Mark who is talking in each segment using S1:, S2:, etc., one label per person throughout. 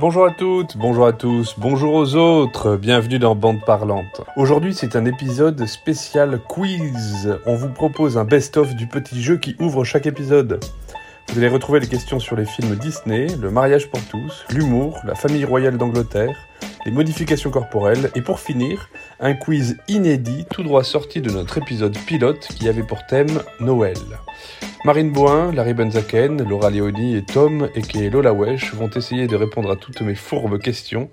S1: Bonjour à toutes, bonjour à tous, bonjour aux autres, bienvenue dans Bande Parlante. Aujourd'hui c'est un épisode spécial quiz. On vous propose un best-of du petit jeu qui ouvre chaque épisode. Vous allez retrouver les questions sur les films Disney, le mariage pour tous, l'humour, la famille royale d'Angleterre, les modifications corporelles et pour finir, un quiz inédit tout droit sorti de notre épisode pilote qui avait pour thème Noël. Marine Boin, Larry Benzaken, Laura Leoni et Tom et Lola Wesh vont essayer de répondre à toutes mes fourbes questions.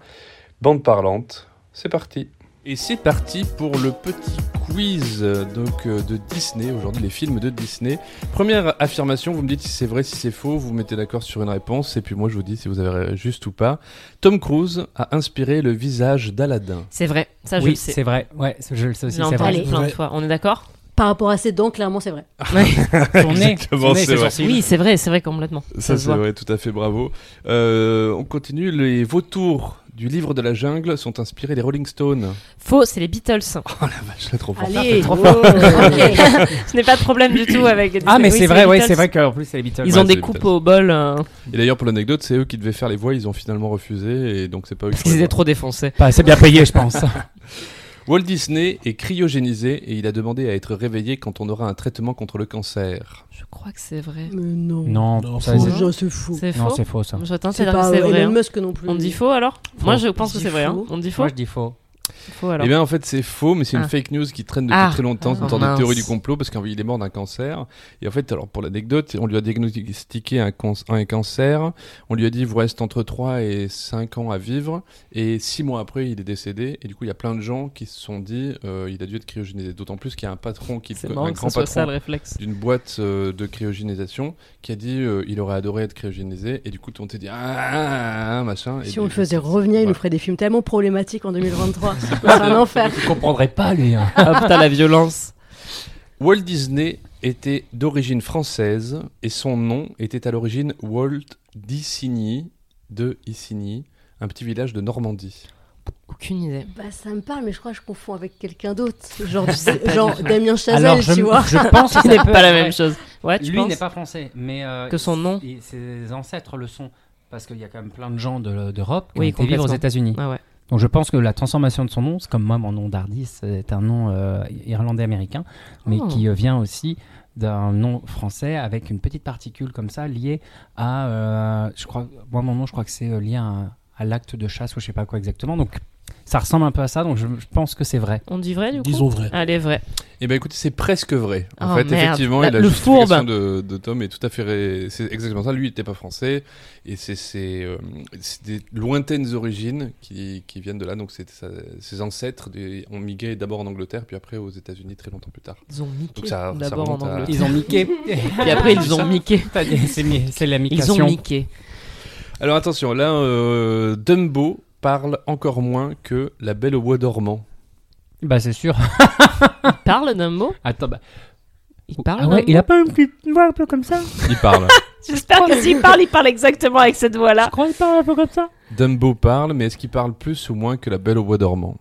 S1: Bande parlante, c'est parti.
S2: Et c'est parti pour le petit quiz euh, donc euh, de Disney aujourd'hui les films de Disney. Première affirmation, vous me dites si c'est vrai, si c'est faux, vous vous mettez d'accord sur une réponse et puis moi je vous dis si vous avez juste ou pas. Tom Cruise a inspiré le visage d'Aladin.
S3: C'est vrai, ça je
S4: oui,
S3: le sais.
S4: c'est vrai. Ouais, ça, je le sais
S3: Je
S4: aussi,
S3: l'ai
S4: c'est
S3: entendu
S4: vrai.
S5: Allez.
S3: plein de
S5: Ouais.
S3: fois. On est d'accord
S5: Par rapport à ses dents, clairement, c'est vrai.
S4: Son nez,
S1: Exactement,
S4: son nez,
S1: c'est
S4: ses
S1: vrai.
S4: sourcils.
S3: Oui, c'est vrai, c'est vrai complètement.
S2: Ça,
S3: Ça se
S2: c'est
S3: voit.
S2: vrai, tout à fait, bravo. Euh, on continue, les vautours du livre de la jungle sont inspirés des Rolling Stones.
S3: Faux, c'est les Beatles.
S2: Oh la vache, là trop fort.
S5: Allez,
S3: trop
S5: wow.
S3: fort.
S5: Ok.
S3: Je n'ai pas de problème du tout avec. Disney.
S4: Ah, mais
S3: Oui,
S4: c'est vrai,
S3: les
S4: ouais,
S3: Beatles.
S4: c'est vrai qu'en plus, c'est les Beatles.
S3: Ils
S2: Ouais,
S3: ont
S2: c'est les
S3: des
S2: Beatles.
S3: coupes au bol euh,
S2: Et d'ailleurs, pour l'anecdote, c'est eux qui devaient faire les voix, ils ont finalement refusé, et donc c'est pas eux qui
S3: parce
S2: font
S3: qu'ils
S2: les
S3: étaient
S2: voix.
S3: trop défoncés.
S4: Pas assez Bah, bien payé, je pense.
S2: Walt Disney est cryogénisé et il a demandé à être réveillé quand on aura un traitement contre le cancer.
S3: Je crois que c'est vrai.
S5: Mais non.
S4: non,
S5: Non,
S4: ça,
S5: faux,
S4: c'est-
S5: genre, c'est faux.
S3: C'est
S4: non,
S3: faux.
S4: c'est faux, ça.
S3: Je tente à
S5: C'est
S3: dire que
S5: pas
S3: c'est
S5: Elon
S3: vrai. hein.
S5: Musk non plus.
S3: On dit faux alors Moi, je pense
S5: Je
S3: que
S5: dis
S3: c'est vrai. hein.
S5: faux.
S3: On dit faux.
S4: Moi, je dis faux.
S3: Faux alors.
S2: Eh bien, en fait, c'est faux, mais c'est une
S3: Ah.
S2: fake news qui traîne depuis
S3: Ah.
S2: très longtemps. C'est une
S3: Ah,
S2: sorte de
S3: mince.
S2: théorie du complot parce qu'il est mort d'un cancer. Et en fait, alors pour l'anecdote, on lui a diagnostiqué un, cons- un cancer. On lui a dit, vous reste entre 3 et 5 ans à vivre. Et 6 mois après, il est décédé. Et du coup, il y a plein de gens qui se sont dit, euh, il a dû être cryogénisé. D'autant plus qu'il y a un patron qui,
S3: C'est
S2: un
S3: marrant que ce
S2: grand
S3: soit ça le
S2: patron
S3: réflexe.
S2: d'une boîte euh, de cryogénisation qui a dit, euh, il aurait adoré être cryogénisé. Et du coup, on s'est dit, ah, ah, ah, ah, machin.
S5: Si
S2: Et
S5: on le
S2: donc,
S5: faisait
S2: c'est-
S5: revenir, il nous
S2: voilà.
S5: ferait des films tellement problématiques en 2023. C'est un enfer.
S4: Je comprendrais pas, lui. hein.
S3: Ah putain, la violence.
S2: Walt Disney était d'origine française et son nom était à l'origine Walt d'Issigny, de Issigny, un petit village de Normandie.
S3: Aucune idée.
S5: Bah, ça me parle, mais je crois que je confonds avec quelqu'un d'autre. Genre, tu
S3: sais
S5: sais,
S3: pas
S5: genre
S3: du tout.
S5: Damien Chazelle,
S4: Alors, je,
S5: tu vois.
S4: je pense que
S3: Ce
S4: ça
S3: n'est
S4: peut
S3: pas la
S4: être
S3: même
S4: vrai.
S3: chose. Ouais, tu
S4: Lui
S3: penses
S4: n'est pas français, mais. euh,
S3: Que son nom
S4: et Ses ancêtres le sont. Parce qu'il y a quand même plein de gens de- d'Europe qui
S3: Oui,
S4: ont été vivre aux
S3: complètement.
S4: États-Unis.
S3: Ah ouais.
S4: Donc je pense que la transformation de son nom, c'est comme moi, mon nom d'Ardis est un nom euh, irlandais-américain, mais
S3: Oh.
S4: qui euh, vient aussi d'un nom français avec une petite particule comme ça liée à, euh, je crois, moi mon nom, je crois que c'est euh, lié à, à l'acte de chasse ou je sais pas quoi exactement. Donc ça ressemble un peu à ça, donc je, je pense que c'est vrai.
S3: On dit vrai du coup
S6: Disons vrai.
S3: Allez, vrai.
S2: Eh ben écoutez, c'est presque vrai. En
S3: Oh,
S2: fait,
S3: merde.
S2: effectivement,
S3: La-
S2: il a
S3: le
S2: justification
S3: fourbe.
S2: de, de Tom est tout à fait. ré- C'est exactement ça. Lui, il n'était pas français et c'est c'est, euh, c'est des lointaines origines qui, qui viennent de là. Donc, c'est ça- ses ancêtres des- ont migré d'abord en Angleterre, puis après aux États-Unis très longtemps plus tard.
S3: Ils ont
S2: Donc,
S3: miqué
S2: ça- ça
S3: d'abord en
S2: remonte à-
S3: Angleterre.
S4: Ils ont miqué.
S3: Puis après, ils ont miqué.
S4: c'est mi- c'est la
S3: Ils
S4: mication.
S3: ont miqué.
S2: Alors attention, là, euh, Dumbo parle encore moins que La Belle au Bois dormant.
S4: Bah c'est sûr.
S3: Parle d'un mot
S4: Attends, bah-
S3: Il parle
S4: Ah ouais,
S3: Dumbo
S4: il a pas une petite voix un peu comme ça
S2: Il parle.
S3: J'espère que s'il parle, il parle exactement avec cette voix-là.
S4: Je crois qu'il parle un peu comme ça.
S2: Dumbo parle, mais est-ce qu'il parle plus ou moins que La Belle au Bois dormant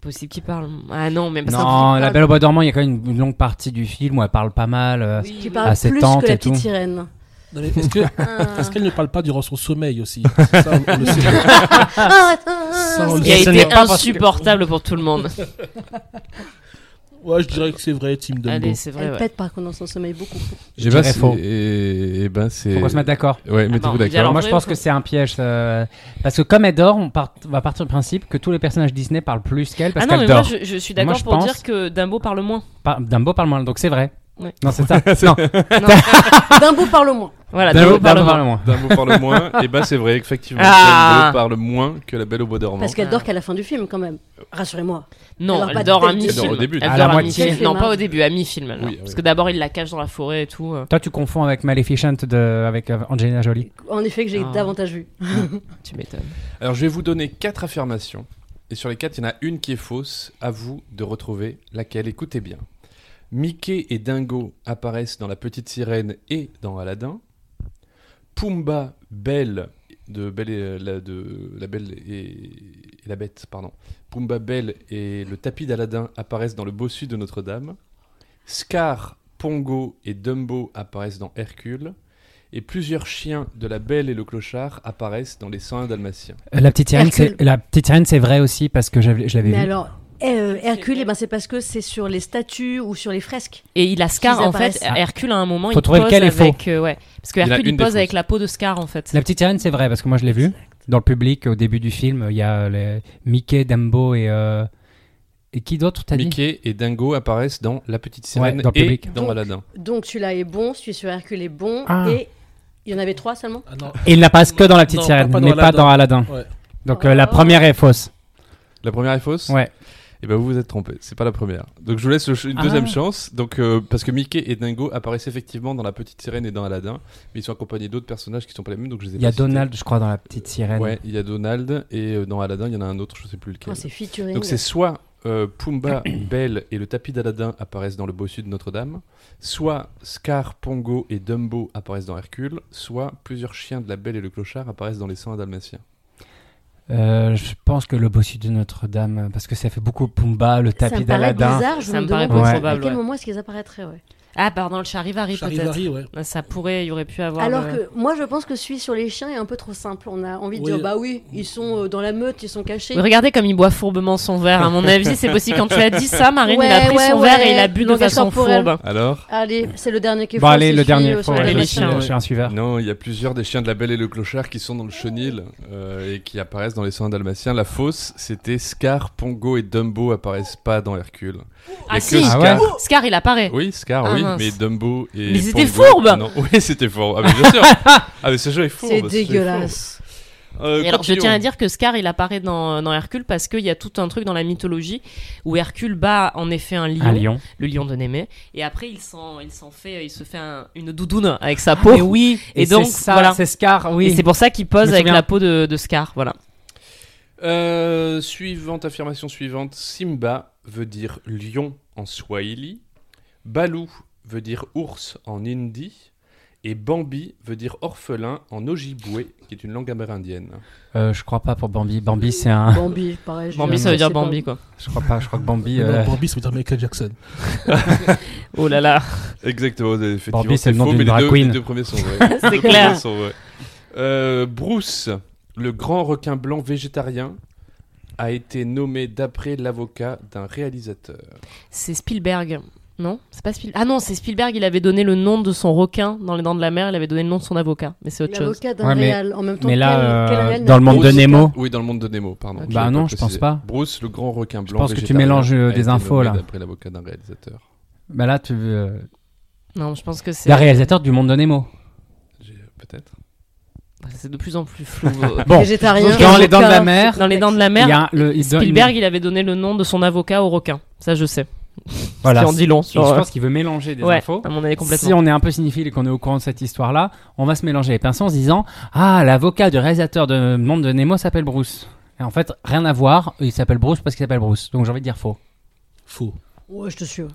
S3: Possible qu'il parle. Ah non, même
S4: Non, La Belle au Bois dormant, il y a quand même une longue partie du film où elle parle pas mal. euh,
S5: Qui parle
S4: à ses
S5: plus
S4: tantes
S5: que la
S4: et tout.
S5: petite sirène.
S6: Non, mais Est-ce que-
S5: Ah.
S6: est-ce qu'elle ne parle pas durant son sommeil aussi Ça, on le sait.
S5: Ah, ah,
S6: Sans-
S3: Il a
S6: Ce
S3: été
S6: n'est pas parce que-
S3: insupportable pour tout le monde.
S6: Ouais, je dirais que c'est vrai, Tim Dumbo.
S3: Allez, c'est vrai.
S5: Elle
S3: ouais.
S5: pète par contre dans son sommeil beaucoup.
S4: Je dirais
S2: Eh ben, c'est-
S4: faux.
S2: Et, et ben c'est.
S4: Faut qu'on se mette d'accord.
S2: Ouais,
S3: bah,
S2: mettez-vous
S3: on dit
S2: d'accord.
S3: alors-
S4: Moi, je
S3: vrai
S4: pense
S3: ou
S4: que
S3: faux
S4: c'est un piège. euh, parce que comme elle dort, on, part- on va partir du principe que tous les personnages Disney parlent plus qu'elle parce
S3: Ah non, mais
S4: qu'elle
S3: moi
S4: dort.
S3: je, je suis
S4: Moi,
S3: d'accord
S4: je
S3: pour
S4: pense-
S3: dire que Dumbo parle moins.
S4: Par- Dumbo parle moins, donc c'est vrai.
S3: Ouais.
S4: Non, c'est ça.
S3: Non,
S5: Dumbo parle au moins.
S3: voilà,
S4: Dumbo,
S3: Dumbo parle
S4: Dumbo
S3: moins.
S4: parle moins.
S2: Dumbo parle moins, et ben c'est vrai, effectivement.
S3: Ah.
S2: Dumbo parle moins que La Belle au Bois dormant.
S5: Parce qu'elle dort qu'à la fin du film quand même. Rassurez-moi. Elle
S3: Non,
S5: dort
S3: elle
S5: pas
S3: dort
S5: dès
S3: à
S5: le début.
S3: mi-film.
S2: Elle dort au début.
S3: Elle
S4: À
S3: dort
S4: la
S3: à
S4: moitié.
S3: mi-film. Non,
S5: Marre.
S3: pas au début, à mi-film. alors.
S2: Oui, ah oui.
S3: Parce que d'abord, il la cache dans la forêt et tout. euh.
S4: Toi, tu confonds avec Maleficent de, avec euh, Angelina Jolie.
S5: En effet que j'ai
S3: Ah.
S5: davantage vu.
S3: Tu m'étonnes.
S2: Alors je vais vous donner quatre affirmations, et sur les quatre, il y en a une qui est fausse. À vous de retrouver laquelle. Écoutez bien. Mickey et Dingo apparaissent dans La Petite Sirène et dans Aladdin. Pumba, Belle de Belle et euh, la, de la Belle et, et la Bête, pardon. Pumba, Belle et le tapis d'Aladdin apparaissent dans Le Bossu de Notre-Dame. Scar, Pongo et Dumbo apparaissent dans Hercule. et plusieurs chiens de la Belle et le Clochard apparaissent dans les 101 Dalmatiens.
S4: Euh, La petite sirène, c'est
S5: Hercule.
S4: la petite sirène, c'est vrai aussi parce que j'avais- je l'avais
S5: Mais
S4: vu.
S5: alors, euh, Hercule, eh ben, c'est parce que c'est sur les statues ou sur les fresques.
S7: Et il a Scar,
S5: Qu'ils
S7: en fait,
S5: apparaissent.
S4: Ah.
S7: Hercule, à un moment,
S4: Faut
S7: il
S4: trouver
S7: pose
S4: lequel est faux.
S7: avec... euh, ouais. Parce que
S2: Il y en a
S7: Hercule, il
S2: une des
S7: pose avec
S2: fausses.
S7: la peau de Scar, en fait.
S4: La petite sirène, c'est vrai parce que moi je l'ai vu dans le public au début du film. Il y a les Mickey, Dumbo et euh, et qui d'autre t'as dit
S2: Mickey et Dingo apparaissent dans La Petite Sirène
S4: Ouais, dans le
S2: et
S4: public.
S2: dans
S5: Donc,
S2: Aladdin.
S5: Donc celui-là est bon, celui sur Hercule est bon.
S4: Ah.
S5: Et il y en avait trois seulement
S6: Ah non.
S4: Et il n'apparaissent que dans la petite
S6: Non,
S4: sirène,
S6: pas dans
S4: mais pas
S6: Aladdin.
S4: dans Aladdin.
S6: Ouais.
S4: Donc euh, la
S5: Oh.
S4: première est fausse.
S2: La première est fausse
S4: Ouais.
S2: Et ben vous vous êtes trompé, c'est pas la première. Donc je vous laisse le ch- une
S4: Ah.
S2: deuxième chance. Donc euh, parce que Mickey et Dingo apparaissent effectivement dans La Petite Sirène et dans Aladdin, mais ils sont accompagnés d'autres personnages qui sont pas les mêmes. Donc je les ai
S4: Il y a
S2: pas cités.
S4: Donald, je crois, dans la petite sirène.
S2: Ouais, il y a Donald et euh, dans Aladdin il y en a un autre, je sais plus lequel.
S5: Ah, C'est featuring.
S2: Donc c'est soit euh, Pumba, Belle et le tapis d'Aladin apparaissent dans le bossu de Notre-Dame, soit Scar, Pongo et Dumbo apparaissent dans Hercule, soit plusieurs chiens de la Belle et le Clochard apparaissent dans les 100 Dalmatiens.
S4: Euh, je pense que le bossu de Notre-Dame, euh, parce que ça fait beaucoup Pumba, le
S5: ça
S4: tapis
S5: me paraît
S4: d'Aladin.
S5: bizarre, je
S7: Ça me
S5: me
S7: paraît
S5: demande
S4: peu
S5: à
S7: probable,
S5: quel
S7: ouais.
S5: moment est-ce qu'ils apparaîtraient. ouais.
S7: Ah, pardon, le Charivari, peut-être. Ah,
S6: Charivari, ouais.
S7: Ça pourrait, il y aurait pu avoir... euh,
S5: Alors
S7: le-
S5: que moi, je pense que celui sur les chiens est un peu trop simple. On a envie de
S6: Oui.
S5: dire, bah oui, ils sont euh, dans la meute, ils sont cachés.
S7: Mais Regardez comme il boit fourbement son verre. À mon avis, c'est possible. Quand tu as dit ça, Marine, il a
S5: Ouais,
S7: pris
S5: ouais,
S7: son
S5: ouais.
S7: verre et il a bu de
S5: Langage
S7: façon
S5: temporel.
S7: fourbe.
S2: Alors
S5: Allez, c'est le dernier qui est
S4: Bon,
S5: faux,
S4: allez,
S5: c'est
S4: le
S5: celui,
S4: dernier
S5: euh,
S4: faux.
S5: sur
S4: ouais,
S5: les
S4: Je
S7: machines,
S4: suis
S5: chiens.
S4: je suis un suiveur.
S2: Non, il y a plusieurs des chiens de la Belle et le Clochard qui sont dans le chenil euh, et qui apparaissent dans les 100 Dalmatiens. La fausse, c'était Scar, Pongo et Dumbo apparaissent pas dans Hercule. Il y a
S7: Ah
S2: que
S7: si,
S4: Ah
S2: Scar.
S4: ouais
S7: Scar, il apparaît.
S2: Oui, Scar,
S7: Ah,
S2: oui,
S7: mince.
S2: mais Dumbo et.
S7: Mais c'était
S2: Pongo-
S7: fourbe
S2: Non, Oui, c'était fourbe. Ah, mais bien sûr Ah, mais ce jeu est fourbe
S5: C'est
S2: ce jeu est
S5: dégueulasse.
S2: fourbe. Euh,
S7: Et alors, je
S2: continuons.
S7: tiens à dire que Scar, il apparaît dans, dans Hercule parce qu'il y a tout un truc dans la mythologie où Hercule bat en effet un lion,
S4: Un lion.
S7: le lion de Némée, et après il s'en, il s'en fait, il se fait un- une doudoune avec sa peau.
S4: Ah, Mais oui,
S7: Et donc,
S4: c'est ça,
S7: voilà.
S4: c'est Scar, oui.
S7: Et c'est pour ça qu'il
S4: Je
S7: pose
S4: me
S7: avec
S4: souviens.
S7: la peau de, de Scar, voilà.
S2: Euh, suivante affirmation suivante. Simba veut dire lion en swahili. Balou veut dire ours en hindi. Et Bambi veut dire orphelin en ojibwe, qui est une langue amérindienne.
S4: Euh, je crois pas pour Bambi. Bambi, c'est un.
S5: Bambi, pareil. je
S7: Bambi,
S5: dirais,
S7: ça veut
S5: c'est
S7: dire
S5: pas-
S7: Bambi, quoi.
S4: Je crois pas. Je crois que Bambi.
S6: Non,
S4: euh,
S6: Bambi, ça veut dire Michael Jackson.
S7: Oh là là.
S2: Exactement, effectivement,
S4: Bambi, c'est le nom
S2: faux,
S4: d'une
S2: mais les
S4: drag
S2: deux-
S4: queen.
S2: Les deux premiers sont vrais.
S7: C'est
S2: Les deux
S7: clair.
S2: premiers sont vrais. Euh, Bruce, le grand requin blanc végétarien, a été nommé d'après l'avocat d'un réalisateur.
S7: C'est Spielberg. Non, c'est pas Spielberg. Ah non, c'est Spielberg, il avait donné le nom de son requin dans Les Dents de la Mer, il avait donné le nom de son avocat, mais c'est autre chose.
S5: L'avocat d'un
S4: Ouais, mais-
S5: réal. En même temps,
S4: mais là,
S5: quel- quel
S4: euh,
S5: réal
S4: dans
S5: n'a
S4: le
S5: pas
S4: monde
S5: eu
S4: de
S5: ce
S4: Nemo.
S5: cas
S2: Oui, dans le monde de Nemo, pardon.
S5: Ok.
S2: J'avais
S4: Bah non, je
S2: précisé.
S4: pense pas.
S2: Bruce, le grand requin blanc.
S4: pense que tu
S2: végétarien,
S4: mélanges, euh,
S2: a
S4: des
S2: été
S4: infos,
S2: nommé
S4: là.
S2: D'après l'avocat d'un réalisateur.
S4: Bah là, tu. euh,
S7: Non, je pense que c'est.
S4: La réalisateur du monde de Nemo.
S2: J'ai- euh, Peut-être.
S7: C'est de plus en plus flou. euh.
S4: Bon,
S5: Végétarien.
S4: dans les dents de la
S5: avocat,
S4: mer,
S7: dans Les Dents de la
S4: il
S7: Mer,
S4: y a le. il donne-
S7: Spielberg, il avait donné le nom de son avocat au requin. Ça, je sais.
S4: Voilà.
S7: Si on dit long
S4: Je
S7: sur.
S4: pense qu'il veut mélanger des
S7: ouais,
S4: infos.
S7: à mon avis, complètement.
S4: Si on est un peu cinéphile et qu'on est au courant de cette histoire-là, on va se mélanger les pinceaux en se disant Ah, l'avocat du réalisateur de Monde de Nemo s'appelle Bruce. Et en fait, rien à voir, il s'appelle Bruce parce qu'il s'appelle Bruce. Donc j'ai envie de dire faux.
S6: Faux.
S5: Ouais, je te suis. ouais.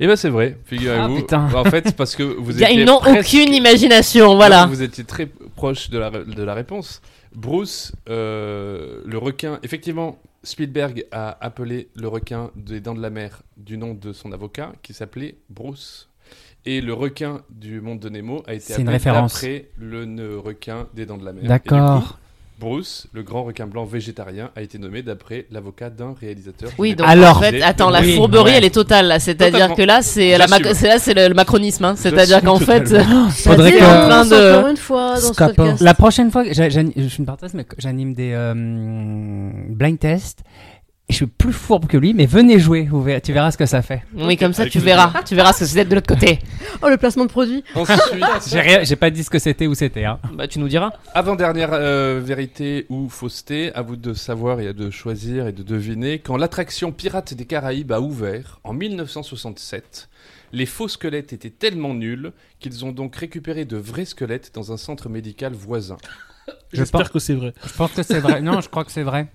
S2: Eh ben c'est vrai, figurez-vous. Bah,
S4: Ah, putain.
S2: En fait, c'est parce que vous
S7: Il y a-
S2: étiez
S7: Ils n'ont
S2: presque-
S7: aucune imagination, voilà.
S2: Vous étiez très proche de la, de la réponse. Bruce, euh, le requin. Effectivement, Spielberg a appelé le requin des Dents de la Mer du nom de son avocat, qui s'appelait Bruce. Et le requin du monde de Nemo a été
S4: C'est une
S2: appelé
S4: référence.
S2: d'après le ne- requin des Dents de la Mer. Et du coup,
S4: D'accord.
S2: Bruce, le grand requin blanc végétarien, a été nommé d'après l'avocat d'un réalisateur.
S7: Oui, donc
S4: Alors-
S7: en fait, attends, la
S4: Oui,
S7: fourberie,
S4: ouais.
S7: elle est totale là. C'est-à-dire
S2: Totalement.
S7: que là, c'est la
S2: J'assume.
S7: mac- c'est là, c'est le, le macronisme. hein. C'est-à-dire
S2: J'assume
S7: qu'en fait,
S2: totalement.
S4: Faudrait
S5: Vas-y,
S4: que-
S5: on avance
S7: de-
S5: Encore une fois dans ce
S4: Scrapper.
S5: podcast.
S4: La prochaine fois, que j'a- j'an- je suis une parenthèse, mais que j'anime des euh, blind tests. Et je suis plus fourbe que lui, mais venez jouer, vous verrez- tu verras ce que ça fait.
S7: oui, comme ça, tu verras, tu verras ce que c'est de l'autre côté.
S5: Oh, le placement de produit.
S4: J'ai
S2: Ensuite,
S4: rien- j'ai pas dit ce que c'était ou c'était. hein.
S7: Bah, tu nous diras.
S2: Avant-dernière euh, vérité ou fausseté, à vous de savoir et de choisir et de deviner. Quand l'attraction Pirates des Caraïbes a ouvert en 1967, les faux squelettes étaient tellement nuls qu'ils ont donc récupéré de vrais squelettes dans un centre médical voisin.
S4: Je
S6: J'espère
S4: pense-
S6: que c'est vrai.
S4: Je pense que c'est vrai. Non, je crois que c'est vrai.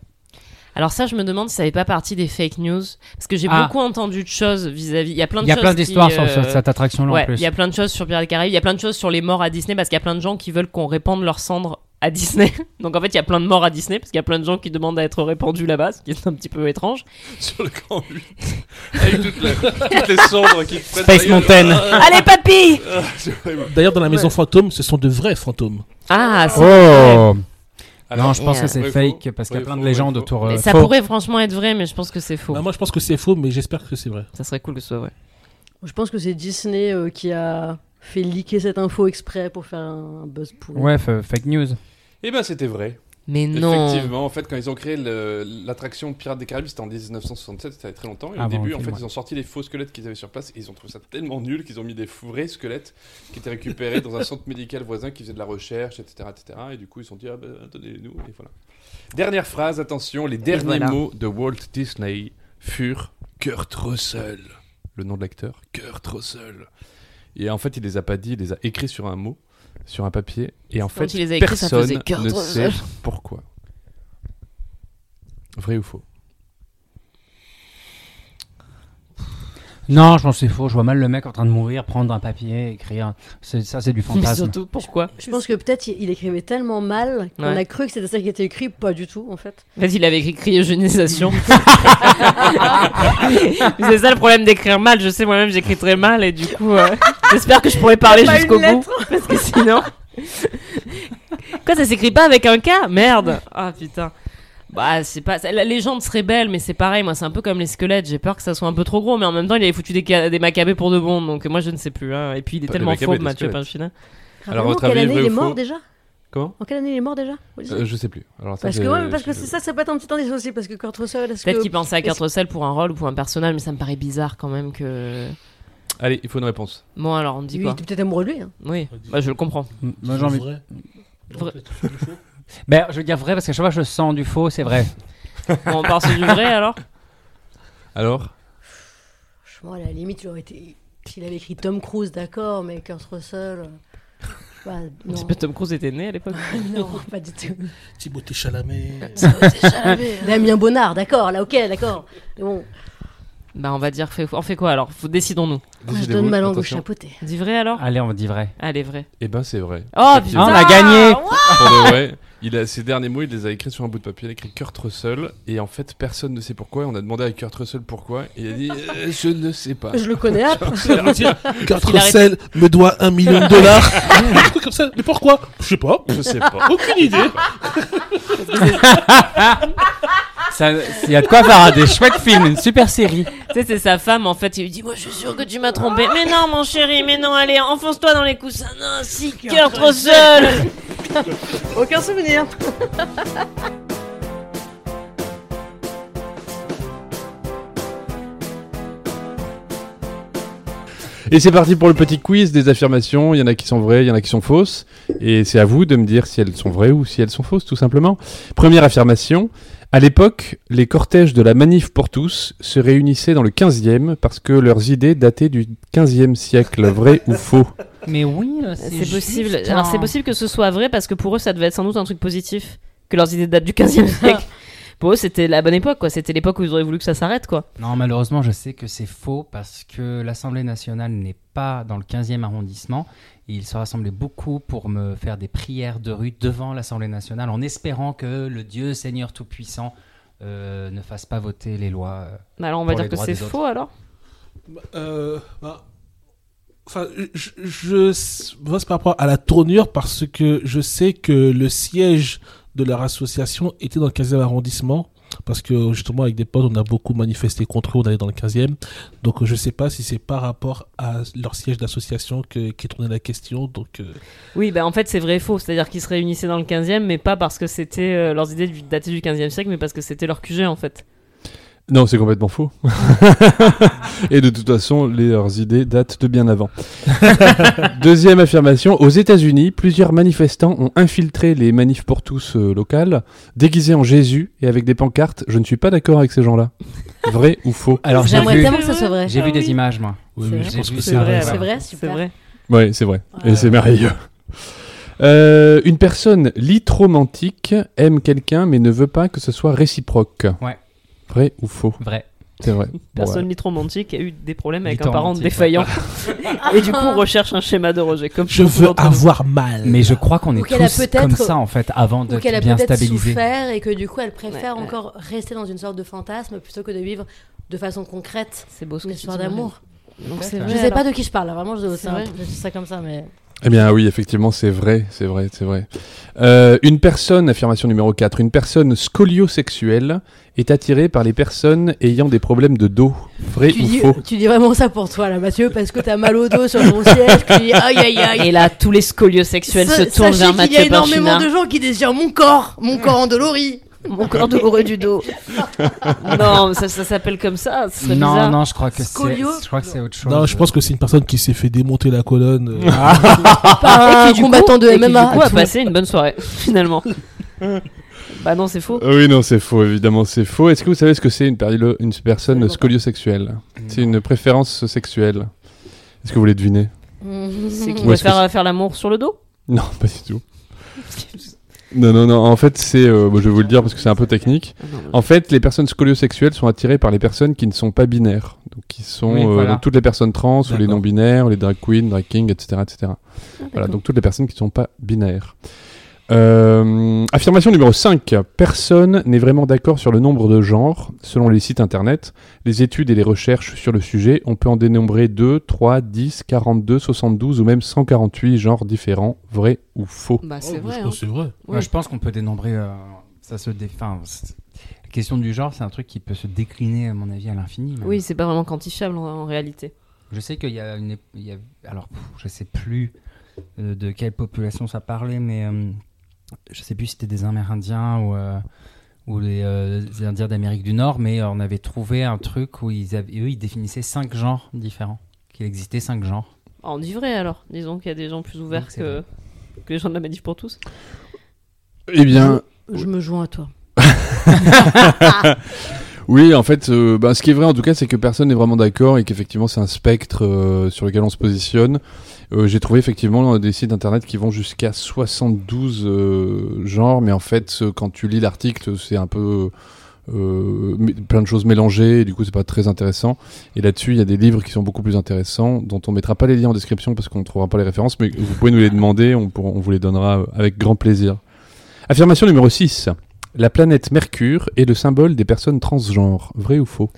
S7: Alors ça, je me demande si ça n'est pas partie des fake news, parce que j'ai
S4: Ah.
S7: beaucoup entendu de choses vis-à-vis. Il y a plein de
S4: Il y a
S7: choses
S4: plein
S7: qui,
S4: d'histoires sur,
S7: euh,
S4: sur cette attraction-là
S7: ouais,
S4: en plus.
S7: il y a plein de choses sur Pirates des Caraïbes, il y a plein de choses sur les morts à Disney, parce qu'il y a plein de gens qui veulent qu'on répande leurs cendres à Disney. Donc en fait, il y a plein de morts à Disney parce qu'il y a plein de gens qui demandent à être répandus là-bas, ce qui est un petit peu étrange.
S2: sur le grand 8. Avec toutes les, toutes les cendres qui te prennent
S4: Space
S2: la gueule.
S4: Mountain.
S7: Allez, papy
S2: Ah, c'est horrible.
S6: D'ailleurs, dans la maison fantôme, ce sont de vrais fantômes.
S7: Ah, c'est vrai.
S4: Oh Non,
S2: Alors,
S4: je pense que c'est
S2: Ouais,
S4: fake
S2: faux.
S4: parce qu'il y a
S2: Ouais,
S4: plein
S2: faux,
S4: de
S2: ouais,
S4: légendes
S2: faux.
S4: autour. euh,
S7: Mais ça
S4: faux.
S7: pourrait franchement être vrai, mais je pense que c'est faux.
S6: Bah, moi, je pense que c'est faux, mais j'espère que c'est vrai.
S7: Ça serait cool que ce soit vrai.
S5: Je pense que c'est Disney euh, qui a fait leaker cette info exprès pour faire un buzz pour
S4: Ouais, fa- fake news.
S2: Eh ben, c'était vrai.
S7: Mais non.
S2: Effectivement, en fait, quand ils ont créé le- l'attraction Pirates des Caraïbes, c'était en 1967, c'était très longtemps. Et
S4: Ah,
S2: au
S4: bon,
S2: début,
S4: ok,
S2: en fait,
S4: ouais.
S2: ils ont sorti les faux squelettes qu'ils avaient sur place et ils ont trouvé ça tellement nul qu'ils ont mis des vrais squelettes qui étaient récupérés dans un centre médical voisin qui faisait de la recherche, etc. etc. et du coup, ils se sont dit, ah ben, donnez-les-nous. Et voilà. Dernière phrase, attention, les derniers
S7: voilà.
S2: mots de Walt Disney furent Kurt Russell. Le nom de l'acteur, Kurt Russell. Et en fait, il les a pas dit, il les a écrits sur un mot, sur un papier. Et en
S7: Quand
S2: fait,
S7: il les a écrits, ça faisait
S2: personne
S7: Kurt
S2: ne sait
S7: Russell.
S2: pourquoi. Vrai ou faux
S4: Non, je pense que c'est faux. Je vois mal le mec en train de mourir, prendre un papier, écrire. C'est- Ça, c'est du
S7: Mais
S4: fantasme.
S7: surtout, pourquoi
S5: Je pense que peut-être il il écrivait tellement mal qu'on
S7: Ouais.
S5: a cru que c'était ça qui était écrit, pas du tout en fait.
S7: Vas-y, il avait écrit cryogénisation. c'est ça le problème d'écrire mal. Je sais moi-même, j'écris très mal et du coup, euh, j'espère que je pourrai parler
S5: pas
S7: jusqu'au
S5: une
S7: bout. Parce que sinon. Quoi, ça s'écrit pas avec un K Merde Ah putain. Bah, c'est pas. La légende serait belle, mais c'est pareil, moi, c'est un peu comme les squelettes. J'ai peur que ça soit un peu trop gros, mais en même temps, il avait foutu des, ca- des macabées pour de bon, donc moi, je ne sais plus. hein. Et puis, il est
S2: Pas des
S7: tellement
S2: macabées,
S7: faux,
S2: des
S7: Mathieu
S2: squelettes.
S7: Pinchina.
S2: Alors,
S5: Rappelez-moi,
S2: votre
S5: en quelle
S2: avis,
S5: année
S2: vrai
S5: il est
S2: ou
S5: mort
S2: faux
S5: déjà
S2: Comment
S5: En quelle année il est mort déjà Vous dites-
S2: Euh, Je sais plus. Alors, ça,
S5: Parce que
S2: je-
S5: ouais, mais parce
S2: je-
S5: que c'est ça, ça peut être un petit indice aussi, parce que Kurt Russell, est-ce
S7: Peut-être
S5: que
S7: qu'il pensait à
S5: est-ce-
S7: Kurt Russell pour un rôle ou pour un personnage, mais ça me paraît bizarre quand même que.
S2: Allez, il faut une réponse.
S7: Bon, alors, on me dit
S5: il
S7: quoi
S5: était peut-être amoureux de lui hein.
S7: Oui, bah, je le comprends.
S4: M- Moi, j'ai envie.
S6: Vrai.
S7: Vrai.
S4: Ben, je veux dire vrai parce qu'à chaque fois, je sens du faux, c'est vrai.
S7: Bon, on part sur du vrai alors
S2: Alors
S5: Ah, Franchement, à la limite, il aurait été. S'il avait écrit Tom Cruise, d'accord, mais Kurt Russell. euh, Bah, non.
S7: C'est pas Tom Cruise était né à l'époque
S5: non, pas du tout.
S6: Timothée Chalamet.
S4: hein.
S5: Damien Bonnard, d'accord, là, ok, d'accord. Mais Bon,
S7: Bah, on va dire, fait, on fait quoi alors Faut- Décidons-nous.
S5: moi, je
S2: Décidez-vous,
S5: donne ma langue au
S2: attention.
S5: chapeauté.
S7: Dis vrai alors
S4: Allez, on dit vrai.
S7: Allez, vrai.
S2: Eh ben, c'est vrai.
S7: Oh putain
S2: Effectivement.
S4: Ah, on a gagné
S2: Pour de vrai, il a, ses derniers mots, il les a écrits sur un bout de papier. Il a écrit Kurt Russell. Et en fait, personne ne sait pourquoi. On a demandé à Kurt Russell pourquoi. Et il a dit Euh, Je ne sais pas.
S5: Je le connais, hop.
S6: Kurt
S7: qu'il a
S6: Russell me doit un million de dollars. Un truc comme ça. Mais pourquoi Je sais pas.
S2: Je sais pas.
S6: Aucune idée.
S7: Ah.
S4: Ça- Il y a de quoi faire hein, des chouettes films, une super série.
S7: Tu sais, c'est sa femme en fait, il lui dit Moi je suis sûr que tu m'as trompé. Mais non, mon chéri, mais non, allez, enfonce-toi dans les coussins. Non, si, cœur trop seul
S5: Aucun souvenir.
S2: Et c'est parti pour le petit quiz des affirmations. Il y en a qui sont vraies, il y en a qui sont fausses. Et c'est à vous de me dire si elles sont vraies ou si elles sont fausses, tout simplement. Première affirmation. À l'époque, les cortèges de la Manif pour tous se réunissaient dans le 15e parce que leurs idées dataient du 15e siècle. Vrai ou faux
S4: Mais oui,
S7: Euh, C'est possible. Alors c'est possible que ce soit vrai parce que pour eux ça devait être sans doute un truc positif. Que leurs idées datent du 15e siècle. Pour eux, c'était la bonne époque, quoi. C'était l'époque où ils auraient voulu que ça s'arrête, quoi.
S4: Non, malheureusement, je sais que c'est faux parce que l'Assemblée nationale n'est pas dans le 15e arrondissement. Et Ils se rassemblaient beaucoup pour me faire des prières de rue devant l'Assemblée nationale en espérant que le Dieu Seigneur Tout-Puissant euh, ne fasse pas voter les lois. euh.
S7: Bah, alors on va
S4: Pour
S7: dire
S4: les
S7: que
S4: droits
S7: c'est
S4: des autres.
S7: faux, alors.
S6: Euh, bah, Enfin, je, je c'est par rapport à la tournure parce que je sais que le siège de leur association était dans le 15e arrondissement. Parce que justement, avec des potes, on a beaucoup manifesté contre eux, on allait dans le 15e. Donc, je sais pas si c'est par rapport à leur siège d'association que, qui tournait la question. Donc, euh,
S7: Oui, bah en fait c'est vrai et faux, c'est-à-dire qu'ils se réunissaient dans le 15e, mais pas parce que c'était euh, leurs idées du- datées du 15e siècle, mais parce que c'était leur QG en fait.
S2: Non, c'est complètement faux. Et de toute façon, leurs idées datent de bien avant. Deuxième affirmation, aux États-Unis, plusieurs manifestants ont infiltré les manifs pour tous euh, locales, déguisés en Jésus et avec des pancartes Je ne suis pas d'accord avec ces gens-là. Vrai ou faux
S4: Alors j'ai
S5: J'aimerais
S4: vu,
S5: tellement que ça soit vrai.
S4: j'ai
S7: Ah
S4: vu des
S7: oui.
S4: images, moi.
S5: C'est
S6: oui, oui,
S5: vrai.
S6: je pense
S4: J'ai
S6: que
S4: vu
S6: c'est
S4: ça,
S6: vrai.
S4: ouais.
S5: C'est
S4: Voilà.
S5: vrai,
S7: C'est
S5: super.
S7: vrai.
S2: Ouais, c'est vrai.
S5: Ouais.
S2: Et c'est merveilleux. Euh, une personne litromantique aime quelqu'un mais ne veut pas que ce soit réciproque.
S4: Ouais.
S2: Vrai ou faux
S4: Vrai.
S2: C'est vrai.
S7: Personne mythromantique a eu des problèmes avec un parent
S4: Lithomantique, ouais.
S7: défaillant. Et du coup, on recherche un schéma de rejet. Comme
S6: Je
S7: tout le
S6: veux
S7: monde entre nous.
S6: avoir mal.
S4: Mais je crois qu'on est
S5: Ou qu'elle a
S4: tous
S5: peut-être-
S4: comme ça en fait, avant
S5: Ou
S4: de
S5: qu'elle a
S4: bien
S5: peut-être
S4: stabiliser.
S5: souffert et que du coup elle préfère
S7: Ouais, ouais.
S5: encore rester dans une sorte de fantasme plutôt que de vivre de façon concrète
S7: C'est beau ce
S5: une
S7: que tu
S5: histoire
S7: dis, Marie.
S5: d'amour.
S7: Donc c'est
S4: Ouais,
S5: Je
S7: vrai,
S5: sais pas
S7: alors.
S5: de qui je parle, là, vraiment, je
S7: C'est
S5: c'est un
S7: vrai.
S5: truc- je dis ça comme ça, mais.
S2: Eh bien oui, effectivement, c'est vrai, c'est vrai, c'est vrai. Euh, une personne, affirmation numéro 4, une personne scoliosexuelle est attirée par les personnes ayant des problèmes de dos. Vrai
S5: Tu
S2: ou
S5: dis,
S2: faux
S5: tu dis vraiment ça pour toi, là, Mathieu, parce que t'as mal au dos sur ton siège, que tu dis aïe aïe aïe.
S7: Et là, tous les scoliosexuels
S5: Sa-
S7: se tournent
S5: sachez
S7: vers
S5: qu'il y a
S7: Mathieu
S5: énormément
S7: Pinchina.
S5: de gens qui désirent mon corps, mon corps endolori.
S7: Mon corps douloureux du dos. non, mais ça, ça s'appelle comme ça. Ce serait
S4: Non,
S7: bizarre.
S4: non, je crois que c'est,
S5: Scolio-
S4: je crois que c'est autre chose.
S6: Non, je pense que c'est une personne qui s'est fait démonter la colonne. euh,
S5: Par
S7: Ah, Et
S5: un
S7: qui, du
S5: Ah, combattant
S7: coup-
S5: de
S7: et qui,
S5: MMA.
S7: Du coup, a passé une bonne soirée, finalement. bah non, c'est faux.
S2: Euh, Oui, non, c'est faux, évidemment, c'est faux. Est-ce que vous savez ce que c'est une, perlo- une personne scoliosexuelle C'est une préférence sexuelle. Est-ce que vous voulez deviner
S5: Mmh.
S7: C'est qu'il
S2: Ou est-ce
S7: préfère faire, faire l'amour sur le dos.
S2: Non, pas du tout. Non, non, non. En fait, c'est. euh, bon, je vais vous le dire parce que c'est un peu technique.
S7: Ah
S2: En fait, les personnes scoliosexuelles sont attirées par les personnes qui ne sont pas binaires. Donc, qui sont
S4: Oui,
S2: euh,
S4: voilà.
S2: donc toutes les personnes trans ou les
S6: D'accord.
S2: non-binaires, ou les drag queens, drag kings, etc. etc.
S4: Ah,
S7: Ah,
S2: voilà, donc toutes les personnes qui ne sont pas binaires. Euh, affirmation numéro 5. Personne n'est vraiment d'accord sur le nombre de genres. Selon les sites internet, les études et les recherches sur le sujet, on peut en dénombrer 2, 3, 10, 42, 72 ou même 148 genres différents. Vrai ou faux
S7: Bah
S6: oh, je pense que c'est vrai.
S4: Ouais, je pense qu'on peut dénombrer. euh, ça se dé... enfin, c'est- la question du genre, c'est un truc qui peut se décliner, à mon avis, à l'infini. même.
S7: Oui, c'est pas vraiment quantifiable hein, en, en réalité.
S4: Je sais qu'il y a une. ép- il y a- alors, pff, je sais plus euh, de quelle population ça parlait, mais euh, je sais plus si c'était des Amérindiens ou, euh, ou les, euh, des Indiens d'Amérique du Nord, mais euh, on avait trouvé un truc où ils avaient, eux, ils définissaient cinq genres différents. Qu'il existait cinq genres.
S7: En Ah, vrai alors, disons qu'il y a des gens plus ouverts
S4: Oui, c'est
S7: que, que les gens de la manif pour tous.
S2: Eh bien,
S5: Je me joins à toi.
S2: oui, en fait, euh, bah, ce qui est vrai en tout cas, c'est que personne n'est vraiment d'accord et qu'effectivement, c'est un spectre euh, sur lequel on se positionne. Euh, J'ai trouvé effectivement euh, des sites internet qui vont jusqu'à 72 euh, genres, mais en fait, euh, quand tu lis l'article, c'est un peu euh, mé- plein de choses mélangées, et du coup, c'est pas très intéressant. Et là-dessus, il y a des livres qui sont beaucoup plus intéressants, dont on mettra pas les liens en description parce qu'on ne trouvera pas les références, mais vous pouvez nous les demander, on, pourra- on vous les donnera euh, avec grand plaisir. Affirmation numéro 6. La planète Mercure est le symbole des personnes transgenres. Vrai ou faux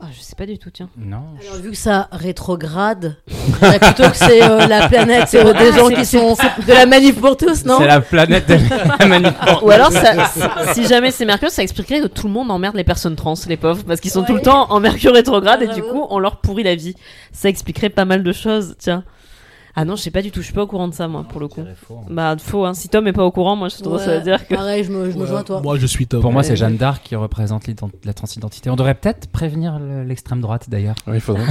S7: Ah, je sais pas du tout, tiens.
S4: Non. je-
S5: Alors, vu que ça rétrograde, je dirais plutôt que c'est euh, la planète euh, des gens qui sont de la manif pour tous, non
S4: C'est la planète de la manip-
S7: Ou alors, ça- si- si jamais c'est Mercure, ça expliquerait que tout le monde emmerde les personnes trans, les pauvres, parce qu'ils sont tout le
S5: Ouais.
S7: temps en Mercure rétrograde et du
S5: Bravo.
S7: coup, on leur pourrit la vie. Ça expliquerait pas mal de choses, tiens. Ah non, je sais pas du tout, Ah, je suis pas au courant de ça, moi, pour le coup. Bah, faux, hein. Si Tom est pas au courant, moi, je trouve ça
S5: Ouais,
S7: veut dire que.
S5: Pareil, je me, je me
S6: Ouais,
S5: joins à toi.
S6: Moi, je suis Tom.
S4: Pour moi,
S7: Ouais.
S4: c'est Jeanne d'Arc qui représente l'ident- la transidentité. On devrait peut-être prévenir le- l'extrême droite, d'ailleurs.
S2: Oui, il faudrait.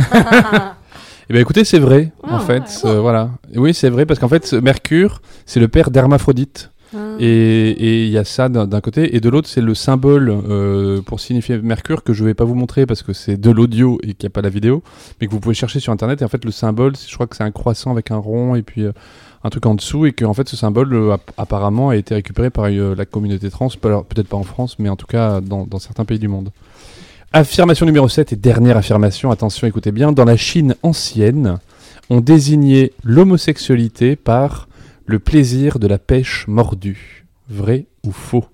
S2: Eh bien, écoutez, c'est vrai, en fait. euh, voilà. Oui, c'est vrai, parce qu'en fait, ce Mercure, c'est le père d'Hermaphrodite.
S7: Ah.
S2: Et et il y a ça d'un d'un côté, et de l'autre, c'est le symbole euh, pour signifier Mercure que je vais pas vous montrer parce que c'est de l'audio et qu'il n'y a pas la vidéo, mais que vous pouvez chercher sur internet. Et en fait, le symbole, c'est- je crois que c'est un croissant avec un rond et puis euh, un truc en dessous, et que en fait, ce symbole euh, app- apparemment a été récupéré par euh, la communauté trans, pas- alors, peut-être pas en France, mais en tout cas dans, dans certains pays du monde. Affirmation numéro 7 et dernière affirmation, attention, écoutez bien. Dans la Chine ancienne, on désignait l'homosexualité par le plaisir de la pêche mordue. Vrai ou faux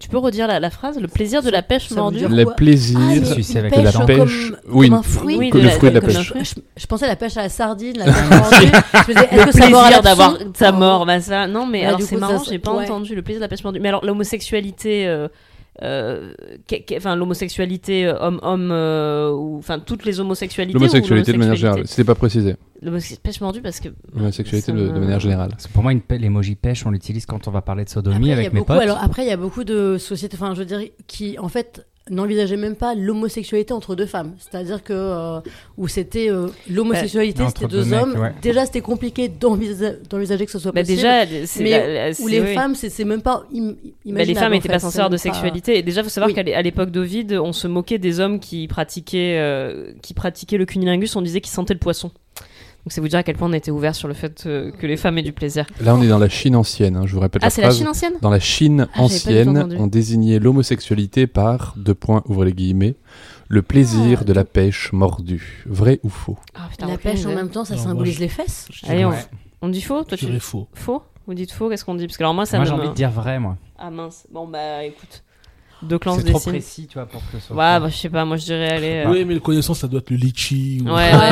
S7: Tu peux redire la, la phrase Le plaisir de la pêche
S5: Ça veut
S7: mordue
S5: dire
S2: Le
S5: quoi
S2: plaisir
S5: Ah, mais
S4: Tu sais,
S5: une
S4: avec
S5: pêche
S4: la
S5: comme-
S2: pêche.
S5: comme
S2: Oui,
S5: un fruit.
S7: Oui,
S2: que
S7: de
S2: le
S7: la-
S2: fruit de la
S7: comme un
S2: pêche.
S7: fruit.
S5: Je, je pensais à la pêche à la sardine, la pêche mordue. Je me disais, est-ce
S7: le
S5: que ça mord à
S7: plaisir
S5: l'absinthe
S7: d'avoir sa mort, bah ça, non, mais
S5: Ouais,
S7: alors
S5: du
S7: c'est
S5: coup, ça
S7: marrant,
S5: se-
S7: j'ai pas
S5: ouais.
S7: entendu le plaisir de la pêche mordue. Mais alors l'homosexualité, euh, euh, qu'est- qu'est- enfin l'homosexualité euh, homme-homme, euh, ou enfin toutes les homosexualités. ou
S2: L'homosexualité de manière générale, c'était pas précisé.
S7: L'homosexualité pêche mordue parce que.
S2: L'homosexualité
S7: Ça
S2: de,
S7: me-
S2: de manière générale.
S4: Parce que pour moi, une pê- l'émoji pêche, on l'utilise quand on va parler de sodomie
S5: Après, il y a
S4: avec mes
S5: beaucoup-
S4: potes.
S5: Alors après, il y a beaucoup de sociétés, enfin, je veux dire, qui en fait n'envisageaient même pas l'homosexualité entre deux femmes. C'est-à-dire que euh, où c'était euh, l'homosexualité,
S4: Entre
S5: c'était
S4: deux
S5: deux,
S4: mecs,
S5: hommes.
S4: ouais.
S5: Déjà, c'était compliqué d'envisa- d'envisager que ce soit
S7: Bah,
S5: possible.
S7: déjà, c'est
S5: mais
S7: la- la-
S5: où
S7: c'est-
S5: les
S7: oui.
S5: femmes, c'est c'est même pas im-
S7: Bah, les
S5: imaginable,
S7: femmes
S5: en
S7: n'étaient
S5: fait.
S7: pas
S5: C'est
S7: censées avoir de
S5: même pas-
S7: sexualité. Et déjà, il faut savoir
S5: Oui.
S7: qu'à l'é- à l'époque d'Ovide, on se moquait des hommes qui pratiquaient, euh, qui pratiquaient le cunilingus, on disait qu'ils sentaient le poisson. Donc c'est vous dire à quel point on était ouvert sur le fait euh, que les femmes aient du plaisir.
S2: Là, on est dans la Chine ancienne, hein, je vous répète
S7: Ah,
S2: la
S7: c'est la
S2: phrase.
S7: Chine ancienne
S2: Dans la Chine
S7: Ah, j'avais pas du tout
S2: ancienne,
S7: entendu.
S2: on désignait l'homosexualité par, deux points, ouvrez les guillemets, Le plaisir de la pêche mordue. Vrai ou faux
S7: Ah, putain,
S5: La
S7: aucune
S5: pêche en
S7: idée.
S5: même temps, ça
S6: Non, moi,
S5: symbolise
S6: je-
S5: les fesses.
S6: Je
S7: Allez,
S6: dirais-
S7: on, on dit faux Toi,
S6: je
S7: tu
S6: dirais
S7: dis
S6: faux.
S7: faux Vous dites faux Qu'est-ce qu'on dit Parce que alors moi, ça
S4: Moi,
S7: me-
S4: j'ai envie de dire vrai, moi.
S7: Ah mince. Bon, bah écoute. Deux clans se
S4: C'est trop
S7: dessinent. Ouais,
S4: précis, tu vois, pour que ce soit.
S7: bah, je sais pas. Moi, je dirais aller. euh,
S6: Oui, mais le connaissant, ça doit être le litchi. ou-
S7: Ouais, ouais.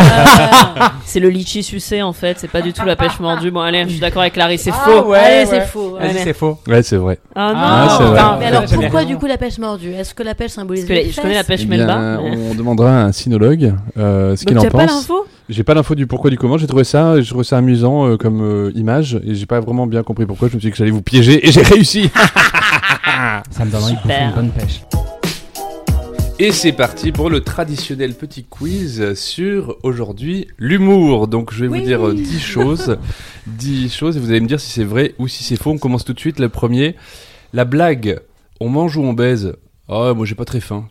S7: c'est le litchi sucé en fait, c'est pas du tout la pêche mordue. Bon, allez, je suis d'accord avec Larry, c'est faux.
S4: ouais, ouais.
S5: Allez, c'est faux.
S4: Vas-y,
S5: Ah, ouais.
S4: c'est faux.
S2: Ouais, c'est vrai.
S7: Ah non
S4: Ah,
S2: c'est vrai.
S4: putain,
S5: Mais
S4: Ouais,
S5: alors
S4: j'avais
S5: pourquoi
S4: raison.
S5: du coup la pêche mordue Est-ce que la pêche symbolise
S7: Parce que
S5: les
S7: la- je connais la
S5: fesses
S7: pêche
S2: Eh
S7: melba.
S2: bien, on demandera à sinologue euh, ce qu'il
S7: Donc,
S2: en
S7: t'as pas
S2: pense.
S7: l'info
S2: J'ai pas l'info du pourquoi du comment. J'ai trouvé ça, j'ai trouvé ça amusant euh, comme euh, image et j'ai pas vraiment bien compris pourquoi. Je me suis dit que j'allais vous piéger et j'ai réussi.
S4: Ça me donne envie de bouffer
S7: Super.
S4: une bonne pêche.
S2: Et c'est parti pour le traditionnel petit quiz sur aujourd'hui l'humour. Donc je vais vous dire euh, 10 choses. 10 choses et vous allez me dire si c'est vrai ou si c'est faux. On commence tout de suite. Le premier, la blague. On mange ou on baise Oh, moi j'ai pas très faim.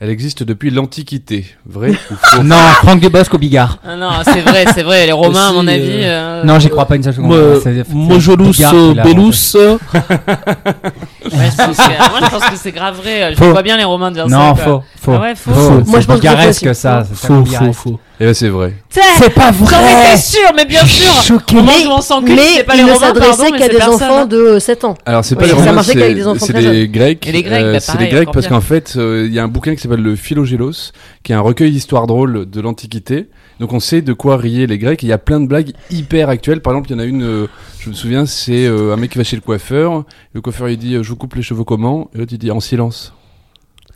S2: Elle existe depuis l'Antiquité. Vrai ou faux
S4: Non, Franck Dubosc au bigard.
S3: Ah non, c'est vrai, c'est vrai. Les Romains, à mon
S6: Aussi,
S3: avis. euh,
S4: Non, j'y crois pas une seule seconde.
S6: Moi,
S4: C'est- c'est
S6: Mojolus,
S4: Bigard
S6: euh,
S4: qui l'a inventé.
S6: Belus. euh,
S3: ouais, je pense que- moi, je pense que c'est grave vrai. Je
S4: Faux.
S3: vois bien les Romains dire
S4: Non,
S3: ça. quoi.
S4: faux, faux.
S3: Ah ouais, faux.
S4: Moi, je pense
S5: que c'est
S4: bigaresque,
S5: faux.
S4: Ah, ça. c'est
S6: Faux, faux,
S4: bigaresque.
S6: faux.
S2: Eh ben c'est vrai.
S3: Putain,
S4: C'est pas
S3: j'en étais
S4: vrai.
S3: sûr, mais bien sûr.
S4: Choqué.
S3: Au moment
S5: Mais-
S3: où on s'en cul,
S5: Mais
S3: c'est pas les
S5: il ne
S3: Romains, pardon,
S5: s'adressait
S3: mais
S5: qu'à
S3: c'est
S5: des
S3: personne.
S5: enfants de euh, 7 ans.
S2: Alors c'est pas
S5: Oui,
S2: les
S5: ça
S2: Romains,
S5: marchait qu'avec
S2: c'est
S5: des enfants
S2: c'est
S5: très
S2: des Grecs. euh,
S3: Et les Grecs, bah,
S2: c'est
S3: pareil,
S2: des Grecs
S3: encore
S2: parce
S3: pire.
S2: qu'en fait, euh, il y a un bouquin qui s'appelle le Philogélos, qui est un recueil d'histoires drôles de l'Antiquité. Donc on sait de quoi riaient les Grecs. et Il y a plein de blagues hyper actuelles. Par exemple, il y en a une, euh, je me souviens, c'est euh, un mec qui va chez le coiffeur. Le coiffeur il dit, euh, je vous coupe les cheveux comment Et l'autre il dit, en silence.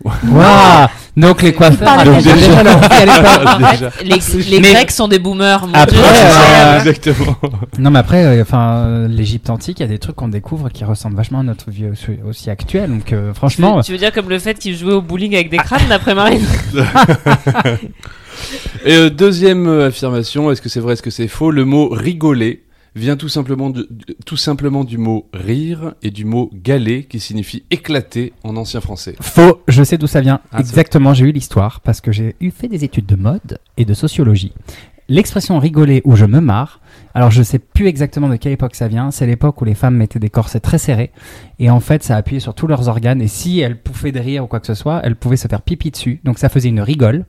S4: Waouh. Donc les coiffeurs.
S5: Pas la
S4: avaient
S5: peine.
S4: déjà leur vie à l'époque.
S3: En fait, les, les
S4: Mais-
S3: Grecs sont des boomers. mon
S4: Après,
S3: Dieu.
S4: euh,
S2: Exactement.
S4: non mais après, euh, enfin, euh, l'Égypte antique, il y a des trucs qu'on découvre qui ressemblent vachement à notre vie aussi- aussi actuelle. Donc euh, franchement,
S3: Tu veux dire comme le fait qu'ils jouaient au bowling avec des crânes d'après Marine
S2: Et euh, deuxième euh, affirmation, est-ce que c'est vrai, est-ce que c'est faux Le mot rigoler vient tout simplement, de- du- tout simplement du mot rire et du mot galer qui signifie éclater en ancien français.
S4: Faux, je sais d'où ça vient.
S2: Ah, c'est-
S4: Exactement, j'ai eu l'histoire parce que j'ai eu fait des études de mode et de sociologie. L'expression rigoler ou je me marre, alors je sais plus exactement de quelle époque ça vient, c'est l'époque où les femmes mettaient des corsets très serrés et en fait ça appuyait sur tous leurs organes et si elles pouffaient de rire ou quoi que ce soit, elles pouvaient se faire pipi dessus, donc ça faisait une rigole,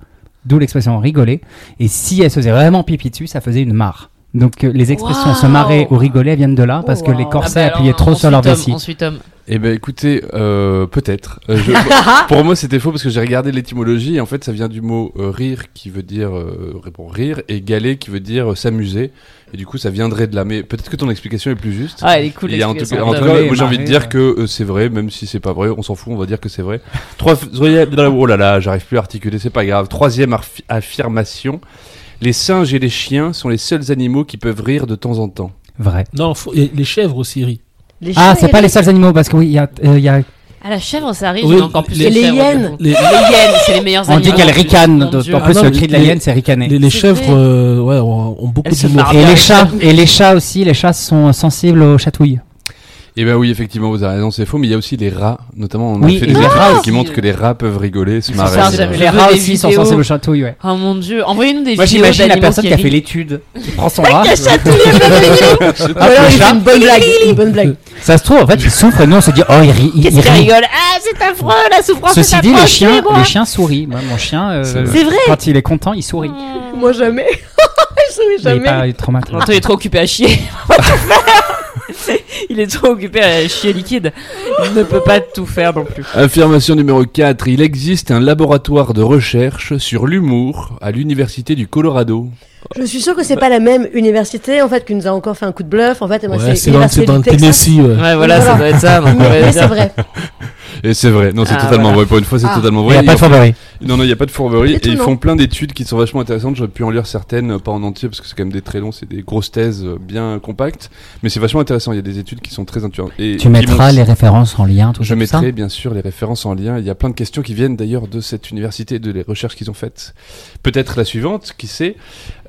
S4: d'où l'expression rigoler, et si elles se faisaient vraiment pipi dessus, ça faisait une marre. Donc euh, les expressions
S3: Waouh.
S4: se marrer ou rigoler viennent de là parce
S5: Oh,
S4: que les
S5: waouh.
S3: Ah
S7: ben
S4: corsets
S3: bah alors,
S4: appuyaient trop sur
S3: ensuite,
S4: leur
S3: homme,
S4: vessie.
S3: Ensuite, homme.
S2: Eh ben écoutez, euh, peut-être. Euh, je- pour moi c'était faux parce que j'ai regardé l'étymologie et en fait ça vient du mot euh, rire qui veut dire euh, répond rire et galer qui veut dire euh, s'amuser et du coup ça viendrait de là. Mais peut-être que ton explication est plus juste.
S3: Ah, elle est cool.
S2: Il y a en tout cas,
S3: l'explication
S2: en
S4: de
S2: tout
S4: Dom.
S2: cas, moi
S4: Marrer,
S2: j'ai envie de dire
S4: ouais.
S2: que euh, c'est vrai, même si c'est pas vrai, on s'en fout, on va dire que c'est vrai. Trois, oh là là, j'arrive plus à articuler, c'est pas grave. Troisième arfi- affirmation les singes et les chiens sont les seuls animaux qui peuvent rire de temps en temps.
S4: Vrai.
S6: Non, faut- et les chèvres aussi rient.
S5: Les
S4: Ah,
S5: chiens
S4: c'est
S5: et
S4: pas
S5: les-
S4: les seuls animaux parce que oui, il y a, euh, il y a
S3: Ah, la chèvre, ça arrive,
S6: Oui,
S3: j'en ai encore plus
S6: les-
S3: de
S5: les
S3: chèvres,
S5: hyènes.
S3: du coup.
S6: Les,
S3: Les hyènes, c'est les meilleurs
S4: On dit
S3: animaux.
S4: qu'elle ricane,
S3: Mon Dieu.
S4: en
S6: Ah
S4: plus
S6: non,
S4: le
S6: mais
S4: cri de
S6: les-
S4: la hyène c'est ricaner.
S6: les, les
S3: C'est
S6: chèvres
S3: vrai.
S6: euh, ouais, ont, ont beaucoup
S3: Elles se
S6: d'humour.
S3: marrent.
S4: Et
S3: bien.
S4: les chats, et les chats aussi, les chats sont sensibles aux chatouilles.
S2: Eh ben oui, effectivement, vous avez raison, c'est faux, mais il y a aussi les rats, notamment on a
S4: Oui,
S2: fait
S4: et
S2: des
S4: les
S2: études
S4: rats
S2: qui
S3: aussi.
S2: montrent que les rats peuvent rigoler, se
S3: Ils sont
S4: Bah
S2: marrer.
S3: ça,
S2: c'est
S3: j'aime
S2: vrai.
S3: les
S4: Les
S3: veux
S4: rats
S3: des
S4: aussi sont
S3: vidéos.
S4: sensibles aux chatouilles, ouais.
S3: Oh mon dieu, envoyez-nous des
S4: Moi
S3: vidéos
S4: j'imagine la
S3: d'animaux
S4: personne qui a
S3: rient.
S4: fait l'étude, qui prend son rat.
S5: Ah,
S4: Hop,
S5: voilà,
S4: le
S5: il fait
S4: chat.
S5: une bonne blague, une bonne blague.
S4: Ça se trouve, en fait, il souffre et nous on se dit, oh, il rit. il-
S3: Qu'est-ce
S4: il
S3: qu'il
S4: rit.
S3: rigole Ah, c'est affreux, la souffrance c'est
S4: Ceci dit,
S3: affreux,
S4: les chiens,
S3: tuez-moi.
S4: les chiens sourient. Moi, mon chien, euh,
S2: C'est
S3: vrai.
S4: quand il est content, il sourit.
S5: Moi jamais. Je souris
S4: Mais il est
S5: jamais.
S4: pas il est traumatisé.
S3: Antoine est trop occupé à chier. On va tout faire. Il est trop occupé à chier liquide. Il ne peut pas tout faire non plus.
S2: Affirmation numéro 4, il existe un laboratoire de recherche sur l'humour à l'université du Colorado.
S5: Je suis sûr que
S4: Bah-
S5: c'est pas la même université en fait qui nous a encore fait un coup de bluff en fait. et moi,
S6: Ouais, c'est dans,
S5: l'université
S6: c'est dans
S5: du
S6: le
S5: Texas.
S6: Tennessee. ouais.
S3: Ouais,
S5: voilà,
S3: voilà,
S5: ça
S3: ça doit être ça.
S5: Mais, mais c'est vrai.
S2: Et c'est vrai, non, c'est
S3: Ah,
S2: totalement
S3: voilà.
S2: vrai. Pour une fois, c'est
S5: Ah.
S2: totalement
S4: Il
S2: vrai.
S4: n'y a pas de favori.
S2: Non, non, il n'y a pas de fourberie. Et ils
S5: Étonnant.
S2: font plein d'études qui sont vachement intéressantes. J'aurais pu en lire certaines, euh, pas en entier, parce que c'est quand même des très longs, c'est des grosses thèses euh, bien compactes. Mais c'est vachement intéressant. Il y a des études qui sont très intuitives. Et qui
S4: Tu mettras
S2: montrent-
S4: les références en lien, tout
S2: Je
S4: ça. tout ça
S2: mettrai bien sûr les références en lien. Il y a plein de questions qui viennent d'ailleurs de cette université et de les recherches qu'ils ont faites. Peut-être la suivante, qui sait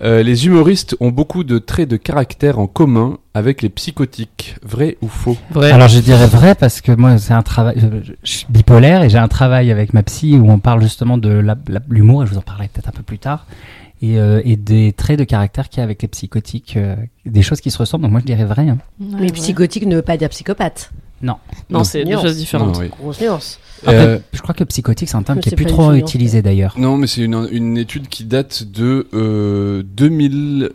S2: Euh, Les humoristes ont beaucoup de traits de caractère en commun avec les psychotiques. Vrai ou faux
S3: Vrai.
S4: Alors je dirais vrai parce que moi c'est un travail, euh, je, je- je suis bipolaire et j'ai un travail avec ma psy où on parle justement de la- la- l'humour et je vous en parlerai peut-être un peu plus tard et, euh, et des traits de caractère qu'il y a avec les psychotiques, euh, des choses qui se ressemblent. Donc moi je dirais vrai. hein.
S5: Mais psychotique ne veut pas dire psychopathe.
S4: Non.
S7: Non,
S2: Non.
S7: c'est deux
S5: Non.
S7: choses différentes.
S2: Non, oui.
S5: Grosse nuance.
S4: Ah, Après,
S2: Euh,
S4: je crois que psychotique, c'est un terme
S5: Je
S4: qui
S5: sais
S4: est plus
S5: pas
S4: trop
S5: du tout, non.
S4: utilisé d'ailleurs.
S2: Non, mais c'est une, une étude qui date de euh, 2000,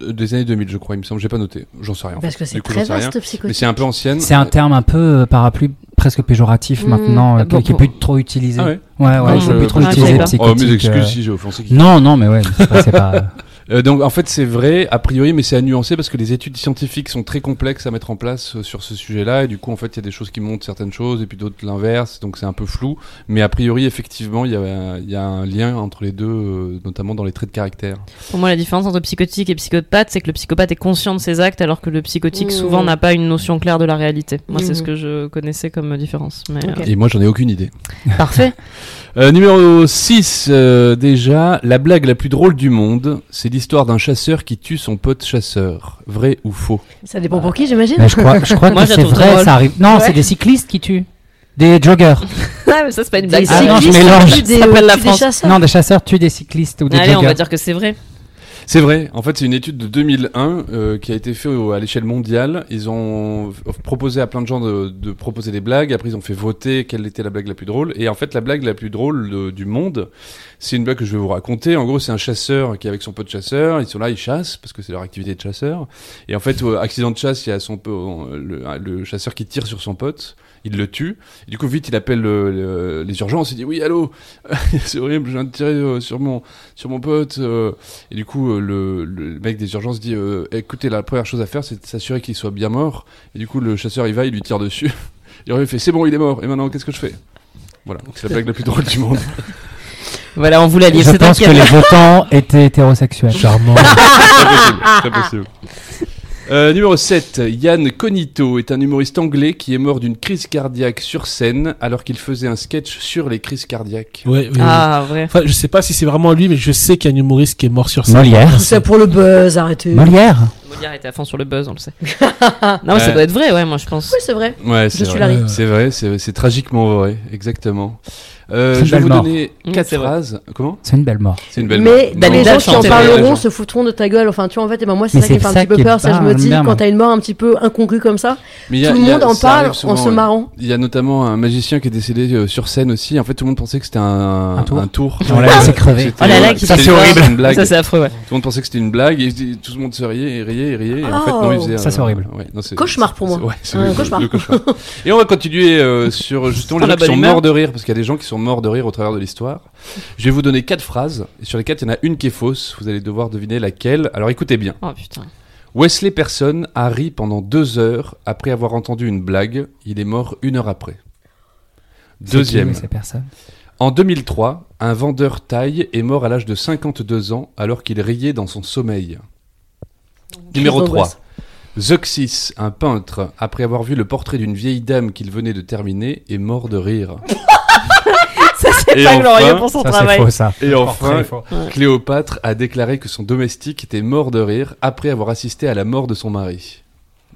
S2: euh, des années 2000, je crois, il me semble. J'ai pas noté, j'en sais rien. en
S5: Parce
S2: fait.
S5: que c'est
S2: Du coup,
S5: très
S2: j'en sais rien.
S5: vaste,
S2: Mais
S5: Bah, psychotique.
S2: c'est un peu ancienne.
S4: C'est un terme un peu euh, parapluie, presque péjoratif
S5: Mmh.
S4: maintenant, euh,
S7: Bon,
S4: qui est
S7: pour-
S4: plus trop utilisé.
S2: Ah ouais
S4: Ouais, ouais,
S2: Non,
S4: il faut
S2: je-
S4: plus trop
S7: Ah, je
S4: utiliser
S7: savais pas.
S2: Oh,
S4: psychotique.
S2: mes excuses
S4: euh,
S2: si j'ai offensé qui.
S4: Non, non, mais ouais, mais c'est pas. c'est pas, euh,
S2: Euh, donc en fait c'est vrai a priori mais c'est à nuancer parce que les études scientifiques sont très complexes à mettre en place euh, sur ce sujet-là et du coup en fait il y a des choses qui montrent certaines choses et puis d'autres l'inverse donc c'est un peu flou mais a priori effectivement il y, a un- il y a un lien entre les deux euh, notamment dans les traits de caractère.
S7: Pour moi, la différence entre psychotique et psychopathe, c'est que le psychopathe est conscient de ses actes, alors que le psychotique,
S5: Mmh.
S7: souvent, n'a pas une notion claire de la réalité. Moi, c'est
S5: Mmh.
S7: ce
S4: Mhm.
S7: que je connaissais comme différence. Mais,
S5: Ok.
S2: Et moi j'en ai aucune idée.
S7: euh, Parfait.
S2: Euh, numéro 6 déjà la blague la plus drôle du monde c'est l'histoire d'un chasseur qui tue son pote chasseur vrai ou faux.
S5: Ça dépend pour qui, j'imagine.
S4: mais je crois, je crois
S7: Moi,
S4: que
S7: je la
S4: c'est
S7: trouve
S4: vrai,
S7: drôle.
S4: ça arrive. Non,
S5: Ouais.
S4: c'est des cyclistes qui tuent. Des joggers.
S7: ah, mais ça, c'est pas une
S5: Des
S7: blague.
S4: Ah non, je
S5: cyclistes,
S4: mélange.
S5: plus des,
S7: euh, Ça s'appelle la
S5: plus des
S7: France.
S5: chasseurs.
S4: Non, des chasseurs tuent des cyclistes ou des
S7: Allez, on
S4: joggers.
S7: va dire que c'est vrai.
S2: C'est vrai. En fait, c'est une étude de 2001 euh, qui a été faite au- à l'échelle mondiale. Ils ont f- proposé à plein de gens de, de proposer des blagues. Après, ils ont fait voter quelle était la blague la plus drôle. Et en fait, la blague la plus drôle de- du monde, c'est une blague que je vais vous raconter. En gros, c'est un chasseur qui est avec son pote chasseur. Ils sont là, ils chassent parce que c'est leur activité de chasseur. Et en fait, au accident de chasse, il y a son po- le, le chasseur qui tire sur son pote. Il le tue. Et du coup, vite, il appelle le- le- les urgences. Il dit oui, allô, c'est horrible, je viens de tirer euh, sur mon sur mon pote. euh, et du coup, euh, le, le mec des urgences dit euh, écoutez, la première chose à faire, c'est de s'assurer qu'il soit bien mort. Et du coup, le chasseur, il va, il lui tire dessus. Il revient, il fait c'est bon, il est mort. Et maintenant, qu'est-ce que je fais Voilà, c'est la blague la plus drôle du monde.
S7: Voilà, on vous l'a dit.
S4: Je
S7: C'est
S4: pense que
S7: inquiétant.
S4: les votants étaient hétérosexuels. Charmant.
S2: Très possible, très possible. Euh, numéro 7, Yann Cognito est un humoriste anglais qui est mort d'une crise cardiaque sur scène alors qu'il faisait un sketch sur les crises cardiaques.
S6: Ouais, mais-
S7: Ah, vrai.
S6: Enfin, je sais pas si c'est vraiment lui, mais je sais qu'il y a un humoriste qui est mort sur scène.
S4: Molière.
S5: Tout ça pour le buzz, arrêtez. Oui,
S4: Molière.
S7: Molière était à fond sur le buzz, on le sait. non, mais ça
S2: Ouais.
S7: doit être vrai, ouais, moi, je pense.
S5: c'est vrai.
S2: Ouais,
S5: Je
S2: c'est vrai.
S5: suis Larry.
S6: Ouais, ouais.
S2: C'est vrai, c'est c'est tragiquement vrai, exactement. Euh,
S4: C'est une
S2: je vais
S4: belle
S2: vous
S4: mort.
S2: donner
S7: Mmh,
S2: quatre
S7: c'est vrai.
S2: phrases. Comment
S4: C'est une belle mort.
S2: C'est une belle
S5: Mais
S2: mort.
S5: les
S7: Dalida
S5: gens qui en
S7: chantait.
S5: parleront se foutront de ta gueule. Enfin, tu vois, en fait, et ben moi, c'est
S4: Mais
S5: ça qui me
S4: c'est
S5: fait un
S4: ça
S5: petit peu
S4: qui est
S5: peur. Ça, je me
S4: pas
S5: dis,
S4: bien,
S5: quand
S4: moi.
S5: t'as une mort un petit peu incongrue comme ça,
S2: Mais il y a-
S5: tout le
S2: il y a-
S5: monde en
S2: ça
S5: parle
S2: arrive souvent,
S5: en se
S2: ouais.
S5: marrant.
S2: Il y a notamment un magicien qui est décédé euh, sur scène aussi. En fait, tout le monde pensait que c'était un,
S4: Un tour.
S2: C'était-
S4: On l'a laissé crever.
S2: c'était-
S7: Oh là là,
S2: ouais,
S7: qui
S2: c'était
S7: ça,
S2: une-
S7: c'est
S2: c'était une blague.
S7: Ça, c'est affreux, ouais.
S2: Tout le monde pensait que c'était une blague et tout le monde se riait et riait et riait. Et en fait, non, il faisait,
S4: Ça, c'est horrible.
S2: ouais, non, c'est-
S5: Oh. Cauchemar pour moi.
S2: c'est- ouais, c'est
S5: Un
S2: le- le
S5: cauchemar.
S2: Et on va continuer euh, sur justement les
S7: Sur
S2: gens
S7: la
S2: qui
S7: bonne
S2: sont
S7: humeur.
S2: morts de rire parce qu'il y a des gens qui sont morts de rire au travers de l'histoire. Je vais vous donner quatre phrases et sur les quatre, il y en a une qui est fausse. Vous allez devoir deviner laquelle. Alors écoutez bien.
S7: Oh putain.
S2: Wesley Person a ri pendant deux heures après avoir entendu une blague. Il est mort une heure après. Deuxième.
S4: C'est personne.
S2: En 2003, un vendeur thaï est mort à l'âge de 52 ans alors qu'il riait dans son sommeil. Numéro 3.
S5: d'angoisse.
S2: Zeuxis, un peintre, après avoir vu le portrait d'une vieille dame qu'il venait de terminer, est mort de rire.
S7: Ça, c'est
S2: Et
S7: pas
S2: enfin,
S7: glorieux pour son
S4: Ça, c'est
S7: travail.
S4: faux, ça.
S2: Et enfin,
S4: faux.
S2: Cléopâtre a déclaré que son domestique était mort de rire après avoir assisté à la mort de son mari.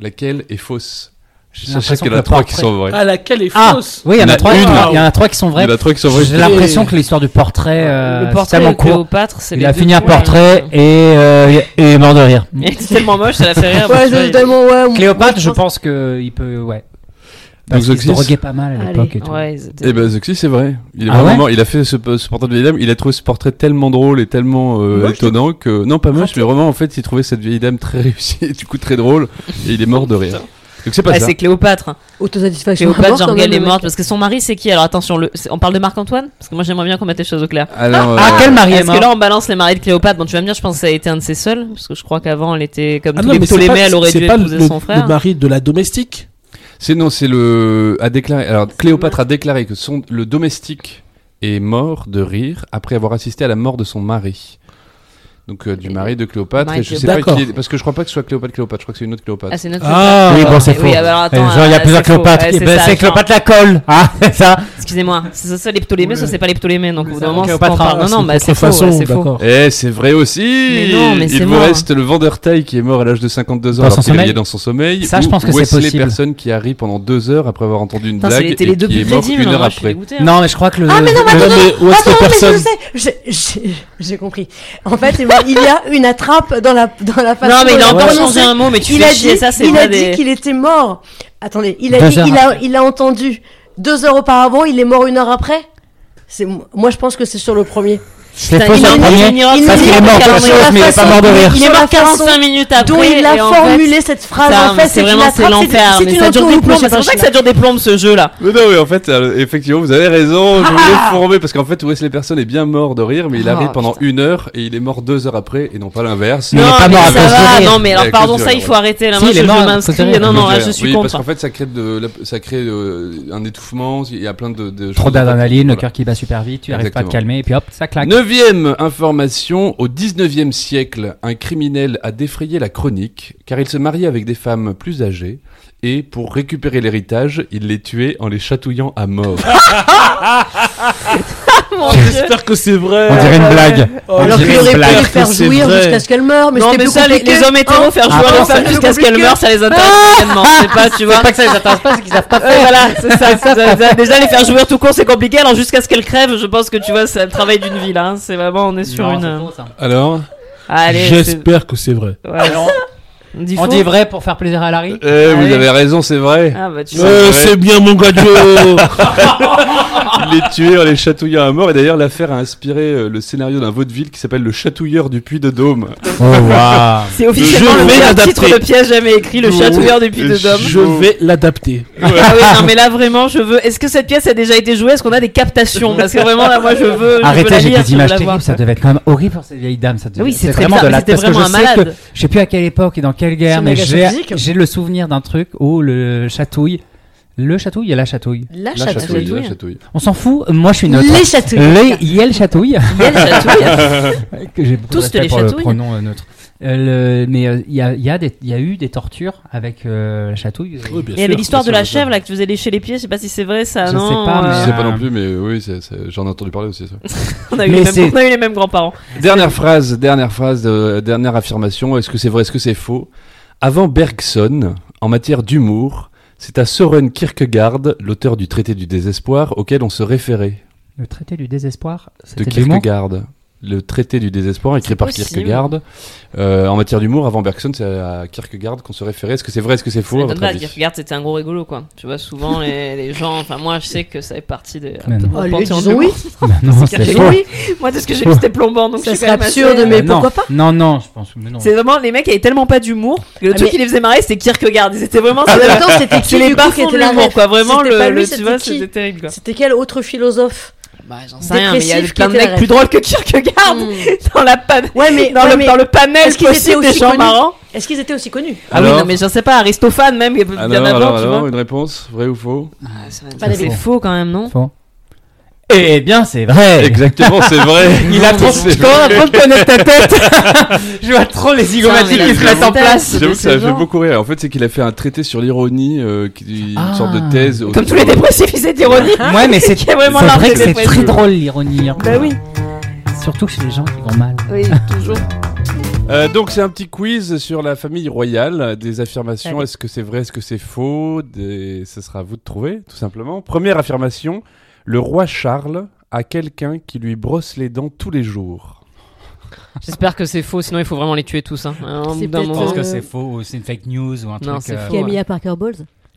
S2: Laquelle est fausse Je
S4: J'ai
S2: sais qu'il
S4: l'impression
S2: y en
S4: que
S2: a
S4: le
S2: trois qui
S4: portrait-
S2: sont vraies.
S6: Ah, laquelle est
S4: Ah,
S6: fausse
S4: oui, il y
S2: Il y
S4: en
S2: en a
S4: a trois.
S2: une.
S4: Il y en a trois qui sont
S2: Il y
S4: vrais.
S2: en a trois qui sont vraies.
S4: J'ai l'impression que l'histoire du portrait, euh,
S7: le
S4: c'est
S7: portrait
S4: tellement
S7: de
S4: court.
S7: Cléopâtre, c'est
S4: Il
S7: les
S4: a
S7: deux
S4: fini un
S7: fois,
S4: portrait
S7: euh,
S4: et, euh, il est mort de rire.
S7: Il était tellement moche, ça l'a fait rire.
S5: Ouais,
S7: parce que-
S5: c'est tellement, ouais. moi,
S4: Cléopâtre, je
S5: pense-
S4: pense que il peut, ouais.
S2: Donc,
S4: Parce qu'il se
S2: Zeuxis
S4: droguait pas mal à
S5: Allez.
S4: l'époque et tout.
S7: Ouais, ils étaient-
S2: Eh ben Zeuxis c'est vrai. Il est
S4: Ah
S2: vraiment
S4: ouais
S2: mort. Il a fait ce, ce portrait de vieille dame. Il a trouvé ce portrait tellement drôle et tellement euh,
S6: Moche,
S2: étonnant que non pas moche mais vraiment en fait il trouvait cette vieille dame très réussie et du coup très drôle et il est mort de rire. Donc c'est pas
S7: Ah,
S4: Eh,
S2: ça.
S7: c'est Cléopâtre. hein.
S5: Autosatisfaction.
S7: Cléopâtre,
S5: Mort, quand
S7: jean
S5: même,
S7: est
S5: le
S7: morte
S5: mec.
S7: parce que son mari, c'est qui Alors attention, le... c'est- on parle de Marc-Antoine Parce que moi, j'aimerais bien qu'on mette les choses au clair.
S2: Alors,
S4: Ah,
S2: euh,
S4: quel mari est
S7: Parce
S4: mort
S7: que là, on balance les maris de Cléopâtre. Bon, tu vas me dire, je pense que ça a été un de ses seuls. Parce que je crois qu'avant, elle était comme
S6: Ah
S7: tous
S6: non,
S7: les
S6: mais c'est
S7: Ptolémées,
S6: pas-
S7: elle aurait
S6: c'est
S7: dû
S6: pas
S7: épouser
S6: le-
S7: son frère.
S6: Le mari de la domestique
S2: c'est non c'est le a déclaré. Alors Cléopâtre a déclaré que son le domestique est mort de rire après avoir assisté à la mort de son mari. Donc euh, du mari de Cléopâtre.
S7: Mari
S2: Et
S7: de
S2: je sais pas
S6: D'accord.
S2: qui est- parce que je crois pas que ce soit Cléopâtre Cléopâtre. Je crois que c'est une autre Cléopâtre.
S7: Ah, c'est notre
S6: Ah,
S4: Oui,
S7: Cléopâtre.
S4: bon, c'est
S7: Oui,
S4: faux.
S7: alors
S4: Euh,
S7: attends,
S4: Genre, il y
S7: ah,
S4: a plusieurs
S7: c'est faux.
S4: Cléopâtres.
S7: Ouais,
S4: Eh
S7: c'est
S4: ben,
S7: ça,
S4: c'est
S7: genre.
S4: Cléopâtre la colle. Ah, c'est ça.
S7: Excusez-moi, c'est soit les Ptolémées, soit c'est pas les Ptolémées. Donc, au bout d'un
S4: ça,
S7: moment, faut
S4: Cléopâtre,
S7: qu'on parle.
S4: ah,
S7: Non, non,
S6: une
S7: bah, c'est faux.
S6: contrefaçon,
S7: ouais, C'est faux.
S6: d'accord.
S2: Eh, c'est vrai aussi
S7: Mais non, mais
S2: Il
S7: c'est
S2: vous
S7: mort.
S2: reste le vendeur taille qui est mort à l'âge de 52 ans
S4: Dans
S2: alors
S4: son
S2: qu'il
S4: sommeil
S2: riait dans son sommeil.
S4: Ça, je
S2: ou
S4: pense que c'est
S2: Wesley
S4: possible.
S2: Person qui a ri pendant deux heures après avoir entendu une
S7: Putain,
S2: blague
S7: c'était
S2: et
S7: les deux
S2: qui
S7: plus
S2: est mort
S7: crédibles.
S2: une
S7: non,
S2: heure
S7: moi, je suis
S2: après.
S7: dégoûtée, hein.
S4: Non, mais je crois que le.
S5: Ah, mais non, mais
S6: Non,
S5: attends,
S6: mais où est-ce
S5: Attends,
S6: que
S5: mais
S6: personne
S5: je sais, j'ai- j'ai- j'ai compris. En fait, eh ben, il y a une attrape dans la, dans la façon
S7: Non, mais il
S5: dont
S7: a
S5: on
S7: encore
S5: prononçait.
S7: changé un mot, mais tu
S5: Il
S7: fais
S5: a
S7: chier,
S5: dit,
S7: ça, c'est
S5: il
S7: pas
S5: a dit
S7: des.
S5: qu'il était mort Attendez, il a,
S4: Deux
S5: dit-
S4: heures
S5: il, a,
S4: après.
S5: il a entendu deux heures auparavant, il est mort une heure après C'est Moi, je pense que c'est sur le premier.
S4: Je l'ai
S7: Putain,
S4: faux
S7: il
S4: sur
S7: est
S4: le
S7: mort,
S4: premier.
S7: il est mort
S4: Parce
S7: sur
S4: qu'il est
S7: le
S4: mort de
S7: calendrier.
S4: chose, mais il est pas mort de rire.
S5: Il
S7: Il
S5: est
S7: est
S5: mort
S7: mort 45
S5: 45
S7: minutes après.
S5: Dont il a
S7: et en
S5: formulé cette phrase.
S7: Putain,
S5: en
S7: mais
S5: fait,
S7: c'est vraiment c'est
S5: une attrape,
S7: l'enfer.
S5: c'est-
S7: Mais
S5: c'est une
S7: ça dure des
S5: auto-hypnose,
S7: plombes.
S5: je
S7: C'est
S5: sais
S7: pour
S5: pas,
S7: ça que
S5: je-
S7: ça dure des plombes ce jeu là.
S2: Mais non, mais en fait, euh, effectivement, vous avez raison. Je voulais former parce qu'en fait, Wes Person est bien mort de rire, mais il
S7: Ah,
S2: arrive pendant
S7: putain.
S2: une heure et il est mort deux heures après et non pas l'inverse.
S4: Mais il est pas
S7: mais
S4: mort à
S7: ça
S4: cause de
S7: va.
S4: rire.
S7: Non mais
S2: Il
S7: alors
S2: est à cause
S7: pardon
S2: du
S7: ça
S2: rire,
S7: il faut arrêter là.
S4: Si,
S7: Moi
S4: il
S7: je
S4: est
S7: je
S4: mort à cause de
S7: m'inscris.
S4: rire.
S7: Non non là,
S2: Ouais,
S7: je suis
S2: oui, parce
S7: contre.
S2: qu'en fait, ça crée, de, la- ça crée euh, un étouffement, il y a plein de. de
S4: Trop
S2: choses.
S4: d'adrénaline, le
S2: Voilà.
S4: cœur qui bat super vite, tu n'arrives pas à te
S2: Exactement.
S4: calmer, et puis hop, ça claque.
S2: Neuvième information, au 19e siècle, un criminel a défrayé la chronique car il se mariait avec des femmes plus âgées et pour récupérer l'héritage, il les tuait en les chatouillant à mort.
S7: Mon Dieu.
S6: J'espère que c'est vrai.
S4: On dirait une blague.
S6: Oh,
S4: On
S5: Alors
S4: dirait une
S5: qu'il aurait pu les
S4: blague.
S5: faire
S6: que c'est
S5: jouir
S6: vrai.
S5: jusqu'à ce qu'elle meure, mais
S7: non,
S5: c'était
S7: mais
S5: plus
S7: ça, les,
S5: compliqué. Hein
S7: les hommes hétéros, faire jouer
S4: Ah,
S7: à
S4: bon,
S7: leur
S4: ça,
S7: femme
S4: c'est Ah
S7: jusqu'à ce
S5: compliqué.
S7: qu'elle meure, ça les intéresse certainement. C'est pas, tu vois.
S4: C'est pas que ça les intéresse pas, c'est qu'ils savent pas
S7: Ouais, voilà, c'est ça. ça- ça- Déjà, les faire jouer tout court, c'est compliqué. Alors, jusqu'à ce qu'elle crève, je pense que tu vois, c'est le travail d'une vie là. hein. C'est vraiment, on est sur une. euh,
S2: Alors
S7: Allez, c'est-
S6: J'espère que c'est vrai.
S7: ouais, on dit
S4: On
S7: faux.
S4: dit vrai pour faire plaisir à Larry.
S2: Eh,
S7: Ah
S2: Vous
S7: oui.
S2: avez raison, c'est vrai.
S7: Ah bah tu
S2: Ouais.
S7: sais.
S6: Euh,
S2: vrai.
S6: c'est bien mon gars Joe.
S2: Il les tuait en les chatouillant à mort et d'ailleurs l'affaire a inspiré euh, le scénario d'un vaudeville qui s'appelle Le chatouilleur du puits de Dôme.
S4: Oh waouh.
S7: C'est officiellement
S6: Je
S7: le
S6: vais
S7: meilleur
S6: l'adapter.
S7: titre de pièce jamais écrit, le
S2: Oui.
S4: Oh,
S7: chatouilleur du puits de Dôme.
S6: Je vais l'adapter.
S7: Ah oui, non mais là vraiment, je veux. Est-ce que cette pièce a déjà été jouée Est-ce qu'on a des captations Parce que vraiment là, moi, je veux. je veux la
S4: Arrêtez, j'ai
S7: lire,
S4: des
S7: je veux
S4: images
S7: la
S4: terribles,
S7: voir.
S4: ça devait être quand même horrible pour ces vieilles dames. Ça devait-
S7: Oui, c'est
S4: c'est
S7: très
S4: vraiment
S7: bizarre,
S4: de
S7: mais
S4: la
S7: c'était
S4: parce que
S7: vraiment
S4: je
S7: un
S4: sais que
S7: malade.
S4: je sais plus à quelle époque et dans quelle
S5: C'est
S4: guerre, mais
S5: méga
S4: j'ai
S5: sophique.
S4: j'ai le souvenir d'un truc où le chatouille, le chatouille et la chatouille.
S5: La
S2: La
S5: chatouille.
S2: chatouille, la chatouille.
S4: On s'en fout, moi je suis neutre.
S5: Les chatouilles.
S4: Les Yel chatouille.
S7: Il y a le chatouille.
S4: que j'ai beaucoup
S7: Tous
S4: de
S7: te
S4: respect
S7: les
S4: pour le
S7: chatouilles.
S4: pronom euh, neutre. Euh, le- mais euh, il y, a, il y a des- il y a eu des tortures avec euh, la chatouille.
S6: Oui, bien
S7: Il y avait
S6: sûr,
S7: l'histoire de
S6: bien
S7: la
S6: sûr,
S7: chèvre là que tu faisais lécher les pieds. Je sais pas si c'est vrai ça.
S4: Je
S7: non,
S4: sais pas, mais-
S2: Je
S7: euh,
S2: sais pas
S4: Euh.
S2: non plus, mais oui, c'est- c'est- j'en ai entendu parler aussi. ça.
S7: on, a eu
S4: Mais
S7: les mêmes,
S4: c'est-
S7: on a eu les mêmes grands-parents.
S2: Dernière phrase, dernière phrase, euh, dernière affirmation. Est-ce que c'est vrai, est-ce que c'est faux Avant Bergson, en matière d'humour, c'est à Søren Kierkegaard, l'auteur du traité du désespoir, auquel on se référait.
S4: Le traité du désespoir,
S2: De
S4: c'était de l'humour.
S2: Kierkegaard. Le traité du désespoir écrit par
S7: possible.
S2: Kierkegaard. Euh, en matière d'humour, avant Bergson, c'est à Kierkegaard qu'on se référait. Est-ce que c'est vrai, est-ce que c'est faux à
S7: Ça
S2: votre
S7: m'étonne pas,
S2: avis
S7: dire, regarde, c'était un gros rigolo quoi. Tu vois, souvent les, les gens. Enfin, moi, je sais que ça fait partie de.
S4: Mais non.
S7: mon
S5: Oh, lui,
S7: panthéon
S5: disons
S7: de-
S5: oui.
S4: Bah non, c'est
S7: Kierkegaard.
S4: faux.
S5: Oui,
S7: Moi, de ce que j'ai vu, c'était plombant. Donc, je
S5: ça
S7: suis
S5: serait
S7: quand même assez- euh,
S5: absurde, mais
S4: Bah non.
S5: pourquoi pas
S4: Non, non, je pense. Mais non.
S7: C'est vraiment les mecs avaient tellement pas d'humour. que Le
S5: Ah,
S7: truc
S5: mais-
S7: qui les faisait marrer, c'était Kierkegaard. Ils étaient vraiment.
S5: En même temps, c'était qui
S7: C'est les
S5: du coup qui
S7: parfums de
S5: était la
S7: l'humour,
S5: ref
S7: quoi. Vraiment,
S5: C'était pas
S7: le,
S5: lui,
S7: le- tu
S5: c'était
S7: vois,
S5: qui
S7: c'était terrible, quoi.
S5: C'était quel autre philosophe
S7: Bah, j'en sais rien, mais il y a
S5: Dépressif qui
S7: plein de
S5: était la
S7: mecs plus drôles que Kierkegaard
S5: Hmm.
S7: dans la pan...
S5: Ouais, mais,
S7: dans,
S5: ouais,
S7: le,
S5: mais
S7: dans le panel
S5: est-ce qu'ils étaient
S7: possible des
S5: aussi
S7: gens
S5: connus
S7: marrants.
S5: est-ce qu'ils étaient aussi connus
S7: Ah oui,
S2: Alors Ah
S7: non, mais j'en sais pas, Aristophane même, il y en a hein.
S2: Alors,
S7: plein,
S2: alors,
S7: tu
S2: alors,
S7: vois.
S2: une réponse, vrai ou faux
S5: Pas des
S7: c'est
S4: mecs.
S7: faux quand même, non
S4: Faux. Eh bien, c'est vrai.
S2: Exactement, c'est vrai.
S4: Il a trop.
S2: C'est
S4: Je commence à trop te connaître ta tête. je vois trop les zygomatiques
S7: Putain, mais
S4: qui se mettent en
S7: la
S5: hein,
S4: place.
S7: vitesse.
S2: J'avoue que ça
S7: Ces
S2: fait
S7: gens.
S2: beaucoup rire. En fait, c'est qu'il a fait un traité sur l'ironie, euh, qui, une
S4: Ah.
S2: sorte de thèse.
S7: Comme tous les dépressifs, ils étaient ironiques.
S5: Hein
S4: Ouais, mais c'est
S7: Qui est vraiment
S4: c'est
S7: l'art
S4: vrai
S7: des
S4: que c'est
S7: dépressifs.
S4: très drôle l'ironie. hein.
S7: Bah oui,
S4: Surtout chez les gens qui vont mal.
S7: oui, toujours.
S2: Euh, donc c'est un petit quiz sur la famille royale, des affirmations,
S7: Allez.
S2: est-ce que c'est vrai, est-ce que c'est faux, des... ce sera à vous de trouver tout simplement. Première affirmation, le roi Charles a quelqu'un qui lui brosse les dents tous les jours.
S7: J'espère que c'est faux, sinon il faut vraiment les tuer tous. Hein. Au bout
S5: C'est
S7: d'un
S5: peut-être,
S7: moment.
S5: euh,
S4: faux ou c'est une fake news ou un euh,
S7: Non, c'est faux.
S5: Camilla Parker Bowles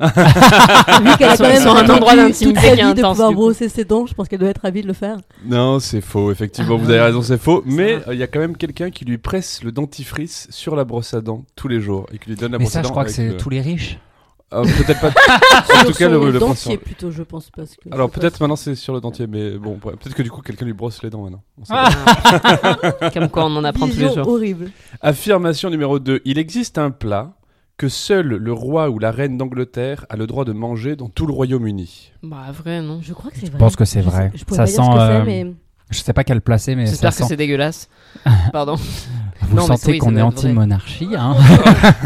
S5: Vu qu'elle a
S7: Ils sont-
S5: quand
S7: ils
S5: même
S7: sont à un endroit
S5: toute-
S7: d'intimité
S5: toute sa
S7: qui est
S5: vie de
S7: intense,
S5: pouvoir
S7: du coup.
S5: brosser ses dents, je pense qu'elle doit être ravie de le faire.
S2: Non, c'est faux, effectivement, vous avez raison, c'est faux, mais euh, il y a quand même quelqu'un qui lui presse le dentifrice sur la brosse à dents tous les jours et qui lui donne la
S4: Mais
S2: brosse à
S4: ça,
S2: dents.
S4: je crois que
S2: avec
S4: c'est
S2: le-
S4: tous les riches.
S2: Ah, peut-être pas.
S5: Ah,
S2: en tout cas, le, le brosse-
S5: dentier plutôt, je pense parce que.
S2: Alors
S5: je sais
S2: peut-être
S5: pas
S2: maintenant c'est sur le dentier, mais bon, bref, peut-être que du coup quelqu'un lui brosse les dents maintenant. On sait
S4: Ah.
S2: pas.
S7: Comme quoi, on en apprend tous les
S5: Vision
S7: jours.
S5: horrible.
S2: Affirmation numéro 2. Il existe un plat que seul le roi ou la reine d'Angleterre a le droit de manger dans tout le Royaume-Uni.
S7: Bah, vrai, non.
S5: Je crois que c'est
S4: Je
S5: vrai.
S4: pense que c'est
S5: Je sais-
S4: vrai.
S5: Je pourrais
S4: Ça
S5: pas dire
S4: sent,
S5: ce que
S4: euh,
S5: c'est, mais
S4: Je sais pas quel placer, mais ça
S7: J'espère que
S4: sent.
S7: c'est dégueulasse. Pardon.
S4: Vous
S7: Non, mais
S4: sentez
S7: oui, ça
S4: qu'on
S7: doit
S4: est
S7: être vrai.
S4: anti-monarchie, hein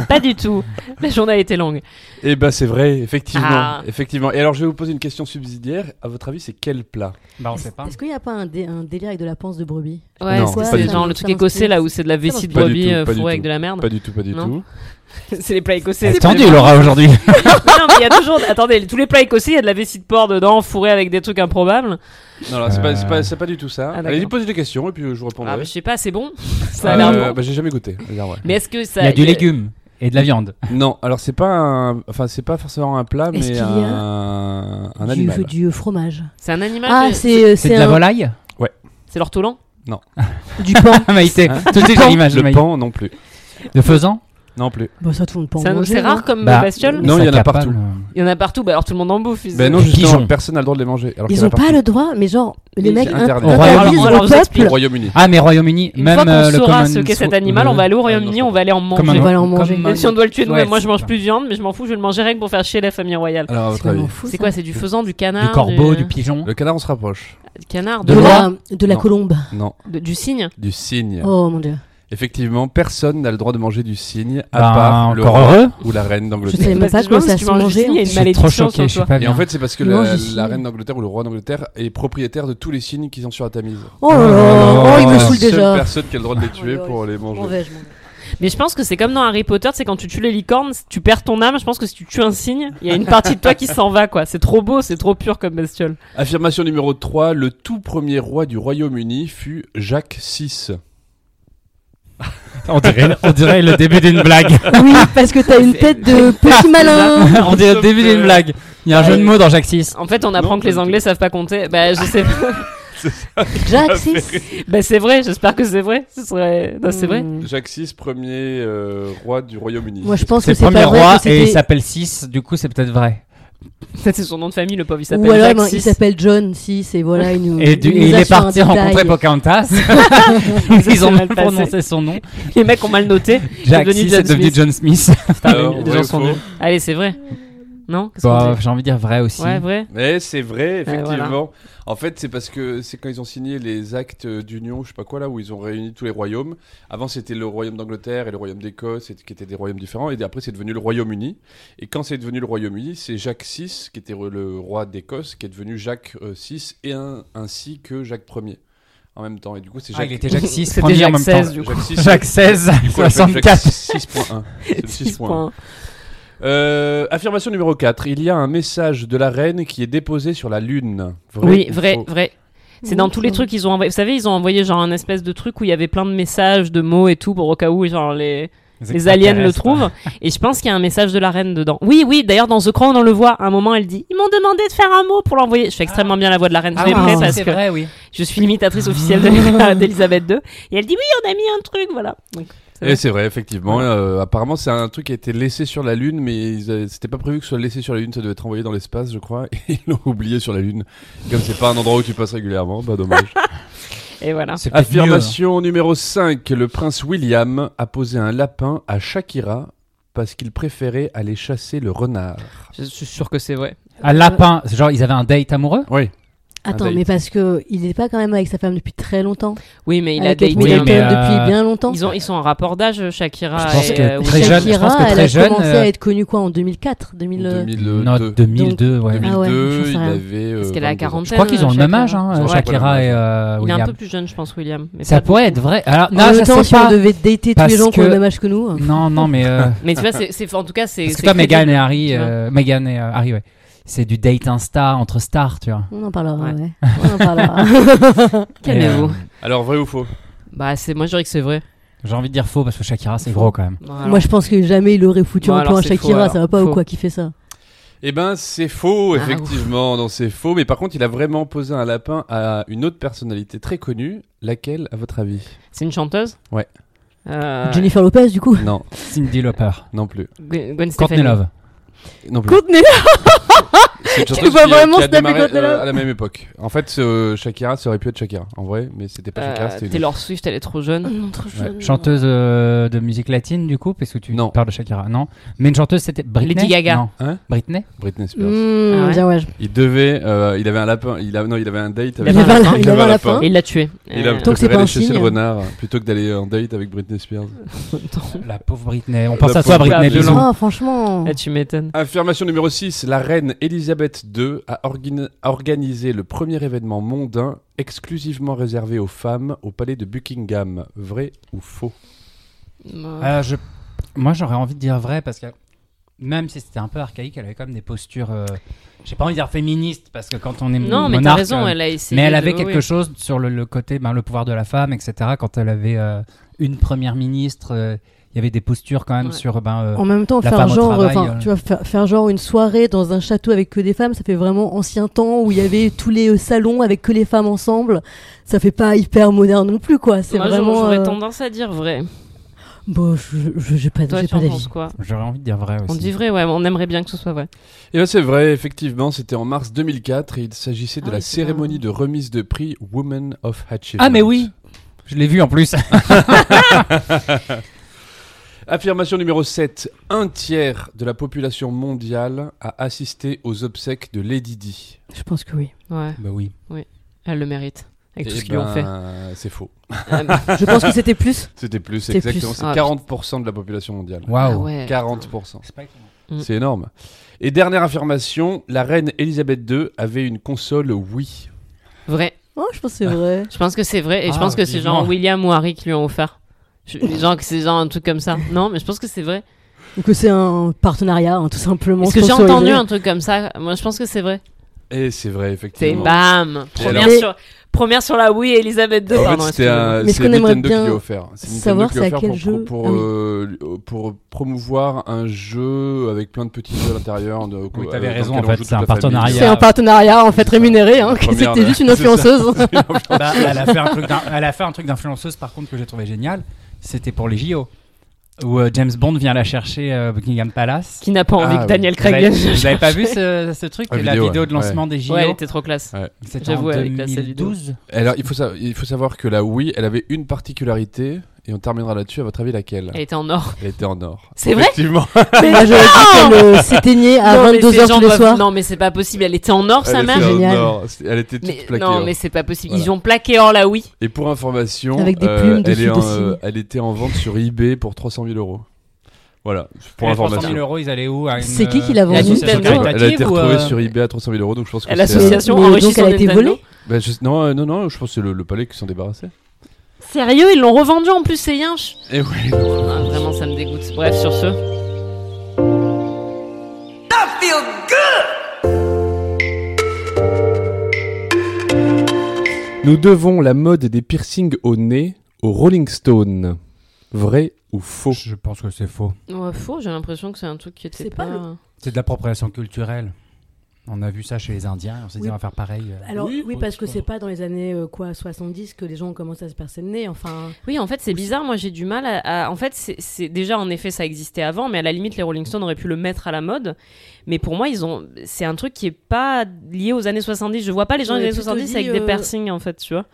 S7: Pas du tout. La journée a été longue.
S2: Eh ben c'est vrai, effectivement.
S7: Ah.
S2: Effectivement. Et alors je vais vous poser une question subsidiaire. À votre avis, c'est quel plat
S4: Bah, on
S5: est-ce-
S4: sait pas.
S5: Est-ce qu'il n'y a pas un, dé- un délire avec de la panse de brebis
S7: Ouais,
S2: Non,
S7: c'était
S2: pas du
S7: genre
S5: tout.
S7: le truc écossais là où c'est de la vessie de
S2: Pas du tout,
S7: brebis euh,
S2: pas du
S7: fourrée avec
S2: tout.
S7: de la merde.
S2: Pas du tout, pas du
S7: Non.
S2: tout.
S7: C'est les plats écossais.
S4: C'est
S7: c'est pas
S4: Eh, tendu,
S7: les-
S4: Laura, aujourd'hui.
S7: Non, mais il y a toujours. Attendez, tous les plats écossais, il y a de la vessie de porc dedans, fourrée avec des trucs improbables.
S2: Non, non, c'est pas,
S4: Euh.
S2: c'est pas, c'est pas du tout ça.
S7: Ah, d'accord.
S2: Allez, posez des questions et puis euh, je vous
S5: bah,
S7: Ah, mais
S2: répondrai.
S7: je sais pas, c'est bon. Ça a l'air
S2: Euh,
S7: bon.
S2: bah, j'ai jamais goûté.
S7: Mais est-ce que ça.
S4: Il y a du légume. Et de la viande.
S2: Non, alors c'est pas un... Enfin, c'est pas forcément un plat,
S5: Est-ce
S2: mais
S5: qu'il y a
S2: un... un
S5: du,
S2: animal.
S5: du fromage.
S7: C'est un animal
S5: Ah,
S7: mais-
S5: c'est
S4: C'est de la
S5: un,
S4: volaille
S7: C'est l'ortolan
S5: du pain.
S4: Ah, Maïté,
S2: Hein
S4: tout de suite, j'ai l'image de
S2: Le
S4: Maïté.
S2: pan, non plus.
S4: De faisan
S2: Non plus.
S5: Bah, ça, tout le monde peut en
S7: C'est un-
S5: manger,
S7: C'est
S5: non
S7: rare comme
S4: Bah,
S7: bestiole
S2: Non,
S4: ça
S2: il y en a
S4: capable.
S2: partout.
S7: Il y en a partout, bah alors tout le monde en bouffe. ils-
S2: Ben non,
S4: Le
S2: justement,
S4: pigeon.
S2: personne n'a le droit de les manger. Alors qu'il y en
S5: Ils
S2: a
S5: ont pas
S2: partout.
S5: le droit, mais genre, les
S7: Ils-
S5: mecs
S2: c'est
S5: int-
S2: interdit.
S4: Au
S5: interdisent
S4: Royaume-
S5: au
S7: Alors, on leur
S5: peuple.
S2: Au Royaume-Uni.
S4: Ah, mais Royaume-Uni,
S7: Une
S4: même
S7: fois qu'on
S4: euh, le
S7: saura
S4: common
S7: ce qu'est cet
S4: food-
S7: animal, on va aller au Royaume-Uni,
S2: je
S7: on va aller en manger.
S4: Common-
S5: On va aller en manger.
S4: common-
S5: Même
S7: Même si on doit le tuer nous-mêmes,
S4: Ouais,
S7: moi je
S4: c'est
S7: mange
S4: ça.
S7: plus de viande, mais je m'en fous, je vais le manger rien que pour faire chier la famille royale.
S2: Alors, à
S5: C'est
S2: votre
S5: vraiment
S2: avis.
S5: fou,
S7: C'est
S5: ça.
S7: quoi C'est du faisan, du canard
S4: Du corbeau, du
S7: euh,
S4: pigeon.
S2: Le canard, on se rapproche.
S7: du canard,
S5: de
S7: de-
S5: la, de la
S2: Non.
S5: colombe.
S2: Non,
S7: de- du cygne
S2: du cygne.
S5: Oh mon dieu.
S2: Effectivement, personne n'a le droit de manger du cygne à
S4: Bah,
S2: part le
S4: encore
S2: roi
S4: heureux.
S2: ou la reine
S5: Je sais
S2: d'Angleterre.
S5: même pas
S7: Parce que
S5: comment
S7: si
S5: ça
S7: tu
S5: se
S7: manges du
S5: mangeait.
S7: cygne, il y a
S4: Je
S7: une
S4: suis trop
S7: malédiction
S4: choqué,
S7: sur
S4: je suis
S7: toi.
S4: pas
S2: Et
S4: bien.
S2: en fait, c'est parce que
S5: Tu
S2: la,
S5: manges du cygne.
S2: la reine d'Angleterre ou le roi d'Angleterre est propriétaire de tous les cygnes qu'ils ont sur la Tamise.
S5: Oh là là, oh, il me
S2: C'est la
S5: saoule
S2: seule
S5: déjà.
S2: personne qui a le droit de les tuer
S5: Oh,
S2: pour les
S5: Je
S2: manger.
S5: m'en vais, je m'en vais.
S7: Mais je pense que c'est comme dans Harry Potter, c'est quand tu tues les licornes, tu perds ton âme. Je pense que si tu tues un cygne, il y a une partie de toi qui s'en va, quoi. C'est trop beau, c'est trop pur comme bestiole.
S2: Affirmation numéro 3, le tout premier roi du Royaume-Uni fut Jacques VI.
S4: On dirait, on dirait le début d'une blague.
S5: Oui, parce que t'as une tête de petit malin.
S4: on dirait le début d'une blague. Il y a un jeu de mots dans Jacques 6.
S7: En fait, on apprend
S2: Non,
S7: que les
S2: pas du
S7: Anglais savent pas compter. Bah, je sais pas.
S5: Jacques six.
S7: bah, c'est vrai, j'espère que c'est vrai. Ce serait. Non, c'est vrai.
S5: Hmm.
S2: Jacques VI, premier euh, roi du Royaume-Uni.
S5: Moi, je pense
S4: C'est
S5: que
S4: le
S5: c'est pas
S4: premier
S5: vrai
S4: roi
S5: que
S4: et il
S5: c'était-
S4: s'appelle 6, du coup c'est peut-être vrai.
S7: Ça, c'est son nom de famille, le pauvre. Il s'appelle
S5: Ou alors,
S7: Jacques
S5: non,
S7: VI.
S5: il s'appelle John, si, c'est voilà. Il, nous,
S4: Et, du-
S5: nous
S4: il
S5: a
S4: est
S5: sur un
S4: parti rencontrer
S5: détail.
S4: Pocahontas.
S7: Ça,
S4: Ils
S7: c'est
S4: ont
S7: mal
S4: mal
S7: passé.
S4: prononcé son nom.
S7: Les mecs ont mal noté.
S4: Jacques
S7: devenu
S4: 6 est
S7: John Smith.
S4: devenu John Smith.
S2: Alors,
S4: les
S2: vrai
S4: gens
S2: ou
S4: sont
S2: faux
S4: nuls.
S7: Allez, c'est vrai. Non Qu'est-ce qu'on
S4: Bah,
S7: dit
S4: J'ai envie de dire vrai aussi.
S7: Ouais, vrai.
S2: Mais c'est vrai, effectivement.
S7: Ouais, voilà.
S2: En fait, c'est parce que c'est quand ils ont signé les actes d'union, je sais pas quoi là, où ils ont réuni tous les royaumes. Avant, c'était le royaume d'Angleterre et le royaume d'Écosse, et- qui étaient des royaumes différents. Et après, c'est devenu le Royaume-Uni. Et quand c'est devenu le Royaume-Uni, c'est Jacques VI, qui était le roi d'Écosse, qui est devenu Jacques euh, VI, et un- ainsi que Jacques Ier en même temps. Et du coup, c'est
S4: Ah,
S2: Jacques
S4: il était Jacques 6,
S7: C'était
S4: premier en
S7: Jacques
S4: même
S7: 16,
S4: temps.
S7: du coup.
S2: Jacques VI,
S4: Jacques 16,
S2: du coup, on l'appelle Jacques
S4: 64.
S2: 6.1. C'est le
S7: 6
S2: 6.1. Euh, affirmation numéro 4. Il y a un message de la reine qui est déposé sur la lune. Vrai
S7: Oui,
S2: ou
S7: vrai,
S2: faux
S7: vrai. C'est
S5: Oui,
S7: dans tous les
S5: ça.
S7: trucs qu'ils ont envoyé. Vous savez, ils ont envoyé genre un espèce de truc où il y avait plein de messages, de mots et tout pour au cas où genre les, les aliens le trouvent. Et je pense qu'il y a un message de la reine dedans. Oui, oui. D'ailleurs, dans The Crown, on le voit. À un moment, elle dit Ils m'ont demandé de faire un mot pour l'envoyer. Je fais extrêmement bien la voix de la reine. Je
S4: Ah
S7: l'ai
S4: oui,
S7: pris
S4: ça,
S7: parce
S4: c'est
S7: que
S4: vrai, oui.
S7: je suis l'imitatrice officielle de- d'Elisabeth II. Et elle dit Oui, on a mis un truc, voilà. Donc, C'est vrai.
S2: Et Eh, c'est vrai, effectivement. Euh, apparemment, c'est un truc qui a été laissé sur la Lune, mais ils, euh, c'était pas prévu que ce soit laissé sur la Lune, ça devait être envoyé dans l'espace, je crois. Et ils l'ont oublié sur la Lune. Comme c'est pas un endroit où tu passes régulièrement, bah dommage.
S7: et voilà.
S4: C'est peut-être mieux.
S2: Affirmation numéro 5. Le prince William a posé un lapin à Shakira parce qu'il préférait aller chasser le renard.
S7: Je suis sûr que c'est vrai.
S4: Un lapin, c'est genre ils avaient un date amoureux
S2: Oui.
S5: Attends, mais parce que il est pas quand même avec sa femme depuis très longtemps.
S7: Oui, mais il
S5: avec
S7: a daté.
S5: Kate
S4: Oui,
S5: Middleton
S4: mais, euh,
S5: depuis bien longtemps.
S7: Ils, ont, ils sont en rapport d'âge, Shakira.
S4: Je pense
S7: et,
S4: que
S7: euh,
S4: très
S7: Whitney.
S4: jeune, je pense que
S5: Shakira, elle
S4: très
S5: a
S4: jeune,
S5: commencé
S4: euh,
S5: à être connue quoi en 2004, 2000. euh,
S2: 2002.
S7: Ah
S4: Note 2002, ouais.
S2: 2002,
S5: Ah ouais, j'en
S2: il
S5: sais rien.
S2: avait. euh,
S7: Parce qu'elle a
S2: 22 ans.
S7: 40
S4: Je crois qu'ils ont le même âge, hein,
S2: Ouais.
S4: Shakira et
S7: Il
S4: euh,
S7: est un
S4: William.
S7: peu plus Euh, jeune, je pense, William. Mais
S4: Ça
S7: pas
S4: pourrait être
S7: beaucoup.
S4: vrai. Alors,
S5: en
S4: non,
S5: même
S4: je
S5: temps,
S4: sais
S5: si on
S4: pas.
S5: devait dater tous
S4: parce
S5: les gens qui ont
S4: que-
S5: le même âge que nous. euh,
S4: Non, non, mais euh,
S7: Mais tu vois, c'est- c'est en tout cas, c'est.
S4: parce que
S7: c'est
S4: toi,
S7: crédible.
S4: Meghan et Harry,
S7: tu vois.
S4: euh, Meghan et euh, Harry, ouais, c'est du date insta entre stars, tu vois.
S5: On en parlera,
S7: Ouais.
S5: ouais. On en parlera.
S7: Calmez-vous.
S4: Et, euh,
S2: Alors, vrai ou faux
S7: Bah, c'est moi, je dirais que c'est vrai.
S4: J'ai envie de dire faux parce que Shakira, c'est gros quand même.
S7: Bon, alors.
S5: Moi, je pense que jamais il aurait foutu
S7: Bon,
S5: un
S7: alors,
S5: plan à
S7: c'est faux,
S5: Shakira. ça va
S7: alors.
S5: pas
S7: Faux.
S5: ou quoi qui fait ça
S2: Eh ben, c'est faux,
S7: Ah, ouf.
S2: effectivement. non, c'est faux. Mais par contre, il a vraiment posé un lapin à une autre personnalité très connue. Laquelle, à votre avis
S7: C'est une chanteuse
S2: Ouais. Mm.
S7: Euh,
S5: Jennifer Lopez, du coup.
S2: Non,
S4: Cindy Lauper.
S2: non plus.
S7: Gwen Gwen
S4: Courtney
S7: Stefani.
S4: Love.
S2: Non plus.
S5: Contenez
S2: C'est une chanteuse
S5: peux pas
S2: qui a-
S5: vraiment
S2: qui a
S5: snapper
S2: démarré,
S5: Courtney
S2: euh,
S5: Love
S2: à la même époque. En fait, euh, Shakira, ça aurait pu être Shakira, en vrai, mais c'était pas Shakira,
S7: Euh,
S2: c'était une
S7: Taylor Swift, elle est trop
S5: Hein
S7: jeune.
S4: Chanteuse euh, de musique latine, du coup, parce que tu
S2: Non.
S4: parles de Shakira. Non. Mais une chanteuse, c'était Britney.
S7: Lady Gaga.
S4: Non.
S2: Hein
S4: Britney.
S2: Britney Spears.
S5: Mmh,
S7: Ah ouais.
S5: bien, ouais.
S2: Il devait, euh, il avait un lapin. Il a, non, il avait un date. Avec
S5: Il avait un lapin. Il avait un
S2: lapin.
S5: lapin.
S7: Et il l'a tuée.
S2: Il a
S7: Euh,
S5: Donc, c'est
S2: préféré
S5: pas un
S2: aller chasser le
S5: signe.
S2: renard plutôt que d'aller en date avec Britney Spears.
S4: La pauvre Britney. On pense
S2: Hein La
S4: à toi,
S2: pauvre
S4: Britney.
S2: Britney.
S4: bisous.
S5: Ah, franchement.
S7: Ah, tu m'étonnes.
S2: Affirmation numéro 6. La reine Elisabeth II a organi- organisé le premier événement mondain exclusivement réservé aux femmes au palais de Buckingham. Vrai ou faux Ah,
S4: Euh, je... Moi, j'aurais envie de dire vrai parce que même si c'était un peu archaïque, elle avait quand même des postures. euh, J'ai pas envie de dire féministe parce que quand on est
S7: Non, mais t'as
S4: monarque,
S7: raison,
S4: euh,
S7: elle a essayé.
S4: mais elle avait
S7: de-
S4: quelque
S7: oui.
S4: chose sur le, le côté, ben, le pouvoir de la femme, etc. Quand elle avait euh, une première ministre, euh, il y avait des postures quand même
S3: Ouais.
S4: sur ben, euh,
S5: En même temps,
S4: la
S5: faire
S4: femme au
S5: genre,
S4: travail,
S5: enfin,
S4: euh.
S5: tu vois, faire, faire genre une soirée dans un château avec que des femmes, ça fait vraiment ancien temps où il y avait tous les euh, salons avec que les femmes ensemble. Ça fait pas hyper moderne non plus, quoi. C'est
S7: Moi,
S5: vraiment.
S7: j'aurais
S5: euh,
S7: tendance à dire vrai.
S5: Bon, je- je- j'ai pas,
S7: Toi,
S5: j'ai
S7: tu
S5: pas
S7: en
S5: d'avis.
S7: penses quoi
S4: j'aurais envie de dire vrai aussi.
S7: On dit vrai, ouais, mais on aimerait bien que ce soit vrai.
S2: Et bien Eh ben, c'est vrai, effectivement, c'était en mars 2004 et il s'agissait de
S7: Ah
S2: la
S7: oui, c'est pas-
S2: cérémonie de remise de prix Women of Achievement.
S4: Ah mais oui Je l'ai vu en plus.
S2: Bah Affirmation numéro 7. Un tiers de la population mondiale a assisté aux obsèques de Lady Di.
S5: Je pense que oui.
S7: Ouais,
S4: bah oui.
S7: elle le mérite. Avec tout
S2: Eh
S7: ce qu'ils lui ont fait. bah,
S2: ben, C'est faux.
S5: Je pense que c'était plus.
S2: C'était plus,
S5: C'était plus.
S2: exactement. C'est
S7: Ah,
S2: 40% de la population mondiale.
S7: Ah
S4: Waouh.
S7: ouais.
S2: 40%.
S4: C'est pas étonnant.
S7: Mm.
S2: C'est énorme. Et dernière affirmation, la reine Elisabeth II avait une console Wii.
S7: Vrai.
S5: Oh, je pense que c'est vrai.
S7: Je pense que c'est vrai et je
S4: Ah,
S7: pense que c'est
S4: vivement.
S7: genre William ou Harry qui lui ont offert. Je, les gens que c'est genre un truc comme ça. Non, mais je pense que c'est vrai.
S5: Ou que c'est un partenariat, hein, tout simplement.
S7: Parce que j'ai
S5: sponsorisé.
S7: entendu un truc comme ça. Moi, je pense que c'est vrai.
S2: Et c'est vrai,
S7: C'est
S2: effectivement.
S7: bam. Première
S5: alors
S7: sur, première sur la Wii, Elisabeth II.
S2: En
S7: pardon,
S2: fait, c'était un-
S5: Mais ce
S2: c'est
S5: qu'on aimerait
S2: Nintendo
S5: bien
S2: qui l'a offert. C'est Nintendo
S5: savoir,
S2: qui l'a
S5: c'est à
S2: offert
S5: quel
S2: pour,
S5: jeu
S2: pour,
S5: Ah oui.
S2: euh, lui- euh, pour promouvoir un jeu avec plein de petits jeux à l'intérieur. de-
S4: Oui,
S2: euh,
S4: t'avais
S2: dans
S4: raison,
S2: lequel on
S4: en fait,
S2: joue toute
S4: c'est un
S2: la famille.
S4: partenariat.
S5: C'est un partenariat en fait rémunéré, hein, que
S2: Première,
S5: c'était juste une
S2: c'est ça.
S5: influenceuse.
S4: Bah, elle, a fait un truc d'in- elle a fait un truc d'influenceuse par contre que j'ai trouvé génial. C'était pour les JO. Où euh, James Bond vient la chercher euh, Buckingham Palace.
S7: Qui n'a pas
S2: Ah,
S7: envie que
S2: oui.
S7: Daniel
S4: Vous
S7: Craig
S4: avez,
S7: vienne le
S4: vous avez pas vu
S7: chercher.
S4: ce, ce truc
S2: La
S4: La
S2: Ah, vidéo,
S4: vidéo de
S2: ouais.
S4: lancement des JO
S7: Ouais, elle était trop classe.
S2: Ah.
S4: C'était en
S7: J'avoue, elle est classée, la vidéo.
S4: 2012.
S2: Alors, il faut, sa- il faut savoir que la Wii, elle avait une particularité, et on terminera là-dessus. À votre avis, laquelle
S7: Elle était en or.
S2: Elle était en or.
S7: C'est vrai
S2: Effectivement.
S5: Moi, j'aurais dit qu'elle euh, s'éteignait à
S7: Non, mais ces gens
S5: 22h tous les
S7: doivent-
S5: soirs.
S7: Non, mais c'est pas possible. Elle était en or, sa
S2: Elle
S7: mère.
S2: était en
S5: Génial.
S2: or. Elle était toute
S7: Mais,
S2: plaquée. hein.
S7: non,
S2: or.
S7: mais c'est pas possible. Ils
S2: Voilà.
S7: ont plaqué or la Wii.
S2: Et pour information,
S5: Avec des
S2: euh,
S5: plumes
S2: elle,
S5: dessus
S2: est en-
S5: de cygne.
S2: elle était en vente sur eBay pour 300 000 euros. Voilà, pour
S4: les 300 000
S2: information.
S4: euros, ils allaient où à une,
S5: C'est qui qui l'a
S4: euh,
S5: vendu
S4: association
S7: Nintendo
S2: Elle a été
S4: caritative ou,
S2: retrouvée
S4: euh,
S2: sur eBay à 300 000 euros, donc je pense que
S7: À
S2: c'est, euh,
S7: l'association
S5: Mais donc,
S7: enrichie
S5: elle
S7: son
S5: a été
S7: Nintendo.
S5: volée
S2: bah, je- non, euh, non, non, je pense que c'est le, le palais qui s'en débarrassait.
S7: Sérieux, ils l'ont revendu en plus, ces yinches
S2: Et oui.
S7: Ah, vraiment, ça me dégoûte. Bref, sur ce.
S2: Nous devons la mode des piercings au nez aux Rolling Stones. Vrai ou faux
S4: Je pense que c'est faux.
S7: Ouais, faux, j'ai l'impression que c'est un truc qui était
S5: C'est
S7: pas.
S5: pas
S4: C'est de l'appropriation culturelle. On a vu ça chez les Indiens, on s'est dit
S5: Oui.
S4: on va faire pareil. euh.
S5: Alors
S6: Oui,
S5: oui,
S6: bon,
S5: parce que
S6: c'est
S5: c'est pas dans les années euh, quoi 70 que les gens ont commencé à se percer le nez. Enfin,
S7: Oui, en fait, c'est bizarre. Moi, j'ai du mal à. à- En fait, c'est- c'est déjà en effet, ça existait avant, mais à la limite, les Rolling Stones auraient pu le mettre à la mode. Mais pour moi, ils ont. C'est un truc qui est pas lié aux années 70. Je vois pas les gens des
S5: J'aurais
S7: années
S5: plutôt
S7: 70
S5: dit,
S7: avec des
S5: euh,
S7: piercings, en fait, tu vois.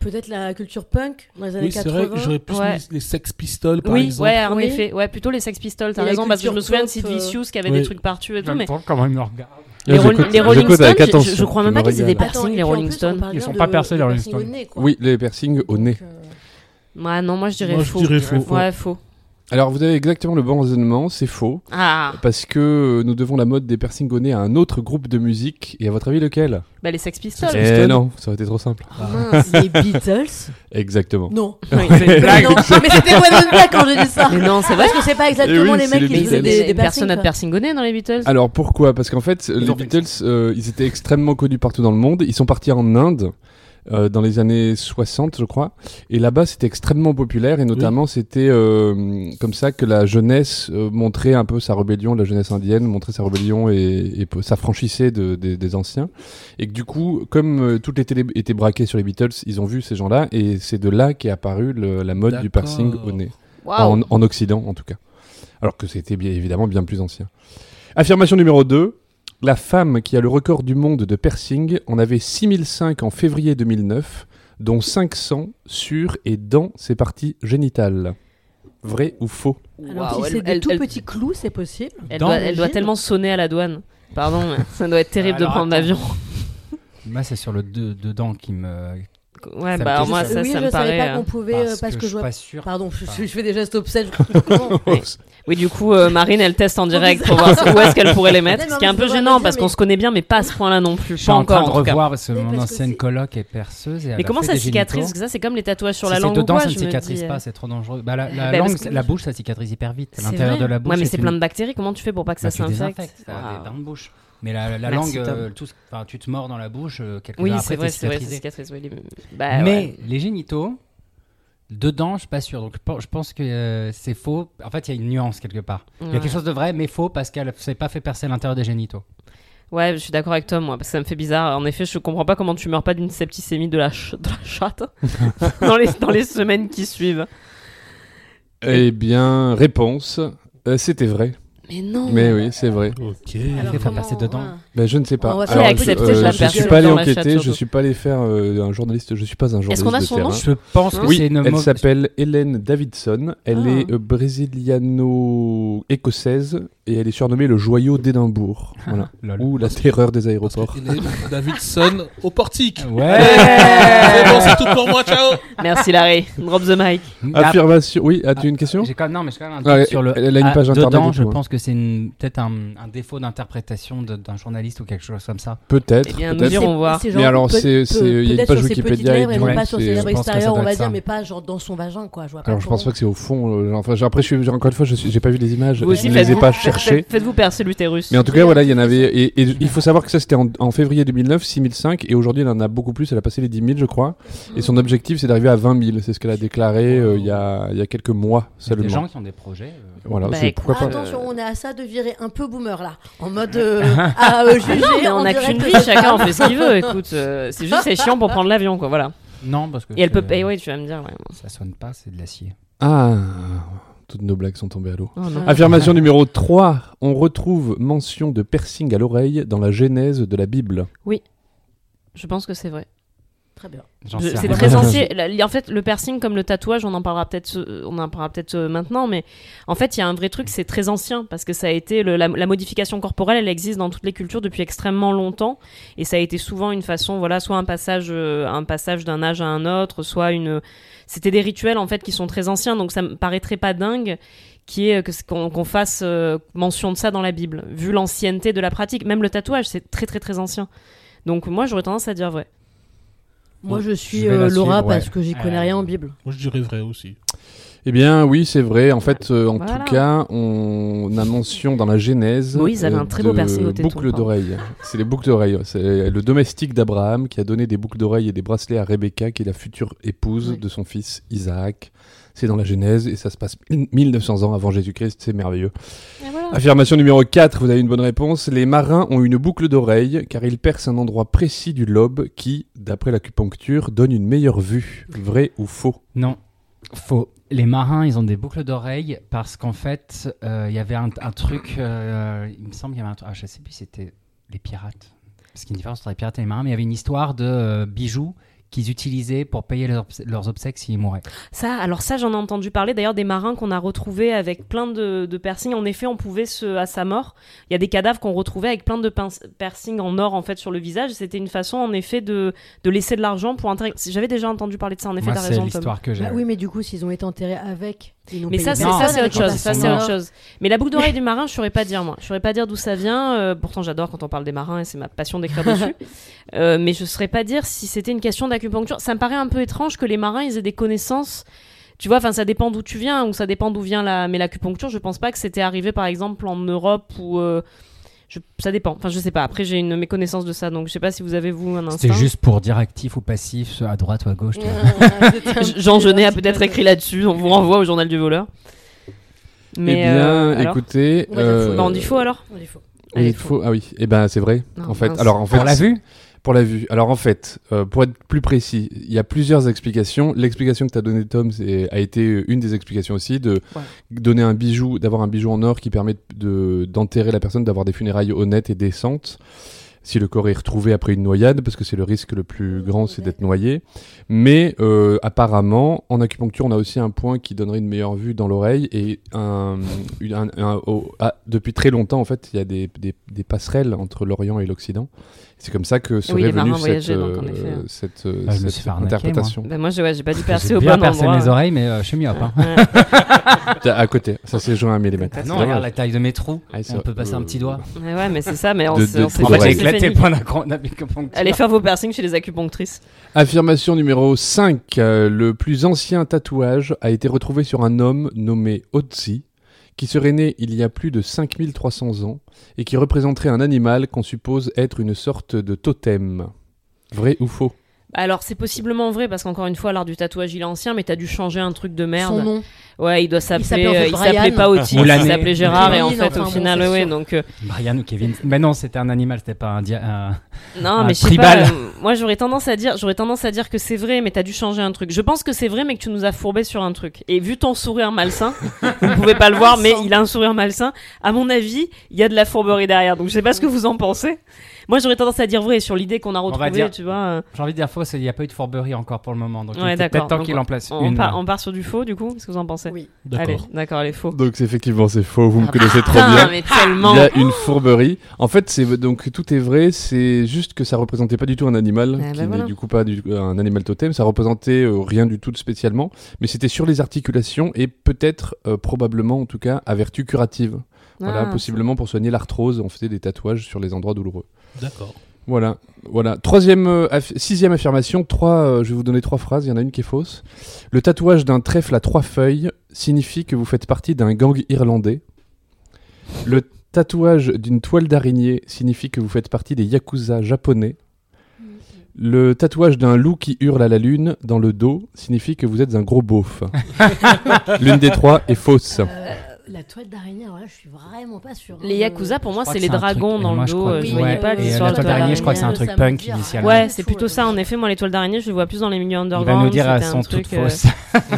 S5: peut-être la culture punk dans les années
S6: Oui, c'est
S5: 80.
S6: vrai que j'aurais plus
S7: ouais.
S6: mis les Sex Pistols, par
S7: oui,
S6: exemple.
S7: ouais, en
S5: Oui.
S7: effet. Ouais, plutôt les Sex Pistols. T'as
S5: Et la
S7: raison, parce que je me
S5: culture
S7: souviens de
S5: pop,
S7: Sid
S5: euh,
S7: Vicious qui avait
S6: oui.
S7: des trucs partout et tout, mais
S4: J'aime comment ils me regardent.
S7: les,
S2: J'écoute-
S7: Rolling- les Rolling
S2: j'écoute
S7: Stones,
S2: avec
S7: je- je,
S2: attention,
S7: je crois même
S2: je
S7: pas
S2: me
S7: qu'ils aient des
S2: regarde.
S5: Attends,
S7: piercings,
S5: et
S7: les
S5: puis en
S7: Rolling
S5: plus, on
S7: Stones.
S5: parle
S4: Ils
S5: bien
S4: sont
S5: de-
S4: pas percés,
S5: de
S4: les Rolling
S5: piercing au
S4: Stones.
S5: nez, quoi.
S2: Oui, les piercings au
S5: Donc,
S2: nez.
S5: euh,
S7: Ouais, Ah, non, moi je dirais
S6: Moi, je
S7: faux.
S6: dirais faux. ouais.
S7: Ouais, faux.
S2: Alors vous avez exactement le bon raisonnement, c'est faux.
S7: Ah,
S2: Parce que euh, nous devons la mode des piercings au nez à un autre groupe de musique. Et à votre avis, lequel
S7: bah les Sex
S2: Eh
S7: Pistols.
S2: non, ça aurait été trop simple.
S7: Ah.
S5: mince, les Beatles
S2: Exactement.
S5: Non.
S7: Oui, c'est une blague.
S5: Non, mais c'était moi même blague quand j'ai dit ça.
S7: Mais non, c'est vrai.
S5: Parce que c'est pas
S2: Eh
S5: exactement
S2: oui,
S5: les
S2: c'est
S5: mecs
S2: les
S5: qui
S2: Beatles.
S5: faisaient des, des piercings,
S7: personnes à
S5: quoi.
S7: persingonner dans les Beatles.
S6: Ah,
S2: Alors pourquoi Parce qu'en fait, les
S4: ont fait
S2: Beatles, euh, ils étaient extrêmement connus partout dans le monde. Ils sont partis en Inde euh, dans les années 60, je crois. Et là-bas, c'était extrêmement populaire. Et notamment, c'était euh, comme ça que la jeunesse euh, montrait un peu sa rébellion, la jeunesse indienne montrait sa rébellion et, et po- s'affranchissait de, des- des anciens. Et que du coup, comme euh, toutes les télés étaient braquées sur les Beatles, ils ont vu ces gens-là. Et c'est de là qu'est apparue le- la mode du piercing au
S6: D'accord.
S2: nez. En,
S7: Waouh.
S2: en Occident, en tout cas. Alors que c'était bien évidemment bien plus ancien. Affirmation numéro 2. La femme qui a le record du monde de piercing en avait 6005 en février 2009, dont 500 sur et dans ses parties génitales. Vrai ou faux
S5: Alors,
S7: Waouh,
S5: si c'est
S7: elle-
S5: des
S7: elle-
S5: tout
S7: elle-
S5: petits clous, c'est possible.
S7: Elle
S4: Dans
S7: doit,
S5: le
S7: elle doit
S5: gym.
S7: tellement sonner à la douane. Pardon, mais ça doit être terrible de
S4: Alors,
S7: prendre
S4: attends.
S7: l'avion.
S4: Moi, c'est sur le de- dedans qui me.
S7: Ouais,
S4: Ça me
S7: bah
S4: Alors,
S7: alors
S4: touche.
S7: moi ça,
S5: oui,
S7: ça
S5: je
S7: me
S5: savais
S7: paraît.
S5: pas
S7: euh,
S5: qu'on pouvait euh,
S4: Parce,
S5: parce
S4: que,
S5: que je
S4: suis
S5: vois.
S4: pas sûr.
S5: Pardon, je,
S4: Enfin.
S5: je fais des gestes obsèques. je comprends pas.
S7: Oui, du coup, euh, Marine, elle teste en direct pour voir où est-ce qu'elle pourrait les mettre.
S5: Non,
S7: Ce
S5: mais
S7: qui est un
S5: on
S7: peu
S5: va
S7: gênant
S5: dire,
S7: parce
S5: mais-
S7: qu'on se connaît bien, mais pas à ce point-là non plus.
S4: Je suis
S7: Pas
S4: en train de
S7: encore en tout cas.
S4: revoir parce que
S5: Oui,
S4: mon
S5: parce que
S4: ancienne
S5: c'est-
S4: coloc est perceuse. Et elle
S7: Mais
S4: a
S7: comment
S4: fait
S7: ça
S4: des
S7: cicatrise
S4: génitaux.
S7: Parce que Ça, c'est comme les tatouages sur
S4: Si
S7: la
S4: c'est
S7: langue. ou
S4: dedans,
S7: quoi,
S4: ça ne
S7: je me
S4: cicatrise
S7: dis, euh,
S4: pas, c'est trop dangereux. Bah, la la
S7: Bah, parce
S4: langue,
S7: que-
S4: la bouche, ça cicatrise hyper vite.
S7: c'est
S4: L'intérieur
S7: vrai.
S4: de la bouche.
S7: Ouais, mais c'est
S4: une-
S7: plein de bactéries. Comment tu fais pour pas que ça
S4: Bah, tu
S7: s'infecte
S4: désinfectes, t'as
S7: Waouh.
S4: des bains de bouche. Mais la, la
S7: Merci,
S4: langue, euh,
S7: Tom.
S4: tout ce- enfin, tu te mords dans la bouche, euh, quelques
S7: Oui,
S4: heures
S7: c'est vrai,
S4: après, t'es
S7: c'est vrai, c'est
S4: cicatrisé.
S7: cicatrice. oui, les- Bah,
S4: mais
S7: ouais.
S4: les génitaux, Dedans, je suis pas sûr. Donc, je pen- je pense que euh, c'est faux. En fait, il y a une nuance quelque part. Il y a
S7: Ouais.
S4: quelque chose de vrai, mais faux parce qu'elle s'est pas fait percer l'intérieur des génitaux.
S7: Ouais, je suis d'accord avec toi, moi, parce que ça me fait bizarre. En effet, je comprends pas comment tu meurs pas d'une septicémie de la, ch- de la chatte dans, les, dans les semaines qui suivent.
S2: Eh bien, réponse, euh, c'était vrai.
S7: Mais non
S2: Mais oui, c'est vrai.
S6: Ok.
S5: Alors,
S4: fait pas
S5: comment-
S4: passer dedans.
S5: ouais.
S2: Ben, je ne sais pas.
S5: On va
S2: Alors,
S7: faire
S2: je,
S7: accepter
S2: euh,
S7: la
S2: je
S7: personne
S2: suis pas allé
S7: dans la chatte,
S2: enquêter, je
S7: surtout.
S2: suis pas allé faire euh, un journaliste, je suis pas un journaliste
S7: qu'on a son
S2: de
S7: nom
S2: terrain.
S4: Je pense
S2: Hein
S4: que
S2: Oui,
S4: Hein c'est une
S2: elle
S4: mauvaise-
S2: s'appelle Hélène Davidson. Elle
S7: Ah.
S2: est euh, brésiliano-écossaise et elle est surnommée le joyau d'Édimbourg. Voilà.
S4: Lol.
S2: Ou la terreur des aéroports.
S6: Il est Davidson au portique.
S4: Ouais.
S6: C'est bon, c'est tout pour moi, ciao
S7: Merci Larry, drop the mic.
S4: Ah,
S2: Affirmation. Oui, as-tu une question
S4: J'ai quand même, non, mais j'ai quand même un
S2: Ah,
S4: doute sur le.
S2: elle a une
S4: Ah,
S2: page internet
S4: dedans,
S2: et
S4: je
S2: tout, hein.
S4: pense que c'est une- peut-être un, un défaut d'interprétation de- d'un journaliste ou quelque chose comme ça.
S2: Peut-être.
S7: Eh bien, nous
S2: peut-être.
S7: irons voir.
S5: C'est
S2: Mais alors, c'est- c'est- il y a une
S5: peut-être
S2: page
S5: sur ses
S2: Wikipédia
S5: petites
S2: avec
S5: lèvres,
S4: du
S5: et non
S4: vrai.
S5: pas sur
S4: C'est-
S5: ses lèvres
S4: je pense que ça
S5: extérieures,
S4: doit
S5: on va
S4: être ça.
S5: dire, mais pas genre dans son vagin, quoi. Je vois pas
S2: Alors, je pense pas
S5: comment.
S2: que c'est au fond. euh, enfin, j'ai- après, je suis, encore une fois, je suis- j'ai pas vu les images.
S7: Vous
S2: je
S7: aussi,
S2: ne les ai
S7: faites-vous-
S2: pas
S7: faites-
S2: cherchées.
S7: faites- Faites-vous percer l'utérus.
S2: Mais en tout cas, voilà, il y en avait. Et, et il faut savoir que ça, c'était en, en février 2009, 6005, et aujourd'hui, elle en a beaucoup plus. Elle a passé les 10 000, je crois. Et son objectif, c'est d'arriver à 20 000. C'est ce qu'elle a déclaré euh, il y, a, il y a quelques mois
S4: Il y a des
S2: seulement.
S4: gens qui ont des projets. euh,
S2: Voilà,
S7: Bah,
S2: c'est pourquoi
S5: Ah,
S2: pas.
S5: attention, on est à ça de virer un peu boomer là, en mode euh, à euh, juger.
S7: Ah Non, mais on
S5: en
S7: n'a
S5: direct
S7: qu'une
S5: de
S7: vie,
S5: sa
S7: chacun en
S5: femme.
S7: fait ce qu'il veut. Écoute, euh, c'est juste c'est chiant pour prendre l'avion, quoi. Voilà.
S4: Non, parce que.
S7: Et elle peut.
S4: c'est-
S7: Eh oui, tu vas me dire. ouais.
S4: Ça sonne pas, c'est de l'acier.
S2: Ah, toutes nos blagues sont tombées à l'eau.
S7: Oh, non.
S4: Ah.
S2: Affirmation numéro 3. On retrouve mention de piercing à l'oreille dans la Genèse de la Bible.
S7: Je pense que c'est vrai.
S5: Très bien.
S4: J'en
S7: Je-
S4: sais
S7: C'est
S4: rien.
S7: très ancien. La- En fait, le piercing comme le tatouage, on en parlera peut-être, euh, on en parlera peut-être euh, maintenant, mais en fait, il y a un vrai truc, c'est très ancien parce que ça a été le- la, la modification corporelle, elle existe dans toutes les cultures depuis extrêmement longtemps et ça a été souvent une façon, voilà, soit un passage, euh, un passage d'un âge à un autre, soit une, c'était des rituels en fait qui sont très anciens, donc ça me paraîtrait pas dingue qui est euh, que ce- qu'on qu'on fasse euh, mention de ça dans la Bible, vu l'ancienneté de la pratique. Même le tatouage, c'est très très très ancien. Donc moi, j'aurais tendance à dire vrai.
S5: Moi, je suis
S4: Je vais
S5: euh,
S4: la
S5: Laura
S4: suivre, ouais.
S5: parce que j'y connais
S4: Euh,
S5: rien en Bible.
S6: Moi, je dirais vrai aussi.
S2: Eh bien, oui, c'est vrai. En fait, euh, en
S7: Voilà.
S2: tout cas, on a mention dans la Genèse.
S7: Moïse avait
S2: euh,
S7: un très beau
S2: de
S7: piercing au téton,
S2: Boucles
S7: pardon.
S2: d'oreilles. C'est les boucles d'oreilles. ouais. C'est le domestique d'Abraham qui a donné des boucles d'oreilles et des bracelets à Rebecca, qui est la future épouse
S7: Oui.
S2: de son fils Isaac. C'est dans la Genèse et ça se passe 1900 ans avant Jésus-Christ. C'est merveilleux.
S4: Ah,
S2: Affirmation numéro 4, vous avez une bonne réponse. Les marins ont une boucle d'oreille car ils percent un endroit précis du lobe qui, d'après l'acupuncture, donne une meilleure vue. Vrai ou faux
S4: Non, faux. Les marins, ils ont des boucles d'oreilles parce qu'en fait, euh, il y avait un, un truc. euh, il me semble qu'il y avait un truc. Ah, je sais plus, c'était les pirates. Parce qu'il y a une différence entre les pirates et les marins, mais il y avait une histoire de euh, bijoux qu'ils utilisaient pour payer leurs, obs- leurs obsèques s'ils mouraient.
S7: Ça, alors ça, j'en ai entendu parler d'ailleurs des marins qu'on a retrouvés avec plein de, de piercings. En effet, on pouvait se, à sa mort, il y a des cadavres qu'on retrouvait avec plein de pin- piercings en or en fait sur le visage. C'était une façon en effet de, de laisser de l'argent pour intégrer. J'avais déjà entendu parler de ça en effet.
S4: Moi,
S7: T'as
S4: c'est
S7: raison, Ah Tom.
S4: l'histoire que j'ai.
S5: Bah oui, mais du coup, s'ils ont été enterrés avec, ils n'ont
S7: Mais ça, c'est
S5: payé
S4: Non,
S7: ça,
S5: personne
S7: c'est autre
S5: avec
S7: chose.
S5: leur
S7: Ça,
S5: personne.
S7: c'est autre
S5: Alors,
S7: chose. Mais la boucle d'oreille du marin, je saurais pas dire moi. Je saurais pas dire d'où ça vient. euh, pourtant, j'adore quand on parle des marins et c'est ma passion d'écrire dessus. Euh, mais je saurais pas dire si c'était une question d'acupuncture. Ça me paraît un peu étrange que les marins ils aient des connaissances. Tu vois, enfin, ça dépend d'où tu viens ou ça dépend d'où vient la. Mais l'acupuncture, je pense pas que c'était arrivé par exemple en Europe ou. euh, je- Ça dépend. Enfin, je sais pas. Après, j'ai une méconnaissance de ça, donc je sais pas si vous avez vous un
S4: C'était
S7: instinct.
S4: juste pour dire actif ou passif, ce- à droite ou à gauche. tu vois.
S7: Jean Genet a peut-être écrit là-dessus. On vous renvoie au journal du voleur. Mais
S2: eh bien,
S7: euh, alors
S2: écoutez.
S5: Ouais,
S4: Euh,
S5: la faute.
S7: Bah, on dit faux alors.
S5: On est faux.
S2: oui,
S7: Allez,
S2: il faut- Ah oui, eh ben c'est vrai.
S7: Non,
S2: en fait,
S7: mince.
S2: alors en fait,
S4: On l'a vu
S2: pour la vue. Alors en fait, euh, pour être plus précis, il y a plusieurs explications. L'explication que tu as donnée, Tom, c'est- a été une des explications aussi de
S7: Ouais.
S2: donner un bijou, d'avoir un bijou en or qui permet de- d'enterrer la personne, d'avoir des funérailles honnêtes et décentes. Si le corps est retrouvé après une noyade, parce que c'est le risque le plus grand, c'est d'être noyé. Mais euh, apparemment, en acupuncture, on a aussi un point qui donnerait une meilleure vue dans l'oreille. Et un, une- un- un- oh, ah, depuis très longtemps, en fait, il y a des- des- des passerelles entre l'Orient et l'Occident. C'est comme ça que serait
S7: les marins
S2: venue cette,
S7: voyageaient, donc, en
S2: euh,
S7: effet. hein.
S2: cette, euh,
S4: Ah, je me
S2: cette
S4: suis fait arnaquer,
S2: interprétation.
S7: Ben moi, j'ai ouais, j'ai pas dû
S4: J'ai
S7: percer au
S4: bien
S7: bon
S4: percé
S7: endroit.
S4: mes oreilles, mais euh, je suis mieux hop. hein.
S7: Ouais.
S2: T'as- à côté, ça s'est joué à un millimètre.
S4: Non,
S2: C'est
S4: regarde
S2: dommage.
S4: la taille de mes trous.
S2: Ah, c'est-
S4: on peut passer
S2: euh,
S4: un petit doigt.
S7: Ouais, ouais, mais c'est ça, mais on
S2: De-
S7: se-
S2: de
S7: on s'est
S2: trous
S4: En fait,
S7: fait
S4: j'ai
S2: d'oreilles.
S4: éclaté
S7: éclater.
S4: point d'acupuncture.
S7: Allez faire vos piercings chez les acupunctrices.
S2: Affirmation numéro 5. euh, le plus ancien tatouage a été retrouvé sur un homme nommé Otzi, qui serait né il y a plus de 5300 ans et qui représenterait un animal qu'on suppose être une sorte de totem. Vrai ou faux
S7: Bah, Alors c'est possiblement vrai parce qu'encore une fois l'art du tatouage il est ancien mais t'as dû changer un truc de
S5: Son
S7: merde.
S5: nom.
S7: Ouais il doit
S5: s'appelait en
S7: s'appeler,
S5: fait
S7: euh, il s'appelait
S5: Brian.
S7: pas Otis,
S4: Ou
S7: il
S4: l'année.
S7: s'appelait Gérard et en
S5: Brian,
S7: fait
S5: enfin,
S7: au
S5: bon,
S7: final
S5: c'est
S7: ouais
S5: sûr.
S7: donc euh,
S4: Brian ou Kevin. Mais non, c'était un animal, c'était pas un dia. un-
S7: non
S4: Un
S7: mais je sais pas.
S4: tribal.
S7: euh, moi j'aurais tendance à dire j'aurais tendance à dire que c'est vrai mais t'as dû changer un truc. Je pense que c'est vrai mais que tu nous as fourbé sur un truc. Et vu ton sourire malsain, vous ne pouvez pas le voir mais il a un sourire malsain. À mon avis il y a de la fourberie derrière donc je sais pas ce que vous en pensez. Moi j'aurais tendance à dire vrai sur l'idée qu'on a retrouvé
S4: dire-
S7: tu vois. euh,
S4: J'ai envie de dire faux, il n'y a pas eu de fourberie encore pour le moment. Donc
S7: Ouais,
S4: il était
S7: d'accord.
S4: peut-être temps
S7: Donc,
S4: qu'il en place
S7: On
S4: une.
S7: part, on part sur du faux du coup qu'est-ce que vous en pensez?
S5: Oui.
S7: Allez,
S6: D'accord.
S7: d'accord, elle est faux.
S2: Donc c'est effectivement c'est faux, vous me connaissez trop
S7: Putain,
S2: bien.
S7: mais tellement. Ah.
S2: Il y a une fourberie. En fait, c'est donc tout est vrai, c'est juste que ça représentait pas du tout un animal,
S7: Ah, bah
S2: qui n'est
S7: voilà.
S2: du coup pas du- un animal totem, ça représentait euh, rien du tout de spécialement, mais c'était sur les articulations et peut-être, euh, probablement en tout cas, à vertu curative. Voilà,
S7: Ah.
S2: possiblement pour soigner l'arthrose, on faisait des tatouages sur les endroits douloureux.
S6: D'accord.
S2: Voilà, voilà. Troisième, euh, aff- sixième affirmation. Trois, euh, je vais vous donner trois phrases. Il y en a une qui est fausse. Le tatouage d'un trèfle à trois feuilles signifie que vous faites partie d'un gang irlandais. Le tatouage d'une toile d'araignée signifie que vous faites partie des yakuza japonais. Le tatouage d'un loup qui hurle à la lune dans le dos signifie que vous êtes un gros beauf. L'une des trois est fausse.
S5: Euh, La toile d'araignée, alors là, je suis vraiment pas sûre. hein.
S7: Les Yakuza, pour moi,
S4: crois
S7: c'est
S4: que
S7: les
S4: c'est un
S7: dragons
S4: truc-
S7: dans
S4: et moi,
S7: le
S4: je
S7: dos.
S4: crois
S7: euh,
S4: que-
S7: Je
S5: Oui,
S7: voyais
S4: ouais,
S7: pas
S5: euh,
S4: et
S7: l'histoire
S4: la
S7: de
S4: toile d'araignée, je crois que c'est un
S5: Ça
S4: truc
S5: me
S4: punk
S5: dit rien.
S4: initialement.
S7: Ouais,
S5: Ouais,
S7: c'est
S5: chaud,
S7: plutôt
S5: ouais.
S7: ça, en effet. Moi, les toiles d'araignée, je les vois plus dans les milieux
S4: Il
S7: underground.
S4: va nous dire,
S7: c'était
S4: elles
S7: un
S4: sont
S7: truc,
S4: toutes
S7: euh,
S4: fausses.